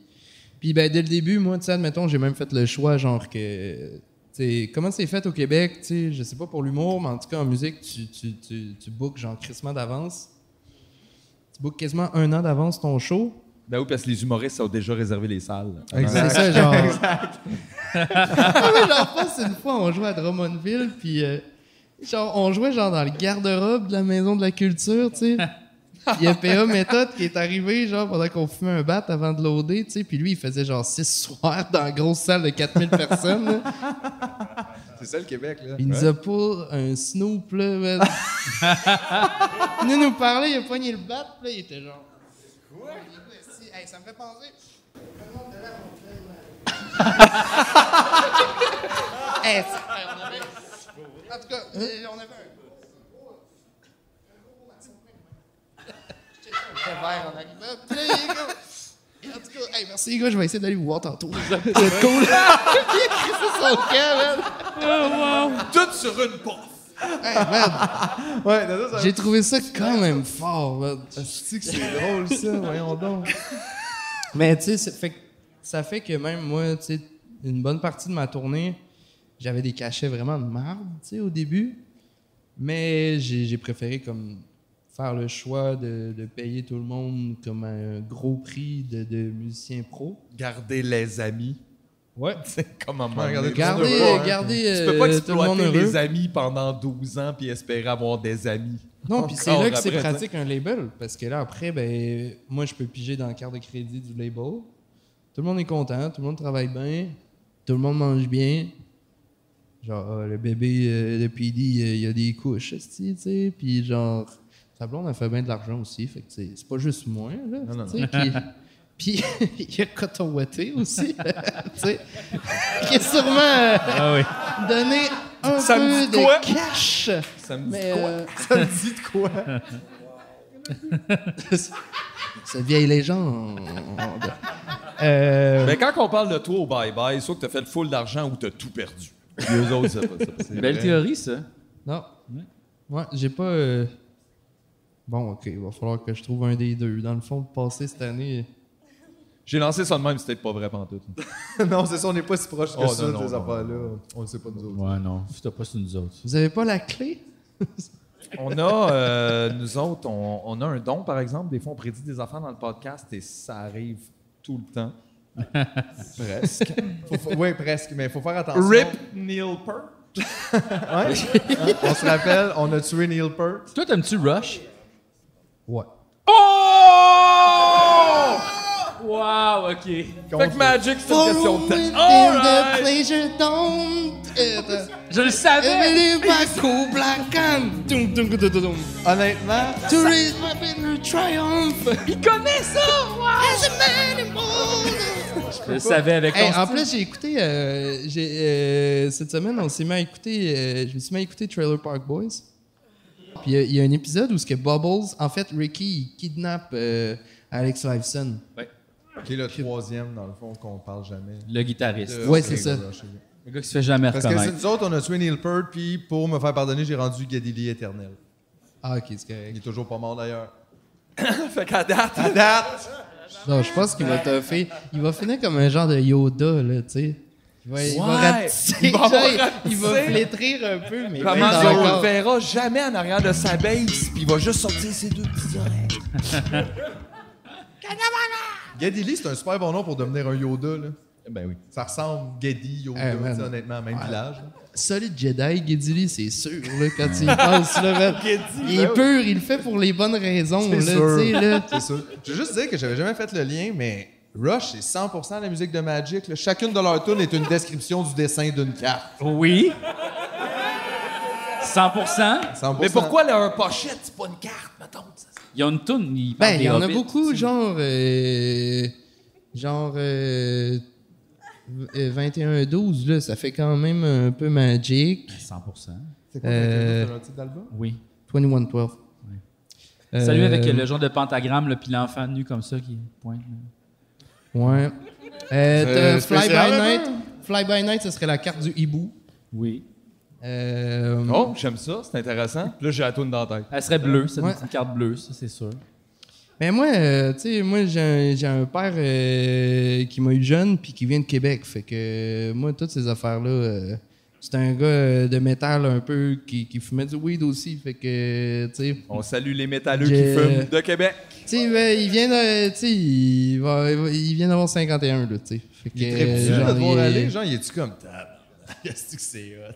puis ben, dès le début, moi, tu sais, admettons, j'ai même fait le choix, genre que. tu sais, Comment c'est fait au Québec, tu sais, je sais pas pour l'humour, mais en tout cas en musique, tu, tu, tu, tu bookes genre crissement d'avance. Tu bookes quasiment un an d'avance ton show. Ben oui, parce que les humoristes ont déjà réservé les salles. C'est ça, genre. Exact. Ah oui, j'en pense une fois, on jouait à Drummondville, puis euh, genre, on jouait genre dans le garde-robe de la maison de la culture, tu sais. Puis Il y a PA Méthode qui est arrivé, genre, pendant qu'on fumait un bat avant de loader, tu sais. Puis lui, il faisait genre 6 soirs dans la grosse salle de 4000 personnes. là. C'est ça le Québec, là. Il nous a pas un snoop, là. *laughs* man. il venait nous parlait, il a poigné le bat, puis là, il était genre. Quoi? ça me fait *laughs* penser. Eh, ça, on avait- En tout cas, euh, on avait un. *laughs* J'étais sur le verre en arrivant. Puis là, il est comme- En tout cas, hey, merci les gars, je vais essayer d'aller vous voir tantôt. Vous êtes *laughs* cool. Il a crissé son camp, man. Tout sur une porte. Hey, man. Ouais, non, non, ça- J'ai trouvé ça quand même fort, man. sais que c'est drôle, ça, voyons donc. *laughs* Mais tu sais, ça fait, que- ça fait que même moi, tu sais, une bonne partie de ma tournée, j'avais des cachets vraiment de marde, tu sais, au début. Mais j'ai j'ai préféré comme faire le choix de, de payer tout le monde comme un gros prix de, de musicien pro. Garder les amis. *laughs* Ouais. C'est comme un Ouais, garder garder- garder, garder, Tu peux pas hein. euh, tout le monde exploiter les heureux. amis pendant 12 ans puis espérer avoir des amis. Non, puis c'est Encore là que c'est après, tu sais. pratique un label, parce que là, après, ben, moi, je peux piger dans la carte de crédit du label. Tout le monde est content, tout le monde travaille bien, tout le monde mange bien. Genre, ah, le bébé, euh, le PD, euh, il y a des couches, esti, tu sais, puis genre, sa blonde a fait bien de l'argent aussi, fait que tu sais, c'est pas juste moi, là, Non, non, tu sais, non. qui- Puis *laughs* il y a Coton Watté aussi, *laughs* tu sais, qui est sûrement euh, Ah oui. donné un Ça me peu dit de quoi? cash. Ça me dit Mais, quoi? euh, *laughs* Ça me dit de quoi? *laughs* Cette vieille légende. Mais quand on parle de toi au bye-bye, soit que t'as fait le full d'argent ou t'as tout perdu. Ben, Puis eux autres, c'est *laughs* pas ça. Belle théorie, ça. Non. Ouais, j'ai pas. euh, Bon, ok, il va falloir que je trouve un des deux. Dans le fond, le passé cette année. J'ai lancé ça de même, c'était pas vrai pantoute. *laughs* non, c'est ça, on n'est pas si proche que Oh, ça, non, non, des non, affaires-là. On le sait pas, nous autres. Ouais, non. T'as pas sur nous autres. Vous avez pas la clé? On a, euh, nous autres, on, on a un don, par exemple. Des fois, on prédit des affaires dans le podcast et ça arrive tout le temps. Presque. Faut- faut- ouais, presque, mais faut faire attention. Rip Neil Peart. Ouais. Hein? On se rappelle, on a tué Neil Peart. Toi, t'aimes-tu Rush? Ouais. Oh! Wow, OK. Fait que Magic, c'est une Oh, question de temps. Alright. pleasure dome. Je le Eh, savais! Every Baku Black Hand. Dum, dum, dum, dum, dum. Honnêtement, To raise my banner triumph. Il connaît ça! As a man in bold. Je le savais avec Hey, ton Eh, en plus, j'ai écouté. euh, j'ai, euh, cette semaine, on s'est mis à écouter. euh, je me suis mis à écouter Trailer Park Boys. Puis il y a- il y, a un épisode où ce que Bubbles, en fait, Ricky, il kidnappe euh, Alex Lifeson. Qui est le troisième, dans le fond, qu'on parle jamais. le guitariste. Euh, Ouais, c'est ça. Le gars qui se fait jamais Parce que c'est reconnaître. nous autres, on a tué Neil Peart, puis pour me faire pardonner, j'ai rendu Gadili éternel. Ah, ok, c'est Il est correct. toujours pas mort d'ailleurs. Fait qu'à date, À date! Non, je pense qu'il va toffer. Il va finir comme un genre de Yoda, là, tu sais. Il va, il va Ouais. rapetisser, Il va genre, il- il rapetisser. va flétrir un peu, mais. Comment mais on le encore. verra jamais en arrière de sa base, puis il va juste sortir ses deux petits oreilles. Gadili, c'est un super bon nom pour devenir un Yoda. Là. Ben oui. Ça ressemble Gedi, Yoda, Eh, man. tu sais, honnêtement, même village. là. Solide Jedi, Guidili, c'est sûr, là, quand il pense, là, *laughs* man. Il est pur, il le fait pour les bonnes raisons, là, C'est tu sais, là. *laughs* sûr. C'est sûr. Je veux juste dire que j'avais jamais fait le lien, mais Rush, c'est 100% la musique de Magic. là. Chacune de leurs tunes est une description du dessin d'une carte. Oui. 100%. 100%. Mais pourquoi leur pochette, c'est pas une carte, mettons? ça? Ils ont une toune. Ils parlent Ben, il des y en a Hobbits, beaucoup, tu sais. genre. euh, genre. euh, v- euh, 21-12, là, ça fait quand même un peu magic. 100%. C'est quoi Euh, c'est un titre d'album? Oui. 21-12. Euh, Salut avec le genre de pentagramme, là, puis l'enfant nu comme ça qui pointe. Ouais. Euh, t'as Fly spécial, by un Night. Fly by Night, ce serait la carte du hibou. Oui. Euh, Oh, j'aime ça, c'est intéressant. Puis Là, j'ai la toune dans la tête. Elle serait bleue, c'est Ouais. une carte bleue, ça, c'est sûr. Mais moi, euh, tu sais, moi, j'ai un, j'ai un père euh, qui m'a eu jeune puis qui vient de Québec. Fait que euh, moi, toutes ces affaires-là, euh, c'est un gars euh, de métal un peu qui, qui fumait du weed aussi. Fait que, euh, tu sais, On salue les métalleux J'ai- qui fument de Québec. tu sais, ben, il vient de, tu sais, il, va- il va- il vient d'avoir 51, là, tu sais. Fait que, Il est très petit, euh, de genre, devoir il est- aller. Genre, il est-tu comme table? *laughs* Qu'est-ce que c'est hot?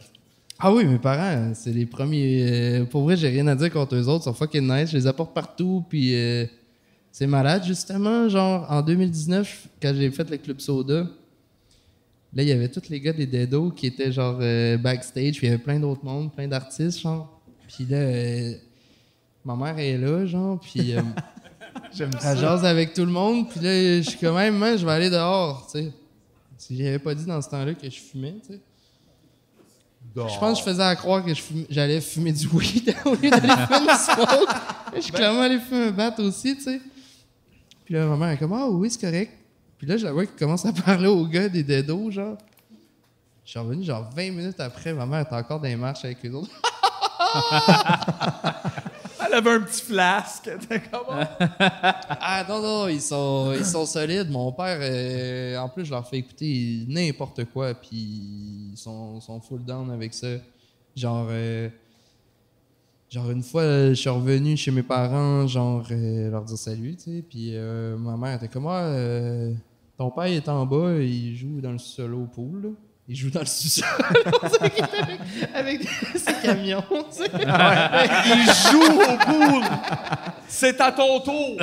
Ah oui, mes parents, c'est les premiers. euh, pour vrai, j'ai rien à dire contre eux autres. Ils sont fucking nice. Je les apporte partout. Puis euh, c'est malade, justement. Genre, en 2019, quand j'ai fait le Club Soda, là, il y avait tous les gars des Dedo qui étaient genre euh, backstage. Puis il y avait plein d'autres mondes, plein d'artistes, genre. Puis là, euh, ma mère est là, genre. Puis. euh, Elle jase avec tout le monde, puis là, je suis quand même, man, je vais aller dehors, tu sais. Si j'avais pas dit dans ce temps-là que je fumais, tu sais. Je pense que je faisais à croire que je fumais- j'allais fumer du weed *laughs* au lieu d'aller fumer du smoke. Je suis clairement allé fumer un bat aussi, tu sais. Puis là, ma mère est comme, ah oui, c'est correct. Puis là, je la vois qui commence à *laughs* parler au gars des dedos, genre. Je suis revenu genre 20 minutes après, ma mère était encore dans les marches avec les autres. Elle avait un petit flasque. T'es comment? ah non, non, ils sont, ils sont solides. Mon père, euh, en plus, je leur fais écouter n'importe quoi, puis ils sont, sont full down avec ça. Genre, euh, genre une fois, euh, je suis revenu chez mes parents, genre, euh, leur dire salut, tu sais, puis euh, ma mère était comme, ah, euh, ton père il est en bas, il joue dans le solo pool, là. Il joue dans le sous-sol. *laughs* On dirait qu'il était avec, avec ses camions, tu sais. Il joue au pool. C'est à ton tour.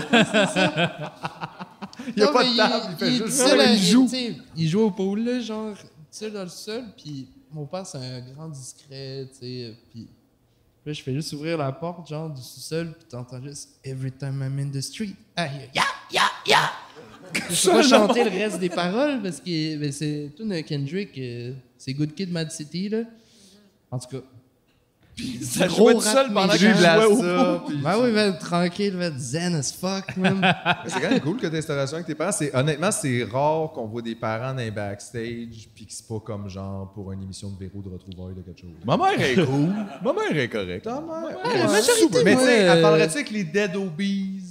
Il y a pas de table, il fait juste ça, il joue. Il joue au pool, là, genre, tu sais, dans le sol, puis mon père, c'est un grand discret, tu sais, puis puis là, je fais juste ouvrir la porte, genre, du sous-sol, puis t'entends juste « Every time I'm in the street, I hear ya, ya, ya ». Je peux pas Ça, chanter non. le reste des paroles, parce que ben, c'est tout un Kendrick, euh, c'est Good Kid, Mad City, là. En tout cas. ça jouait tout seul pendant que je jouais au pot, puis- Ben oui, ben, tranquille, ben, zen as fuck, *laughs* man. C'est quand même cool que tu l'installation avec tes parents. C'est- honnêtement, c'est rare qu'on voit des parents dans les backstage puis que c'est pas comme genre pour une émission de Véro de retrouvailles de quelque chose. Ma mère est cool. Ma mère est correcte. Ta mère. Ouais, ouais, la majorité, super. Mais tu moi, sais, euh, elle parlerait-tu avec les Dead Obies?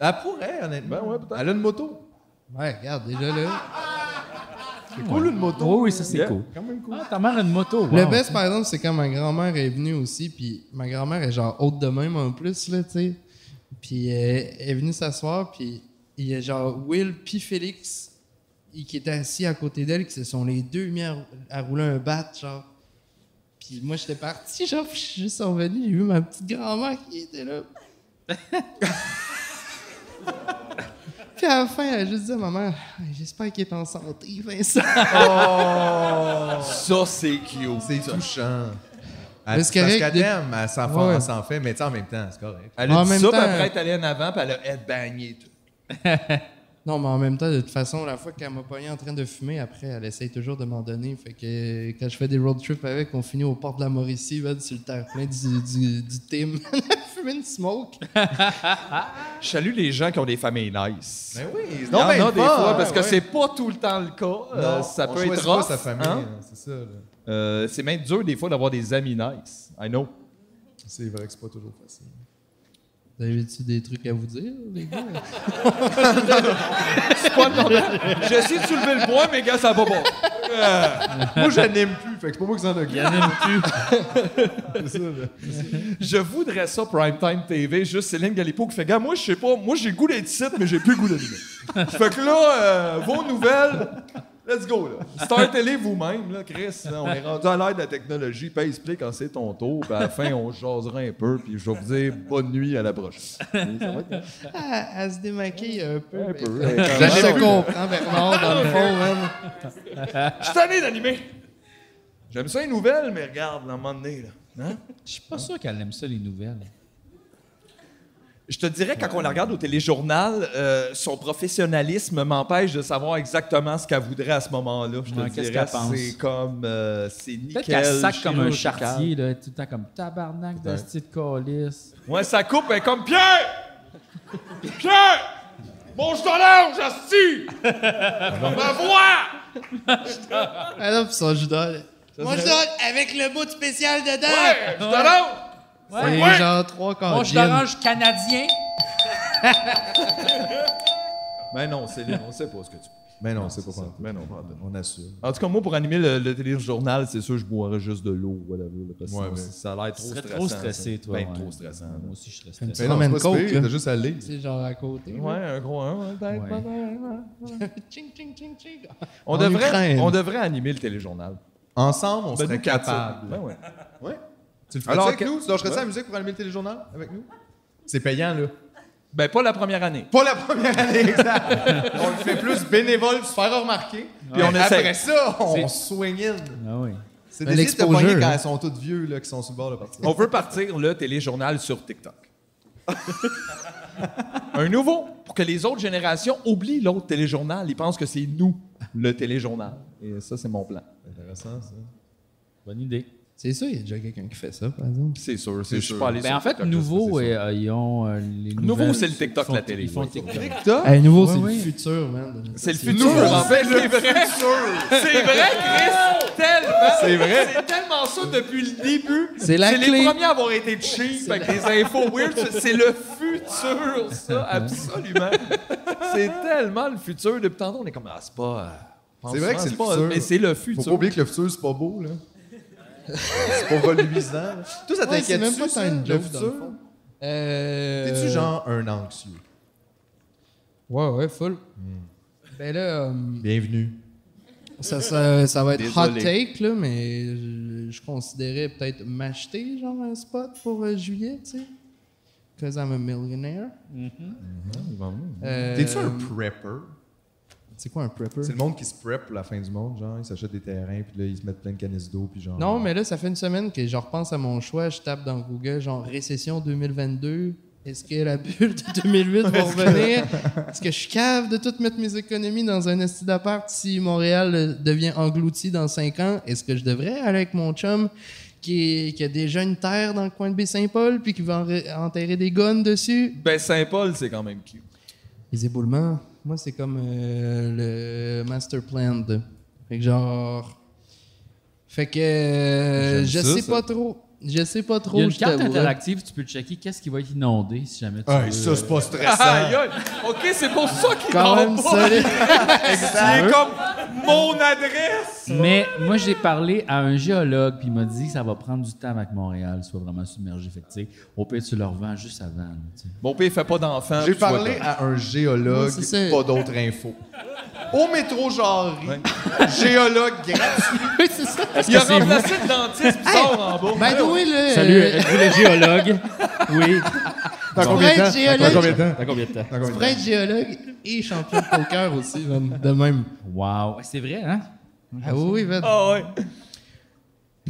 Elle pourrait, honnêtement. Ben Elle a une moto. Ouais, regarde, déjà là. C'est cool, une moto. Oh oui, ça, c'est cool. Quand même cool. Ah, ta mère a une moto. Le wow. best, par exemple, c'est quand ma grand-mère est venue aussi, puis ma grand-mère est genre haute de même en plus, là, tu sais. Puis euh, elle est venue s'asseoir, puis il y a genre Will puis Félix il- qui était assis à côté d'elle, qui se sont les deux mis à, rou- à rouler un bat, genre. Puis moi, j'étais parti, genre, puis je suis juste revenu, j'ai vu ma petite grand-mère qui était là. puis à la fin, elle a juste dit à ma mère, j'espère qu'il est en santé, Vincent. Ça, c'est cute. C'est touchant. Mais Elle, c'est parce correct, qu'elle des- t'aime, elle s'en fait, Ouais. elle s'en fait, mais tu sais, en même temps, c'est correct. Elle En a dit même ça, puis temps- après, elle est allée en avant, puis elle a headbangé tout. Non, mais en même temps, de toute façon, la fois qu'elle m'a pogné en train de fumer, après, elle essaye toujours de m'en donner. Fait que euh, quand je fais des road trips avec, on finit au port de la Mauricie, man, sur le terre-plein du, du, du Tim. *laughs* Fumer une smoke. Je salue les gens qui ont des familles nice. Ben oui, non, non, mais ben des pas, fois, hein, parce que ouais. c'est pas tout le temps le cas. Euh, Non, ça on peut choisit être pas rough, sa famille, hein. hein, c'est ça. là. Euh, c'est même dur des fois d'avoir des amis nice. I know. C'est vrai que c'est pas toujours facile. Vous avez-tu des trucs à vous dire, les gars? C'est pas non. J'essaie de soulever le point, mais gars, ça va pas bon. Euh, moi, je n'aime plus. Fait que c'est pas moi qui s'en occupe. *laughs* C'est ça, là. Je voudrais ça, Primetime TV, juste Céline Galipo qui fait Gars, moi, je sais pas, moi, j'ai le goût d'être ici, mais j'ai plus le goût d'être là. Fait que là, euh, vos nouvelles, let's go, là. Star Télé vous-même, là, Chris. là, on est rendu à l'ère de la technologie. Paye, explique quand c'est ton tour. Puis à la fin, on jasera un peu, puis je vais vous dire bonne nuit à la prochaine. Ah, elle se démaquille un peu. Un peu. Je te comprends, Bernard, dans le fond, man. Je suis tanné d'animer. J'aime ça, les nouvelles, mais regarde, là, à un moment donné, là. Hein? Je suis pas sûr qu'elle aime ça, les nouvelles. Je te dirais, quand on la regarde au téléjournal, euh, son professionnalisme m'empêche de savoir exactement ce qu'elle voudrait à ce moment-là. Je te Ouais, qu'est-ce dirais, qu'elle pense? c'est comme. euh, c'est nickel. Peut-être qu'elle sac comme un chirurgical. chartier, là, tout le temps comme tabarnak de Peut-être. ce petite calice. Ouais, ça coupe, elle est comme Pierre! Pierre! Mange ton linge, *laughs* asti! Ma voix! Ah non, puis son judas, là. Moi, je donne avec le bout spécial dedans. Ouais, je Ouais. t'arrange! C'est Ouais. genre trois quarts Mon jus d'orange canadien. Ben non, Céline, on sait pas ce que tu Mais non, c'est pas ça. ça. Ben non, pas On assure. En tout cas, moi, pour animer le, le téléjournal, c'est sûr que je boirais juste de l'eau, whatever. là, parce que Ouais, sinon, mais- ça a l'air trop Tu serais stressant. trop stressé, ça. toi. Ben ouais. trop stressant. là. Moi aussi, je serais Une stressé. petite non, c'est ramène pas si pire, coke, là. t'as juste à le lire. C'est genre à côté. là. Ouais, un gros un, hein, peut-être, Ouais. peut-être, *laughs* ouais. Tching, tching, tching, tching. On, En devrait, Ukraine. on devrait animer le téléjournal. Ensemble, on Ben, serait nous quatre, ça. capables. Ben ouais. Tu le ferais Alors, avec que- nous? Tu lâcherais Ouais. ça la musique pour allumer le téléjournal avec nous? C'est payant, là. Ben pas la première année. Pas la première année, *laughs* exact. on le fait plus bénévole pour se faire remarquer. Puis Ouais. on Après Après ça, on C'est- swing in. Ah oui. C'est Mais des sites de l'exposure, pogner quand hein. ils sont tous vieux, là, qui sont sur le bord de partir. On veut partir le téléjournal sur TikTok. un nouveau, pour que les autres générations oublient l'autre téléjournal. Ils pensent que c'est nous, le téléjournal. Et ça, c'est mon plan. Intéressant, ça. Bonne idée. C'est sûr, il y a déjà quelqu'un qui fait ça, par exemple. C'est sûr, c'est sûr. Ben, Ben, en fait, nouveau, euh, ils ont euh, les Nouveau, nouvelles c'est le TikTok, font- la télé. Ils font Ouais. TikTok. TikTok? Hey, nouveau, c'est Ouais, le ouais. futur, man. C'est le C'est futur, nouveau, en fait, c'est c'est vrai. C'est vrai, Chris, tellement. C'est vrai. C'est tellement ça depuis le début. C'est la les clé. premiers à avoir été cheap avec des infos weird. C'est le futur, ça, absolument. c'est tellement le futur. Depuis tantôt, on est comme, ah, c'est pas... euh, C'est vrai que c'est le pas- futur. Mais c'est le futur. Faut pas oublier que le futur, c'est pas beau, là. c'est pas reluisant. là. Toi, ça Ouais, c'est t'inquiète-tu, même pas tant ça, une joke, le dans le futur? fond. Euh... T'es-tu genre un anxieux? Ouais, ouais, full. Ben là, euh, Bienvenue. ça, ça, ça va être hot Désolé. take, là, mais je, je considérais peut-être m'acheter, genre, un spot pour euh, juillet, tu sais. Cause I'm a millionaire. Euh, T'es-tu un prepper? C'est quoi un prepper? C'est le monde qui se prep pour la fin du monde, genre, ils s'achètent des terrains, puis là, ils se mettent plein de canisses d'eau, puis genre... Non, mais là, ça fait une semaine que je repense à mon choix. Je tape dans Google, genre récession 2022. Est-ce que la bulle de 2008 va Est-ce que- revenir? Est-ce que je suis cave de tout mettre mes économies dans un esti d'appart si Montréal euh, devient englouti dans 5 ans? Est-ce que je devrais aller avec mon chum qui, est- qui a déjà une terre dans le coin de Baie-Saint-Paul puis qui va en- enterrer des gones dessus? Ben, Saint-Paul, c'est quand même cute. Les éboulements, moi, c'est comme euh, le master plan. de- Fait que genre. Fait que euh, J'aime je ça, sais ça. pas trop. Je sais pas trop. Il y a une je hein. carte hein. t'avouerais. interactive, tu peux checker qu'est-ce qui va être inondé si jamais tu Hey, veux. Ah, ça, c'est pas stressant. *laughs* Aïe, aïe. OK, c'est pour ça qu'il Quand dort même pas. solide. Il est comme, mon adresse. Mais moi, j'ai parlé à un géologue, puis il m'a dit que ça va prendre du temps avec Montréal, soit vraiment submergé. Fait que, tu sais, au pire, tu le revends juste avant. là, tu sais. Mon père fait pas d'enfants. J'ai puis tu vois parlé pas. à un géologue, Ouais, c'est ça. pas d'autres infos. Au métro Jarry, géologue gratuit. Oui, c'est ça. Il a remplacé le dentiste bizarre en bas. Ben oui, là. *laughs* Salut, euh, êtes-vous le géologue? Oui. Dans Tu pourrais être géologue. Dans combien de temps? Dans combien Tu de pourrais être géologue et champion de poker aussi, man, de même. Wow. C'est vrai, hein? *laughs* Ah oui, oui, man. Oh, Ah ouais.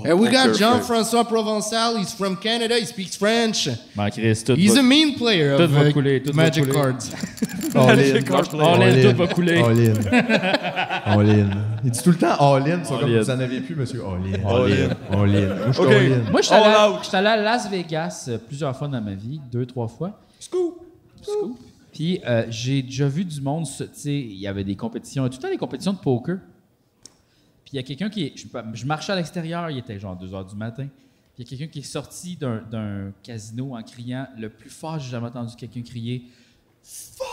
Hey, we got Poker Jean-François Provençal. He's from Canada. He speaks French. Ben, Chris, tout He's va- a mean player tout of va euh, couler, tout va Magic couler. Cards. All-in. All-in, tout va couler. All-in. All-in. Il dit tout le temps all-in. c'est comme All-in. vous en avez plus, monsieur. All-in. All-in. All-in. Moi, je suis OK. all-in. Moi, je suis allé, All à- je suis allé à Las Vegas euh, plusieurs fois dans ma vie, deux, trois fois. Scoop. Scoop. Puis euh, j'ai déjà vu du monde, se- tu sais, il y avait des compétitions, tout le temps des compétitions de poker. Puis il y a quelqu'un qui, est- je, sais pas, je marchais à l'extérieur, il était genre 2 heures du matin. Puis il y a quelqu'un qui est sorti d'un- d'un casino en criant le plus fort, j'ai jamais entendu quelqu'un crier Fuck!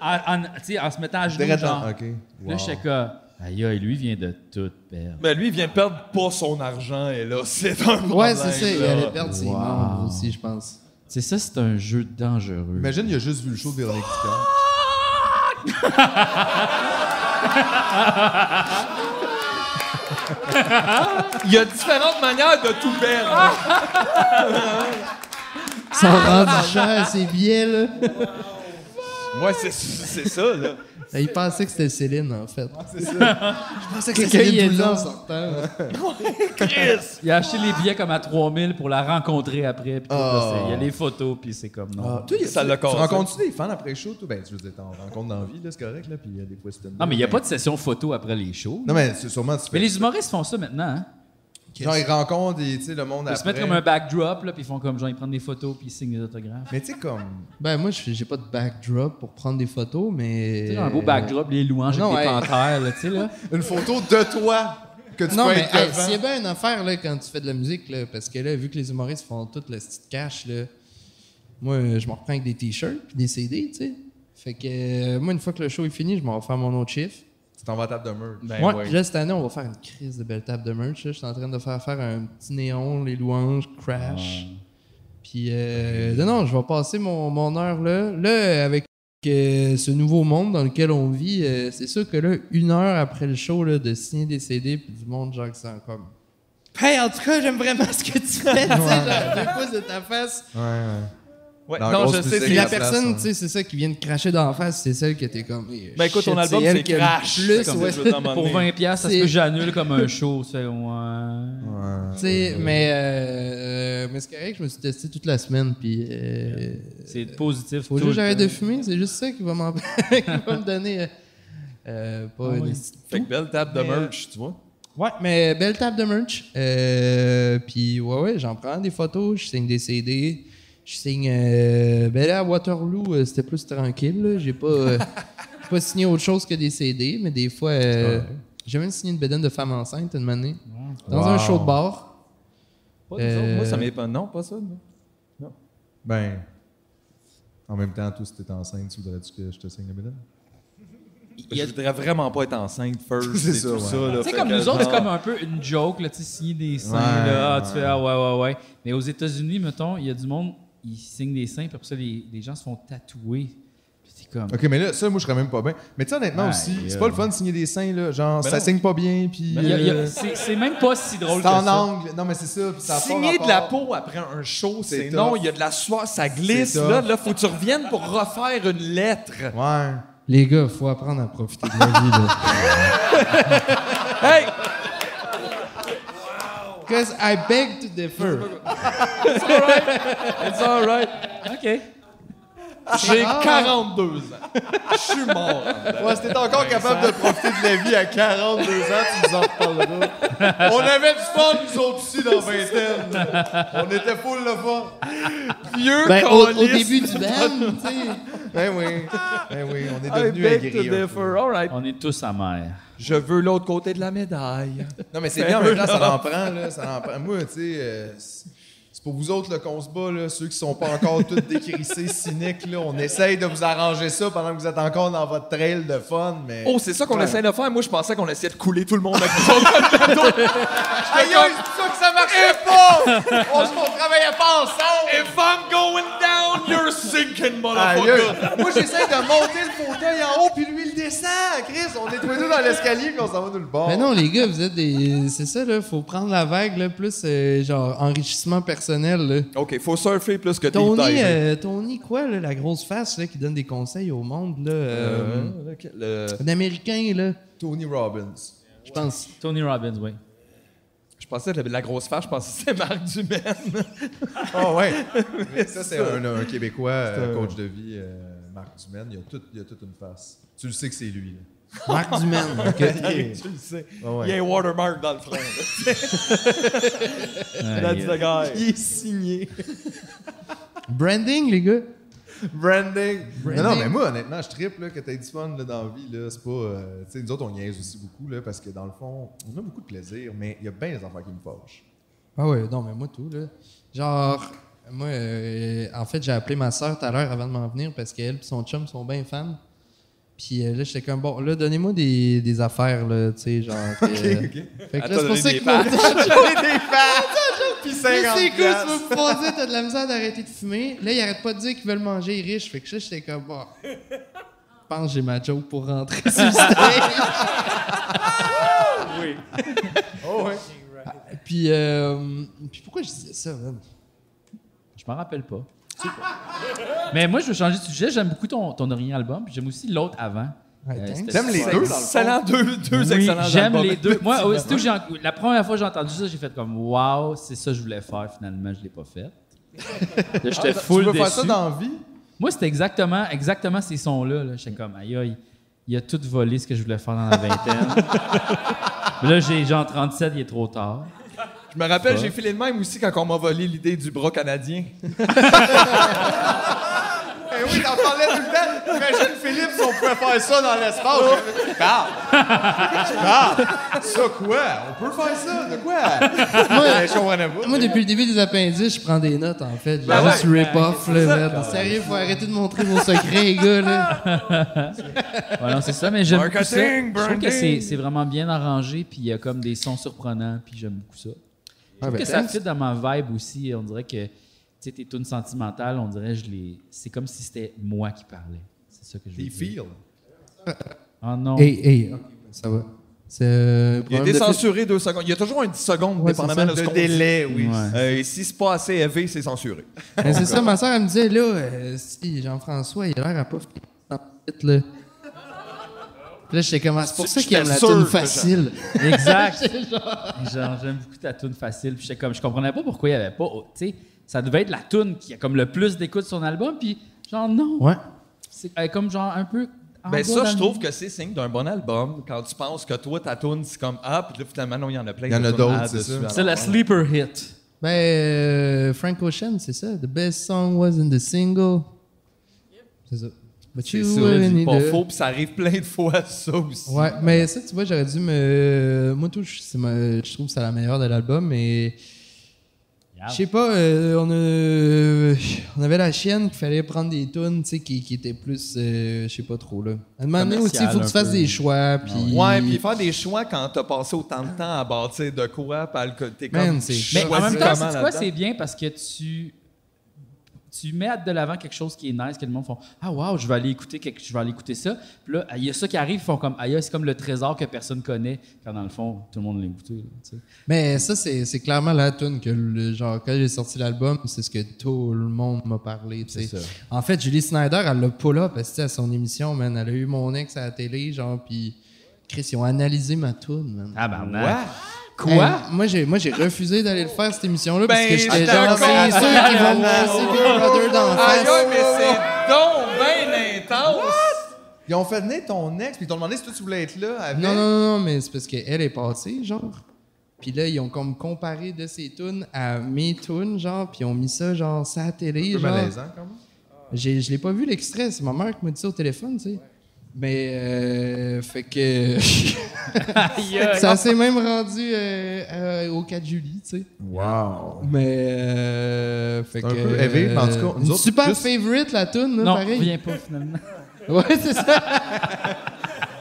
En, en- tu sais, en se mettant à genoux. Direct Genre. dans- OK. Là, Wow. j'étais comme, aïe, aïe, lui vient de tout perdre. Ben lui, il vient de perdre pas son argent et là, *laughs* c'est un problème. Ouais, Oh, c'est ça. Il là. allait perdre ses Wow. membres aussi, je pense. C'est ça, c'est un jeu dangereux. Imagine, il a juste vu le show de Véronique Picard. Il y a différentes manières de tout perdre. Ah! Ça Ah! rend cher, ces billets, là. Ouais, c'est c'est ça, là. Ben, Il pensait que c'était Céline, en fait. *laughs* Je pensais que Quelqu'un y est Céline Dion là. en sortant. Chris! Il a acheté les billets comme à 3000 pour la rencontrer après. puis tout, là, Ah. c'est- Il y a les photos, puis c'est comme non. Toi, il- ça l'a Tu cassé. rencontres-tu des fans après le show? Toi? Ben, je veux dire, t'en rencontres dans la vie, là, c'est correct, là, puis il y a des fois, c'est une- non, mais il n'y a pas de session photo après les shows. Non, mais c'est sûrement... Tu fais... mais les humoristes font ça maintenant. Hein? Genre, ils rencontrent, des- tu sais, le monde Ils après. se mettent comme un backdrop, là, puis ils font comme genre, ils prennent des photos, puis ils signent des autographes. Mais tu sais, comme... Ben, moi, je- j'ai pas de backdrop pour prendre des photos, mais. Tu sais, genre, un beau backdrop, les louanges Non, avec des hey. panthères, là, tu sais, là. Une photo de toi que tu Euh, Non, peux mais être hey, devant. c'est bien une affaire, là, quand tu fais de la musique, là, parce que là, vu que les humoristes font tout le style cash, là, moi, euh, je m'en reprends avec des t-shirts puis des CD, tu sais. Fait que, euh, moi, une fois que le show est fini, je m'en vais faire mon autre chiffre. Tu t'en vas à la table de meurtre. Ben, ouais, Là, cette année, on va faire une crise de belle table de merch. là. Je suis en train de faire faire un petit néon, les louanges, crash. Puis, euh, non, non, je vais passer mon, mon heure là. Là, avec euh, ce nouveau monde dans lequel on vit, euh, c'est sûr que là, une heure après le show, là, de signer des CD, puis du monde, genre, que c'est comme. Hey, en tout cas, j'aime vraiment ce que tu fais, tu sais, genre, deux pouces de ta face. Ouais, ouais. Ouais, Dans non, grosse je sais. musique. Puis la la place, personne, hein. tu sais, c'est ça qui vient de cracher dans la face, c'est celle que t'es comme. eh, Ben écoute, ton shit, album, elle c'est qui a le Crash. Plus, C'est comme ouais. ça, je veux t'en Pour 20$, demander. piastres, ça se C'est- peut j'annule comme un show. C'est ouais. Ouais. Tu sais, mais, euh, euh, mais c'est correct, je me suis testé toute la semaine, puis. euh, C'est positif. faut tout juste que le j'arrête temps. de fumer, c'est juste ça *laughs* qui va, m'en- qui va me donner. euh, euh, pas Ah une ouais. esti- Fait que belle table de Mais, euh, merch, tu vois. Ouais, mais belle table de merch. Euh, puis, ouais, ouais, j'en prends des photos, je signe des CD. Je signe. Euh, ben là, à Waterloo, euh, c'était plus tranquille. là. J'ai pas, euh, *laughs* j'ai pas signé autre chose que des CD, mais des fois, euh, j'ai même signé une bédaine de femme enceinte une année. Dans un Wow. show de bar. Pas nous autres. Moi, ça Euh, m'est pas. Non, pas ça. non. Non. Ben, en même temps, toi, si t'es enceinte, tu voudrais-tu que je te signe la médaille? Je voudrais vraiment pas être enceinte *laughs* first. C'est C'est ça, tout ouais. ça. là. Tu sais, Fait comme que nous autres, c'est genre- comme un peu une joke, là, tu sais, signer des seins, Ouais, là, ah, tu ouais. fais, ah, ouais, ouais, ouais. Mais aux États-Unis, mettons, il y a du monde, ils signent des seins, puis après ça, les, les gens se font tatouer. Puis c'est comme. Ok, mais là, ça, moi, je serais même pas bien. Mais tu sais, honnêtement Aïe, aussi, c'est euh. pas le fun de signer des seins, là. Genre, Ben ça non. signe pas bien, puis. Il y a- il y a- euh, c'est c'est même pas si drôle que C'est en ça. angle. Non, mais c'est ça. puis ça a pas Signer de la rapport. peau après un show, C'est c'est tough. non, il y a de la sueur, ça glisse. C'est tough. Là, là, faut que tu reviennes pour refaire une lettre. Ouais. Les gars, faut apprendre à profiter de la vie. là. Hey! Because I beg to differ. It's alright. It's alright. *laughs* OK. J'ai Ah. 42 ans. Je suis mort. Ouais, si t'es Ben, encore capable de profiter de la vie à 42 ans, tu nous en reparleras. *laughs* On avait du fun, nous autres, aussi, dans la vingtaine. On était full le fun. Vieux Ben, au, au calice. début du band, tu sais. Ben oui. Ben oui, on est I devenus beg aigris. to un differ. peu. All right. On est tous amers. Je veux l'autre côté de la médaille. Non, mais c'est bien, en même temps, Ben ça en prend, là. Ça en prend. Moi, tu sais, euh, c'est c'est pour vous autres, le qu'on se bat, là, ceux qui sont pas encore tous décrissés, cyniques, là. On essaye de vous arranger ça pendant que vous êtes encore dans votre trail de fun, mais... Oh, c'est ça qu'on Eh, Ouais. essaie de faire. Moi, je pensais qu'on essayait de couler tout le monde avec son plateau. *laughs* Aïe, aïe, c'est pour ça que ça marchait pas! On, se- on travaillait pas ensemble! If I'm going down, you're sinking, Aïe, motherfucker. aïe. Moi, j'essaie de monter le fauteuil en haut, puis lui, il descend! Chris, on est tous les deux dans l'escalier, puis on s'en va tout le bord. Mais Ben non, les gars, vous êtes des. C'est ça, là. Faut prendre la vague, là. Plus, euh, genre, enrichissement personnel, là. OK, faut surfer plus que t'es Tony, diving. euh, Tony, quoi, là, la grosse face, là, qui donne des conseils au monde, là. euh, Euh, lequel- le- Un Américain, là. Tony Robbins. Je *laughs* pense. Tony Robbins, oui. Je pensais que la, la grosse face, je pensais que c'était Marc Dumaine. Ah ouais! *laughs* Mais ça, c'est un, un Québécois, C'est euh, un- coach de vie, euh, Marc Dumaine. Il a, tout- il a toute une face. Tu le sais que c'est lui, là. Marc Dumaine. OK. Il *laughs* est- tu le sais. Ah ouais. Il y a un watermark dans le front. That's the Il guy. est signé. Branding, les gars. Branding. Branding. Non, non, mais moi, honnêtement, je tripe là, que t'aies du fun là, dans la vie. là. C'est pas. euh, tu sais, nous autres, on niaise aussi beaucoup là, parce que dans le fond, on a beaucoup de plaisir, mais il y a bien des enfants qui me fâchent. Ah ouais, non, mais moi, tout, là. Genre, moi, euh, en fait, j'ai appelé ma soeur tout à l'heure avant de m'en venir parce qu'elle et son chum sont bien fans. Puis euh, là, j'étais comme, bon, là, donnez-moi des, des affaires, là, tu sais, *laughs* genre. que- Fait que là, c'est pour ça que *laughs* mon- des fans! Puis Là, 50 c'est cool, tu piastres. vas me poser, t'as de la misère d'arrêter de fumer. Là, ils arrêtent pas de dire qu'ils veulent manger les riches. Fait que ça, j'étais comme, bon, je pense que j'ai ma joke pour *laughs* rentrer sur le stage. Oui. Oh, ouais. puis, euh, puis pourquoi je disais ça, man? Je m'en rappelle pas. *laughs* Mais moi, je veux changer de sujet. J'aime beaucoup ton, ton dernier album, puis j'aime aussi l'autre avant. Ouais, Euh, thanks. c'était- T'aimes les Ouais. deux, dans le fond? Excellent, deux, deux Oui, excellents J'aime albums. les deux. *laughs* Moi, aussitôt que j'ai en- la première fois que j'ai entendu ça, j'ai fait comme Waouh, c'est ça que je voulais faire. Finalement, je l'ai pas fait. Là, j'étais Ah, full Tu veux déçu. faire ça dans la vie? Moi, c'était exactement, exactement ces sons-là. Là. J'étais comme Aïe, aïe, il a tout volé ce que je voulais faire dans la *laughs* vingtaine. Mais là, j'ai genre 37, il est trop tard. Je me rappelle, j'ai filé le même aussi quand on m'a volé l'idée du bras canadien. Eh oui, t'en parlais tout le temps. Imagine, Philippe, si on pouvait faire ça dans l'espace. Parle! Parle! Ah! Ça quoi? On peut faire ça? De quoi? Ouais, je comprenais pas. Moi, depuis le début des appendices, je prends des notes, en fait. Je Ben juste rip-off, là, merde. Sérieux, faut arrêter de montrer vos secrets, les gars, là. Voilà, c'est ça, mais j'aime beaucoup ça. Marketing, Je trouve que branding. c'est c'est vraiment bien arrangé, puis il y a comme des sons surprenants, puis j'aime beaucoup ça. Je trouve ben, que ça thanks. fit dans ma vibe aussi. On dirait que, tu sais, tes tunes sentimentales, on dirait, je les... c'est comme si c'était moi qui parlais. C'est ça que je veux Des dire. feels. Ah non. *laughs* Hey, hey, ok, ben, ça va. C'est euh, Il a problème été de- censuré deux secondes. Il y a toujours un 10 secondes, Ouais, c'est ça. dépendamment de ce De qu'on délai, dit. oui. Ouais. Euh, et si c'est pas assez élevé, c'est censuré. Mais Ben, c'est ça, ma soeur, elle me disait, là, euh, si Jean-François, il a l'air à pas faire ça, là. Puis là, j'étais comme, Ah, c'est pour ça qu'il aime la J'étais tune sûr que facile. Exact. Genre, j'aime beaucoup ta tune facile. Puis j'étais comme, je comprenais pas pourquoi il y avait pas. oh, Tu sais, ça devait être la tune qui a comme le plus d'écoute sur son album. Puis genre, non. Ouais. C'est elle est comme genre un peu Ben En ça, bas je dans trouve que c'est signe d'un bon album quand tu penses que toi, ta tune, c'est comme Ah, puis là, finalement, non, il y en a plein. Il y en a de d'autres, tunes c'est là-dessus. ça. Alors, C'est la ouais. sleeper hit. Ben, euh, Frank Ocean, c'est ça. The best song wasn't the single. C'est ça. But C'est you ça, were in c'est it, pas euh. faux, puis ça arrive plein de fois, *laughs* ça aussi. Ouais, mais ça, tu vois, j'aurais dû me. Moi, tout, je- c'est ma- je trouve que c'est la meilleure de l'album, mais. Je sais pas, euh, on, a- on avait la chienne qu'il fallait prendre des tunes, tu sais, qui, qui étaient plus. euh, je sais pas trop, là. À un moment donné aussi, il faut que tu fasses des choix, puis. Ouais, puis faire des choix quand t'as passé autant de temps à bâtir de quoi, puis à le- t'es comme... Man, tu c'est Mais choisis en même temps, comment c'est quoi, là-dedans. c'est bien parce que tu tu mets de l'avant quelque chose qui est nice que le monde font ah wow je vais aller écouter quelque, je vais aller écouter ça puis là il y a ça qui arrive ils font comme aïe c'est comme le trésor que personne connaît quand dans le fond tout le monde l'a écouté là, tu sais. Mais ça, c'est c'est clairement la tune que, le, genre, quand j'ai sorti l'album, c'est ce que tout le monde m'a parlé. tu sais. C'est ça. En fait, Julie Snyder, elle l'a pull up parce que, à son émission, man. Elle a eu mon ex à la télé, genre, puis Chris, ils ont analysé ma tune, man. Ah, ben, Ouais. Quoi? moi, j'ai, moi, j'ai refusé d'aller le faire, cette émission-là, parce que Ben, j'étais attends, genre, c'est attends, sûr qu'ils vont attends, me casser attends. Big Brother dans la Aïe, face. aïe, mais c'est donc ben intense! Ils ont fait venir ton ex, puis ils t'ont demandé si toi tu voulais être là avec. Non, non, non, non, mais c'est parce qu'elle est passée, genre. Puis là, ils ont comme comparé de ses tunes à mes tunes, genre, puis ils ont mis ça, genre, ça à la télé. Un peu genre. malaisant, quand même. J'ai- Je l'ai pas vu l'extrait, c'est ma mère qui m'a dit ça au téléphone, tu sais. Mais, euh, fait que. *laughs* ça s'est même rendu euh, euh, au 4 juillet, tu sais. Wow! Mais, euh, fait C'est un que. euh, peu heavy, mais en tout cas, nous une autres, super juste- favorite, la tune, là, non pareil. viens pas finalement Ouais, c'est ça.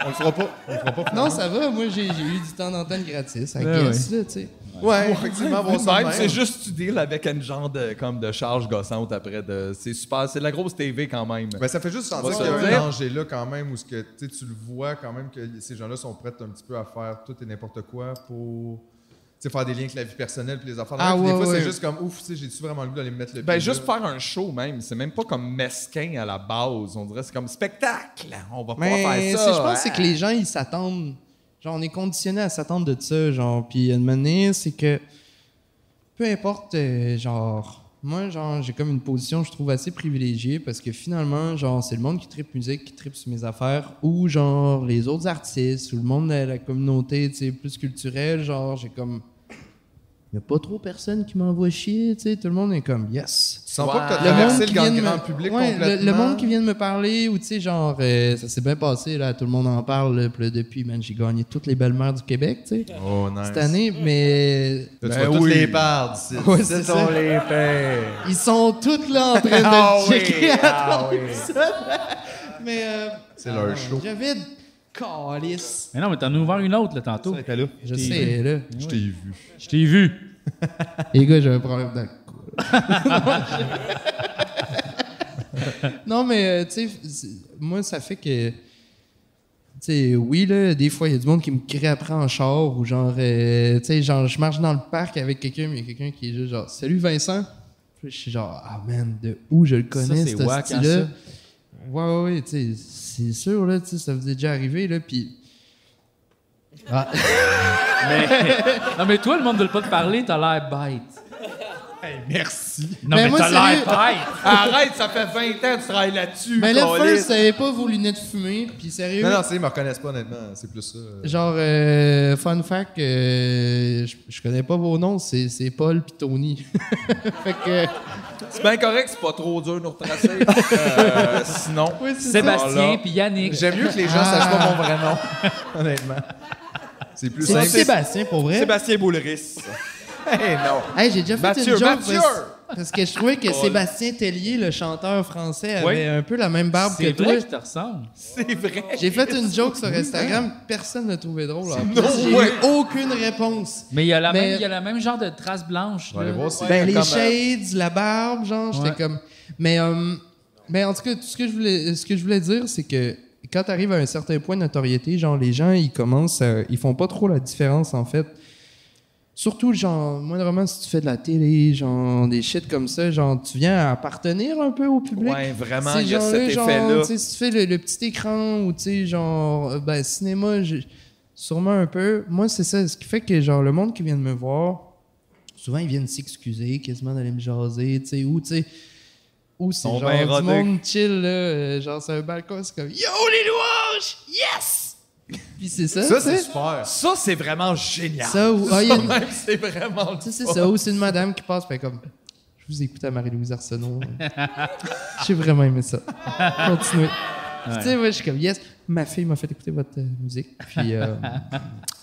On le fera pas. On le fera pas. non, ça va, moi, j'ai j'ai eu du temps d'antenne gratis, I Ben guess, oui. là, tu sais. Ouais, effectivement, Même, bon ça de c'est juste tu deals avec un genre de, comme de charge gossante après. De, c'est super, c'est de la grosse TV quand même. Ben, ça fait juste On va sentir se qu'il y a le un dire. danger là quand même où ce que, tu sais, tu le vois quand même que ces gens-là sont prêts un petit peu à faire tout et n'importe quoi pour tu sais, faire des liens avec la vie personnelle puis les affaires. Ah, Puis des ouais, fois, ouais. c'est juste comme ouf, tu sais, j'ai-tu vraiment le goût d'aller me mettre le Ben, pied juste là? faire un show même, c'est même pas comme mesquin à la base. On dirait c'est comme spectacle. hein, On va Mais pouvoir faire ça. c'est- je pense hein. c'est que les gens, ils s'attendent. Genre, on est conditionné à s'attendre de ça, genre. Puis, à une manière, c'est que. Peu importe, euh, genre. Moi, genre, j'ai comme une position, je trouve, assez privilégiée parce que finalement, genre, c'est le monde qui tripe musique, qui tripe sur mes affaires, ou genre, les autres artistes, ou le monde de la communauté, tu sais, plus culturelle, genre, j'ai comme. Il n'y a pas trop personne qui m'envoie chier, tu sais, tout le monde est comme yes. Tu sens pas que t'as Le traversé monde le qui grand- vient de grand me- public Ouais, le- Le, complètement. monde qui vient de me parler, ou tu sais, genre, euh, ça s'est bien passé, là, tout le monde en parle, là, puis là, depuis, man, j'ai gagné toutes les belles-mères du Québec, tu sais. Oh, nice. Cette année, mais. Là, tu vois toutes les parts d'ici. Ouais, Ce c'est sont ça. les *laughs* pères. Ils sont toutes là en train *laughs* de Ah oui, checker à ah travers oui. l'épisode. *laughs* Mais. euh, C'est leur show. Je vide. Calice. mais non mais t'en as ouvert une autre là tantôt Je sais, là. je t'ai vu je t'ai vu les gars j'ai un problème dans le cou. non, mais euh, tu sais, c'est- moi, ça fait que. Tu sais, oui, là, des fois, il y a du monde qui me crie après en char ou genre, euh, tu sais, genre, je marche dans le parc avec quelqu'un, mais il y a quelqu'un qui est juste genre, salut Vincent. Puis je suis genre, ah man, de où je le connais, Ça, ce c'est wack, hein, style-là. Ouais, ouais, ouais, tu sais, c'est sûr, là, tu sais, ça vous est déjà arrivé, là, puis. Ah. mais non mais toi le monde ne veut pas te parler t'as l'air bête merci non Mais mais, Ben, moi, t'as l'air sérieux- ben, bête *laughs* Arrête, ça fait 20 ans que tu travailles là-dessus. Mais là, câlisse. first, vous avez pas vos lunettes fumées, puis sérieux. Non, non, c'est, ils me reconnaissent pas honnêtement, c'est plus ça. euh. Genre, euh, fun fact, euh, je, je connais pas vos noms, c'est, c'est Paul puis Tony. *laughs* fait que. C'est bien correct, c'est pas trop dur de nous retracer. Euh, sinon, Oui, c'est ça. Sébastien Voilà. puis Yannick J'aime mieux que les gens sachent pas mon vrai nom, *laughs* honnêtement. C'est plus Ah. C'est simple. Sébastien, pour vrai. Sébastien Boulris. Hey, non. Hein? Hey, j'ai déjà fait Mathieu, une joke Mathieu! parce, parce que je trouvais que Paul. Sébastien Tellier, le chanteur français, avait Oui. un peu la même barbe que c'est vrai toi. qu'ils te ressemblent C'est vrai. J'ai fait une joke sur Instagram, personne ne trouvait drôle. en plus. hein. No j'ai way. eu aucune réponse. mais il y a la Mais- même il y a la même genre de trace blanche On va aller voir si- Ben, les comme, euh, shades, la barbe, genre, j'étais Ouais. comme. Mais, euh, mais en tout cas, tout ce que je voulais, ce que je voulais dire, c'est que quand tu arrives à un certain point de notoriété, genre, les gens, ils commencent, à- ils font pas trop la différence, en fait. Surtout, genre, moindrement, si tu fais de la télé, genre, des shit comme ça, genre, tu viens à appartenir un peu au public. Ouais, vraiment, Ces il y a gens-là, cet genre, effet-là. tu sais, si tu fais le, le petit écran ou, tu sais, genre, euh, ben, cinéma, j'ai- sûrement un peu. Moi, c'est ça. Ce qui fait que, genre, le monde qui vient de me voir, souvent, ils viennent s'excuser, quasiment d'aller me jaser, tu sais, ou, tu sais, où c'est Sont genre bien du rodés. monde chill, là, euh, genre sur un balcon, c'est comme Yo les louanges! Yes! Puis c'est ça. Ça, tu sais. c'est super. Ça, c'est vraiment génial. Ça, ou- ah, il y a une- même, c'est vraiment. Tu sais, c'est ça, ou c'est une madame qui passe, fait comme Je vous écoute à Marie-Louise Arsenault. *laughs* J'ai vraiment aimé ça. Continuez. Puis, Tu sais, moi, je suis comme Yes, ma fille m'a fait écouter votre euh, musique. Puis euh,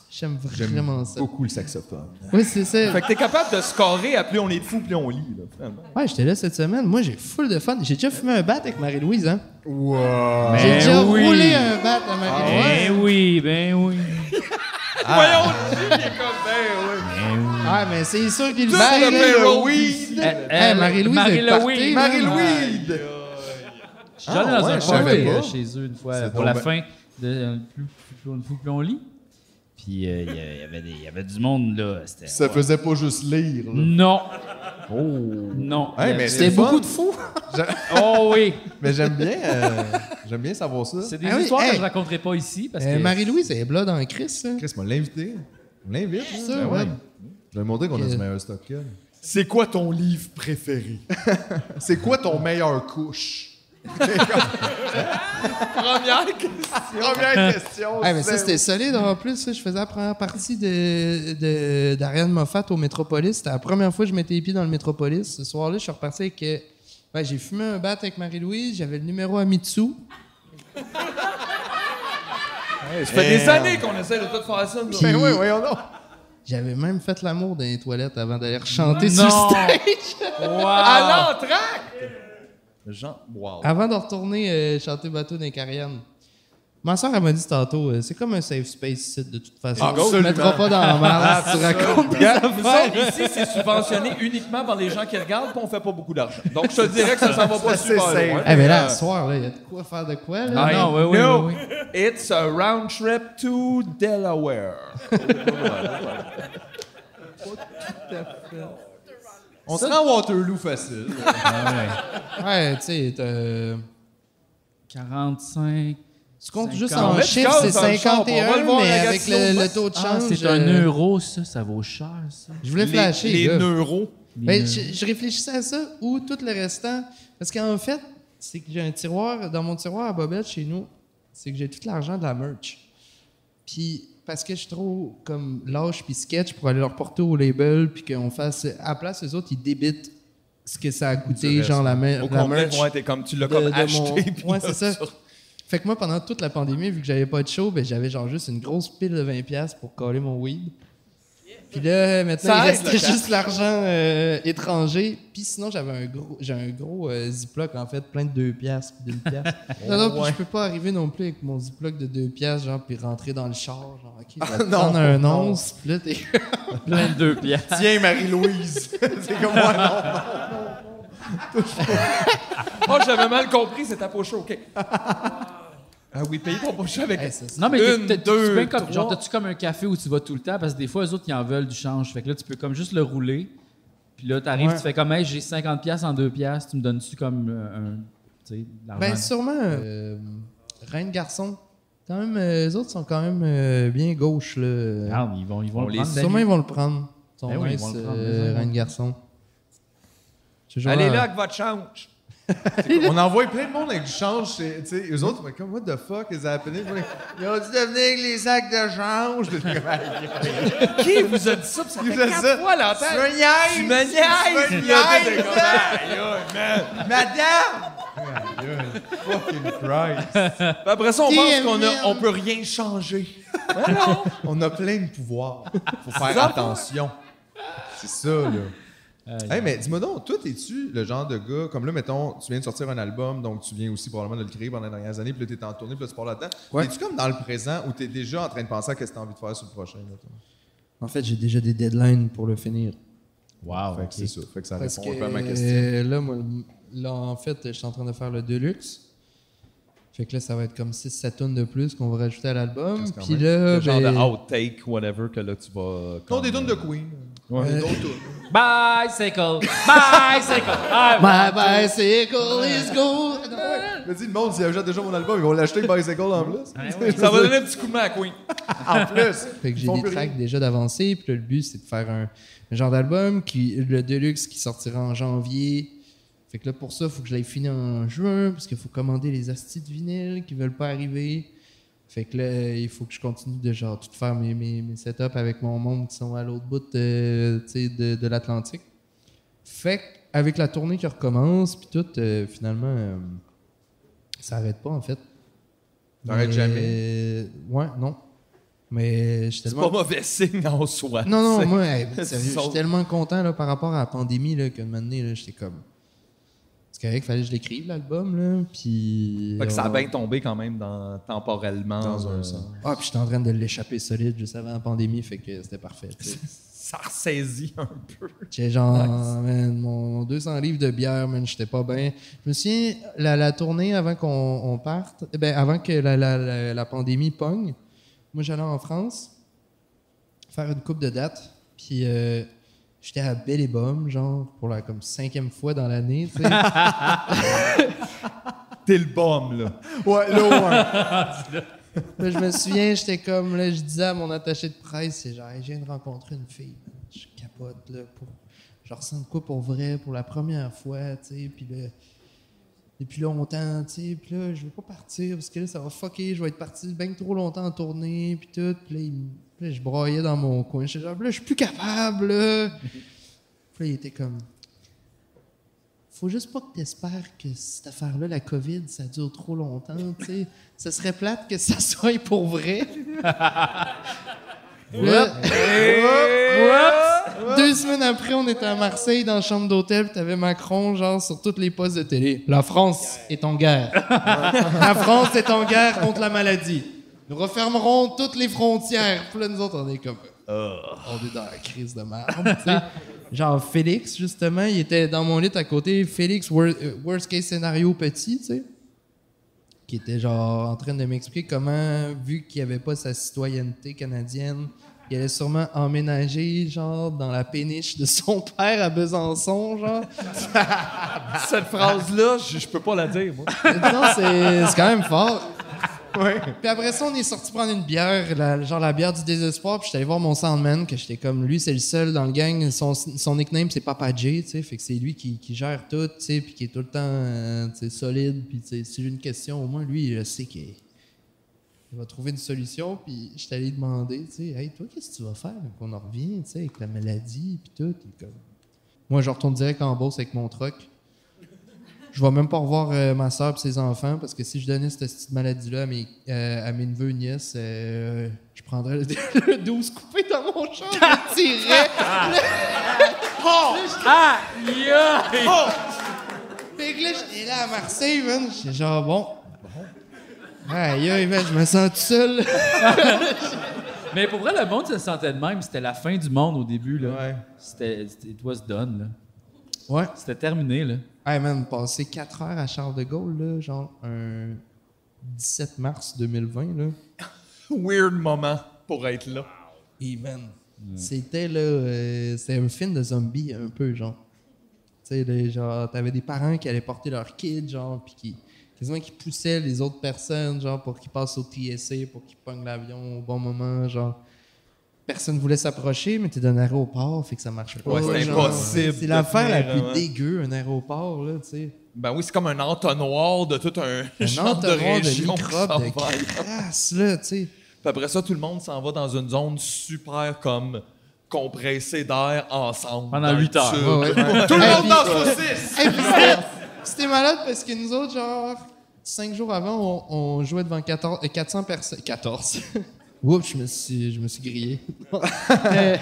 j'aime vraiment ça. Beaucoup le saxophone. Oui, c'est ça. Fait que t'es capable de scorer à plus on est fou, plus on lit. Là, vraiment. Ouais, j'étais là cette semaine. Moi, j'ai full de fun. J'ai déjà fumé un bat avec Marie-Louise, hein? Wow. J'ai Ben déjà oui. roulé un bat à Ah Marie-Louise. Ben oui, ben oui. Ah, mais c'est sûr qu'il Tout Marie- le Marie-Louise. Eh, Euh, eh, Marie-Louise. est partie, là. Marie-Louise. J'en ai dans ouais, un je savais party, pas. euh, chez eux une fois C'est pour donc la ben- fin de euh, plus, plus, plus on fout, plus on lit. Puis euh, il y a- il y, avait des- il y avait du monde là. C'était- Ça ouais. faisait pas juste lire. là. Non. Non. Hey, mais C'était c'est fun. beaucoup de fous. Euh, J'a- Oh oui. Mais j'aime bien, euh, j'aime bien savoir ça. C'est des Ah oui, histoires que hey. je raconterai pas ici parce Euh, que. Marie-Louise, elle est blood en Christ, hein? Chris m'a l'invité. On l'invite. hein? Ça, Ben ouais. Je vais lui montrer qu'on a Euh. du meilleur stock qu'elle. C'est quoi ton livre *laughs* préféré? C'est quoi ton meilleur couche? Première question. Première question. Ah, mais ça, c'était solide. En plus, ça, je faisais la première partie de, de- d'Ariane Moffat au Métropolis. C'était la première fois que je mettais les pieds dans le Métropolis. Ce soir-là, je suis reparti avec. euh, ouais, j'ai fumé un bat avec Marie-Louise. J'avais le numéro à Mitsu. Ça fait des années qu'on essaie de tout faire ça. nous. Euh, Puis- Ben oui, voyons donc. J'avais même fait l'amour dans les toilettes avant d'aller chanter sur Non. le stage. Wow. Ah À l'entraque! Jean, wow. Avant de retourner euh, chanter bateau dans les Cariennes. Ma soeur, elle m'a dit tantôt, euh, c'est comme un safe space site de toute façon. On ne Ah, Absolument. mettra pas dans la merde si tu racontes des Nous affaires. autres, ici, c'est subventionné uniquement par les gens qui regardent, puis on fait pas beaucoup d'argent. Donc, je te dirais que ça s'en va pas C'est super safe. loin. Eh ben là, ce soir, là, il y a de quoi faire de quoi. Là. Ah non, oui, oui, No, oui, It's a round trip to Delaware. On se rend à Waterloo facile. Ouais, tu sais, t'as- 45. tu comptes juste 50. en Let's chiffres, go, c'est ça me chauffe, 51, on va le voir, mais la avec Gatineau. le, le taux de Ah, change. c'est un euh, euro, ça, ça vaut cher, ça. Je voulais flasher. les gars. neuros. Ben, je, je réfléchissais à ça ou tout le restant. Parce qu'en fait, c'est que j'ai un tiroir, dans mon tiroir à Bobette chez nous, c'est que j'ai tout l'argent de la merch. Puis parce que je suis trop comme lâche puis sketch pour aller leur porter au label puis qu'on fasse. À la place, les autres, ils débitent ce que ça a coûté, genre la, mer- Au la complet, merch. ouais, t'es comme tu l'as de- comme de acheté. mon- puis Ouais, là, c'est ça. Fait que moi, pendant toute la pandémie, vu que j'avais pas de show, ben, j'avais genre juste une grosse pile de 20$ pour coller mon weed. Puis là, maintenant, Ça il aide, le restait juste l'argent euh, étranger. Puis sinon, j'avais un gros, j'ai un gros euh, Ziploc, en fait, plein de 2$ puis d'une pièce. *laughs* non, non, puis je peux pas arriver non plus avec mon Ziploc de 2$, piastres, genre, puis rentrer dans le char, genre, OK, je vais Ah, te prendre un once. Puis là, t'es... Plein de deux piastres. *laughs* Tiens, Marie-Louise. c'est comme moi, non. Oh, j'avais mal compris, c'est ta poche, ok. Ah oui, paye ton poche avec. Hey, ça, c'est- Non, mais Une, t'es- t'es- deux, tu peux comme, trois. genre, t'as-tu comme un café où tu vas tout le temps? Parce que des fois, eux autres, ils en veulent du change. Fait que là, tu peux comme juste le rouler. Puis là, t'arrives, Ouais. tu fais comme, hey, j'ai 50$ piastres en 2$, piastres, tu me donnes-tu comme euh, un. Tu sais, de l'argent? Ben, sûrement. euh, Reine Garçon. Quand même, euh, les autres sont quand même euh, bien gauches. Là. Regarde, ils vont, ils vont On le les prendre. sûrement, ils vont le prendre. Ils sont Ah, Ben oui, ils nice, vont le prendre, euh, mais ça, Reine ouais. Garçon. C'est genre Allez un- là avec votre change. On envoie plein de monde avec du change. chez- Tu sais, eux autres, ils sont comme, what the fuck, ils appellent. Ils ont dit de venir avec les sacs de change. Je suis comme, Qui vous a dit ça? Parce que Qui ça vous a fait dit quatre ça? fois la Tu tête. me niaises! Tu me niaises! Tu me Puis là, t'es niaises, comme, là! aïe, aïe, man. Madame! Aïe, aïe, Fucking Christ. Puis Après ça, on Qui pense aime qu'on bien? a, on peut rien changer. On a plein de pouvoir. Faut faire attention. C'est ça, là. Euh, Hey, mais dis-moi donc, toi, es-tu le genre de gars, comme là, mettons, tu viens de sortir un album, donc tu viens aussi probablement de le créer pendant les dernières années, puis là, t'es en tournée, puis là, tu pars là-dedans. Ouais. Es-tu comme dans le présent ou t'es déjà en train de penser à ce que t'as envie de faire sur le prochain, mettons? En fait, j'ai déjà des deadlines pour le finir. Wow. Fait ok. que c'est ça. Fait que ça Parce répond un que, peu à ma question. euh, là, moi, là, en fait, je suis en train de faire le Deluxe. Fait que là, ça va être comme 6-7 tonnes de plus qu'on va rajouter à l'album. Qu'est-ce quand Puis même? là, Le genre de ben, outtake, whatever, que là, tu vas. Non, comme- euh, des tunes de Queen. Des autres tunes. Bicycle! Bicycle! *laughs* Ah, My bicycle is gold. Je me dis, le monde, s'ils achètent déjà mon album, ils vont l'acheter Bicycle en plus. *laughs* *laughs* Ça va donner un petit coup de main à Queen. En plus. Fait que Ils j'ai font des plus rien. tracks déjà d'avancée. Puis là, le but, c'est de faire un, un genre d'album, qui, le Deluxe qui sortira en janvier. Fait que là, pour ça, il faut que je l'aille finir en juin, parce qu'il faut commander les astis de vinyle qui veulent pas arriver. Fait que là, il faut que je continue de genre tout faire mes, mes, mes setups avec mon monde qui sont à l'autre bout de, tu sais, de, de l'Atlantique. Fait que, avec la tournée qui recommence, puis tout, euh, finalement, euh, ça arrête pas en fait. T'arrêtes Mais- jamais? Ouais, non. Mais je C'est pas mauvais signe en soi. *laughs* non, non, *laughs* c'est- moi, hey, sérieux, je suis Sauf- tellement content là, par rapport à la pandémie là, que un moment donné, là, j'étais comme. C'est correct, fallait que je l'écrive, l'album, là, puis. Fait que ça a on- bien tombé quand même dans, temporellement. euh, Dans un sens. Ah, puis j'étais en train de l'échapper solide juste avant la pandémie, fait que c'était parfait. tu sais. Ça ressaisit un peu. J'étais genre, Nice. man, mon, mon 200 livres de bière, man, j'étais pas bien. Je me souviens, la, la tournée avant qu'on on parte, eh ben, avant que la, la- la- la pandémie pogne, moi j'allais en France faire une coupe de dates, puis euh, j'étais à Belle et Bomme, genre, pour la comme cinquième fois dans l'année, tu sais. T'es le bomb, là. Ouais, là, ouais. Là, je me souviens, j'étais comme, là, je disais à mon attaché de presse, c'est genre, Hey, je viens de rencontrer une fille, man. je capote, là, pour... je ressens de quoi pour vrai, pour la première fois, tu sais, puis là, depuis longtemps, tu sais, puis là, je veux pas partir, parce que là, ça va fucker, je vais être parti bien trop longtemps en tournée, puis tout, puis là, il me- puis là, je broyais dans mon coin, j'étais genre, là, je suis plus capable, là. Puis là, il était comme, faut juste pas que t'espères que cette affaire-là, la COVID, ça dure trop longtemps, tu sais. Ce serait plate que ça soit pour vrai. Là- Oups. Oups. Deux semaines après, on était à Marseille dans la chambre d'hôtel, puis t'avais Macron, genre, sur toutes les postes de télé. La France est en guerre. la France est en guerre contre la maladie. Nous refermerons toutes les frontières. Puis là, nous autres, on est comme... On est dans la crise de merde, tu sais. Genre, Félix, justement, il était dans mon lit à côté. Félix, wor- euh, worst case scénario petit, tu sais. Qui était genre en train de m'expliquer comment, vu qu'il avait pas sa citoyenneté canadienne, il allait sûrement emménager, genre, dans la péniche de son *laughs* père à Besançon, genre. Cette phrase-là, je, je peux pas la dire, moi. non, c'est c'est quand même fort. Puis après ça, on est sorti prendre une bière, la- genre la bière du désespoir. Puis j'étais allé voir mon soundman, que j'étais comme lui, c'est le seul dans le gang. Son, son nickname, c'est Papa J, tu sais. Fait que c'est lui qui, qui gère tout, tu sais, puis qui est tout le temps euh, tu sais, solide. Puis tu sais, si j'ai une question, au moins lui, il le sait qu'il il va trouver une solution. Puis j'étais allé demander, tu sais, hey, toi, qu'est-ce que tu vas faire quand on en revient, tu sais, avec la maladie, puis tout. Il est comme, Moi, je retourne direct en bourse avec mon truck. Je vais même pas revoir euh, ma soeur et ses enfants parce que si je donnais cette petite maladie-là à mes, euh, à mes neveux et nièces, euh, je prendrais le, *laughs* le 12 coupé dans mon champ, je le tirerais. *laughs* oh! Ah! Oh! Fait que là, j'étais là à Marseille, man. J'étais genre, bon. Bon. Aïe, aïe, man, je me sens tout seul. Mais pour vrai, le monde se sentait de même. C'était la fin du monde au début. Là. C'était, c'était- it was done. Là. Ouais. C'était terminé. Là. Hey man, passer 4 heures à Charles de Gaulle, là, genre un 17 mars 2020, là. Weird moment pour être là. Amen. Mm. C'était là, euh, c'était un film de zombie un peu, genre. Tu sais, là, genre, t'avais des parents qui allaient porter leurs kids, genre, puis qui, quasiment qui poussaient les autres personnes, genre, pour qu'ils passent au TSA, pour qu'ils pognent l'avion au bon moment, genre. Personne voulait s'approcher, mais t'es d'un aéroport, fait que ça marche pas. Ouais, c'est genre. impossible C'est de l'affaire la tenir, plus hein. dégueu, un aéroport, là, tu sais. Ben oui, c'est comme un entonnoir de tout un, *laughs* genre entonnoir de de région. qui microbes, s'en de va. crasse, là, tu sais. Puis après ça, tout le monde s'en va dans une zone super comme compressée d'air ensemble. Pendant dans le huit heures. tube. Ouais, ouais. Tout le Hey, monde puis- dans la saucisse! Hey, puis c'était- C'était malade parce que nous autres, genre, cinq jours avant, on, on jouait devant 14, euh, 400 personnes. 14. *laughs* Oups, je me suis, je me suis grillé. Euh,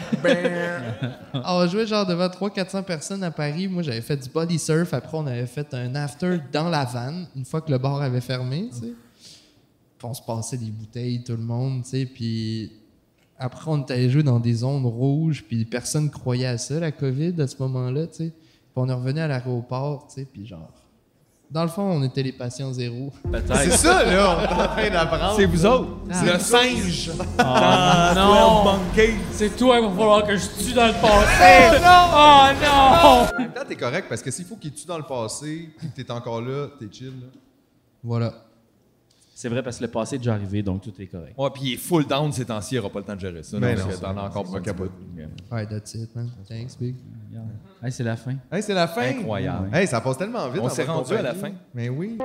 *laughs* on jouait genre devant 300-400 personnes à Paris. Moi, j'avais fait du body surf. Après, on avait fait un after dans la vanne, une fois que le bar avait fermé, tu sais. Puis on se passait des bouteilles, tout le monde, tu sais. Puis après, on est allé jouer dans des zones rouges, puis personne croyait à ça, la COVID, à ce moment-là, tu sais. Puis on est revenu à l'aéroport, tu sais, puis genre... Dans le fond, on était les patients zéro. Peut-être. C'est ça, là, on est en train d'apprendre. C'est vous autres. C'est le singe. Ah, Twelve non! C'est toi, il va falloir que je tue dans le passé! Oh, non! Oh, En même temps, t'es correct parce que s'il faut qu'il tue dans le passé, puis que t'es encore là, t'es chill. là. Voilà. C'est vrai, parce que le passé est déjà arrivé, donc tout est correct. Ouais, puis il est full down ces temps-ci, il aura pas le temps de gérer ça. euh, Ben non, non, parce que t'en as encore pour un capote. Ouais, that's it, man. Thanks, big. regarde. Hey, c'est la fin. Hey, c'est la fin. Incroyable. Hey, ça passe tellement vite. On en s'est votre rendu à la compagnie. fin. Mais oui.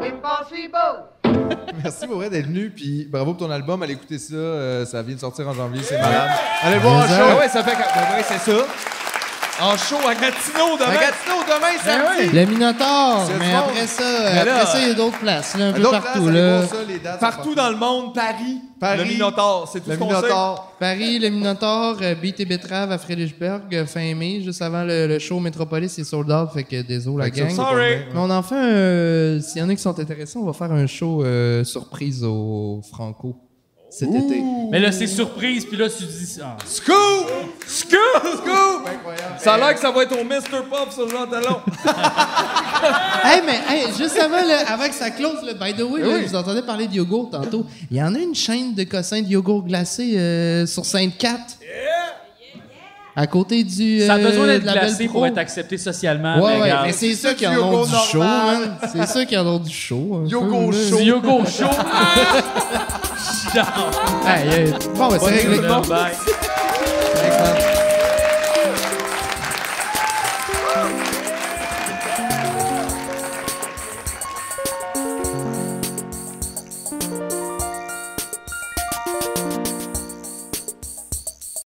Impossible! Merci pour vrai d'être venu. Puis bravo pour ton album. Allez écouter ça. euh, ça vient de sortir en janvier. C'est malade. Allez le voir en Mais show. ça- Ah ouais, ça fait. ah ouais, c'est ça. En show à Gatineau demain. À Gatineau demain, samedi. Le Minotaur, C'est mais du monde. après ça, Mais là, après ça, il y a d'autres places, là, un peu D'autres partout. places, allez là. voir ça, les dates partout dans le monde, Paris, le Minotaur, c'est tout le ce qu'on sait. Minotaur. Paris, le Minotaur, euh, Beat et Betrave à Frédérichberg, euh, fin mai, juste avant le, le show Métropolis et Sold Out, fait que désolé la Fait que gang. ça, sorry. Mais on en fait un, euh, s'il y en a qui sont intéressés, on va faire un show euh, surprise au Franco cet été. Mais là, c'est surprise, puis là, tu dis. Ah. Euh, Scoop! Scoop! Scoop! Incroyable. Ça a l'air que ça va être au Mr. Pop sur Jean Talon. hey, mais hey, juste avant, là, avant que ça close, là, by the way, Ben là, oui. vous entendez parler de yogourt tantôt. Il y en a une chaîne de cossins de yogourt glacé euh, sur Sainte-Cat. À côté du. Ça a euh, besoin d'être de la Belle glacé Pro. pour être accepté socialement. Ouais, ouais, regarde. mais c'est ça qui en ont du show, man. C'est ça qui en ont du show. un Yogourt peu, là. chaud. Du yogourt chaud. Aïe, aïe. Bon, ben, c'est réglé. Bye. Excellent.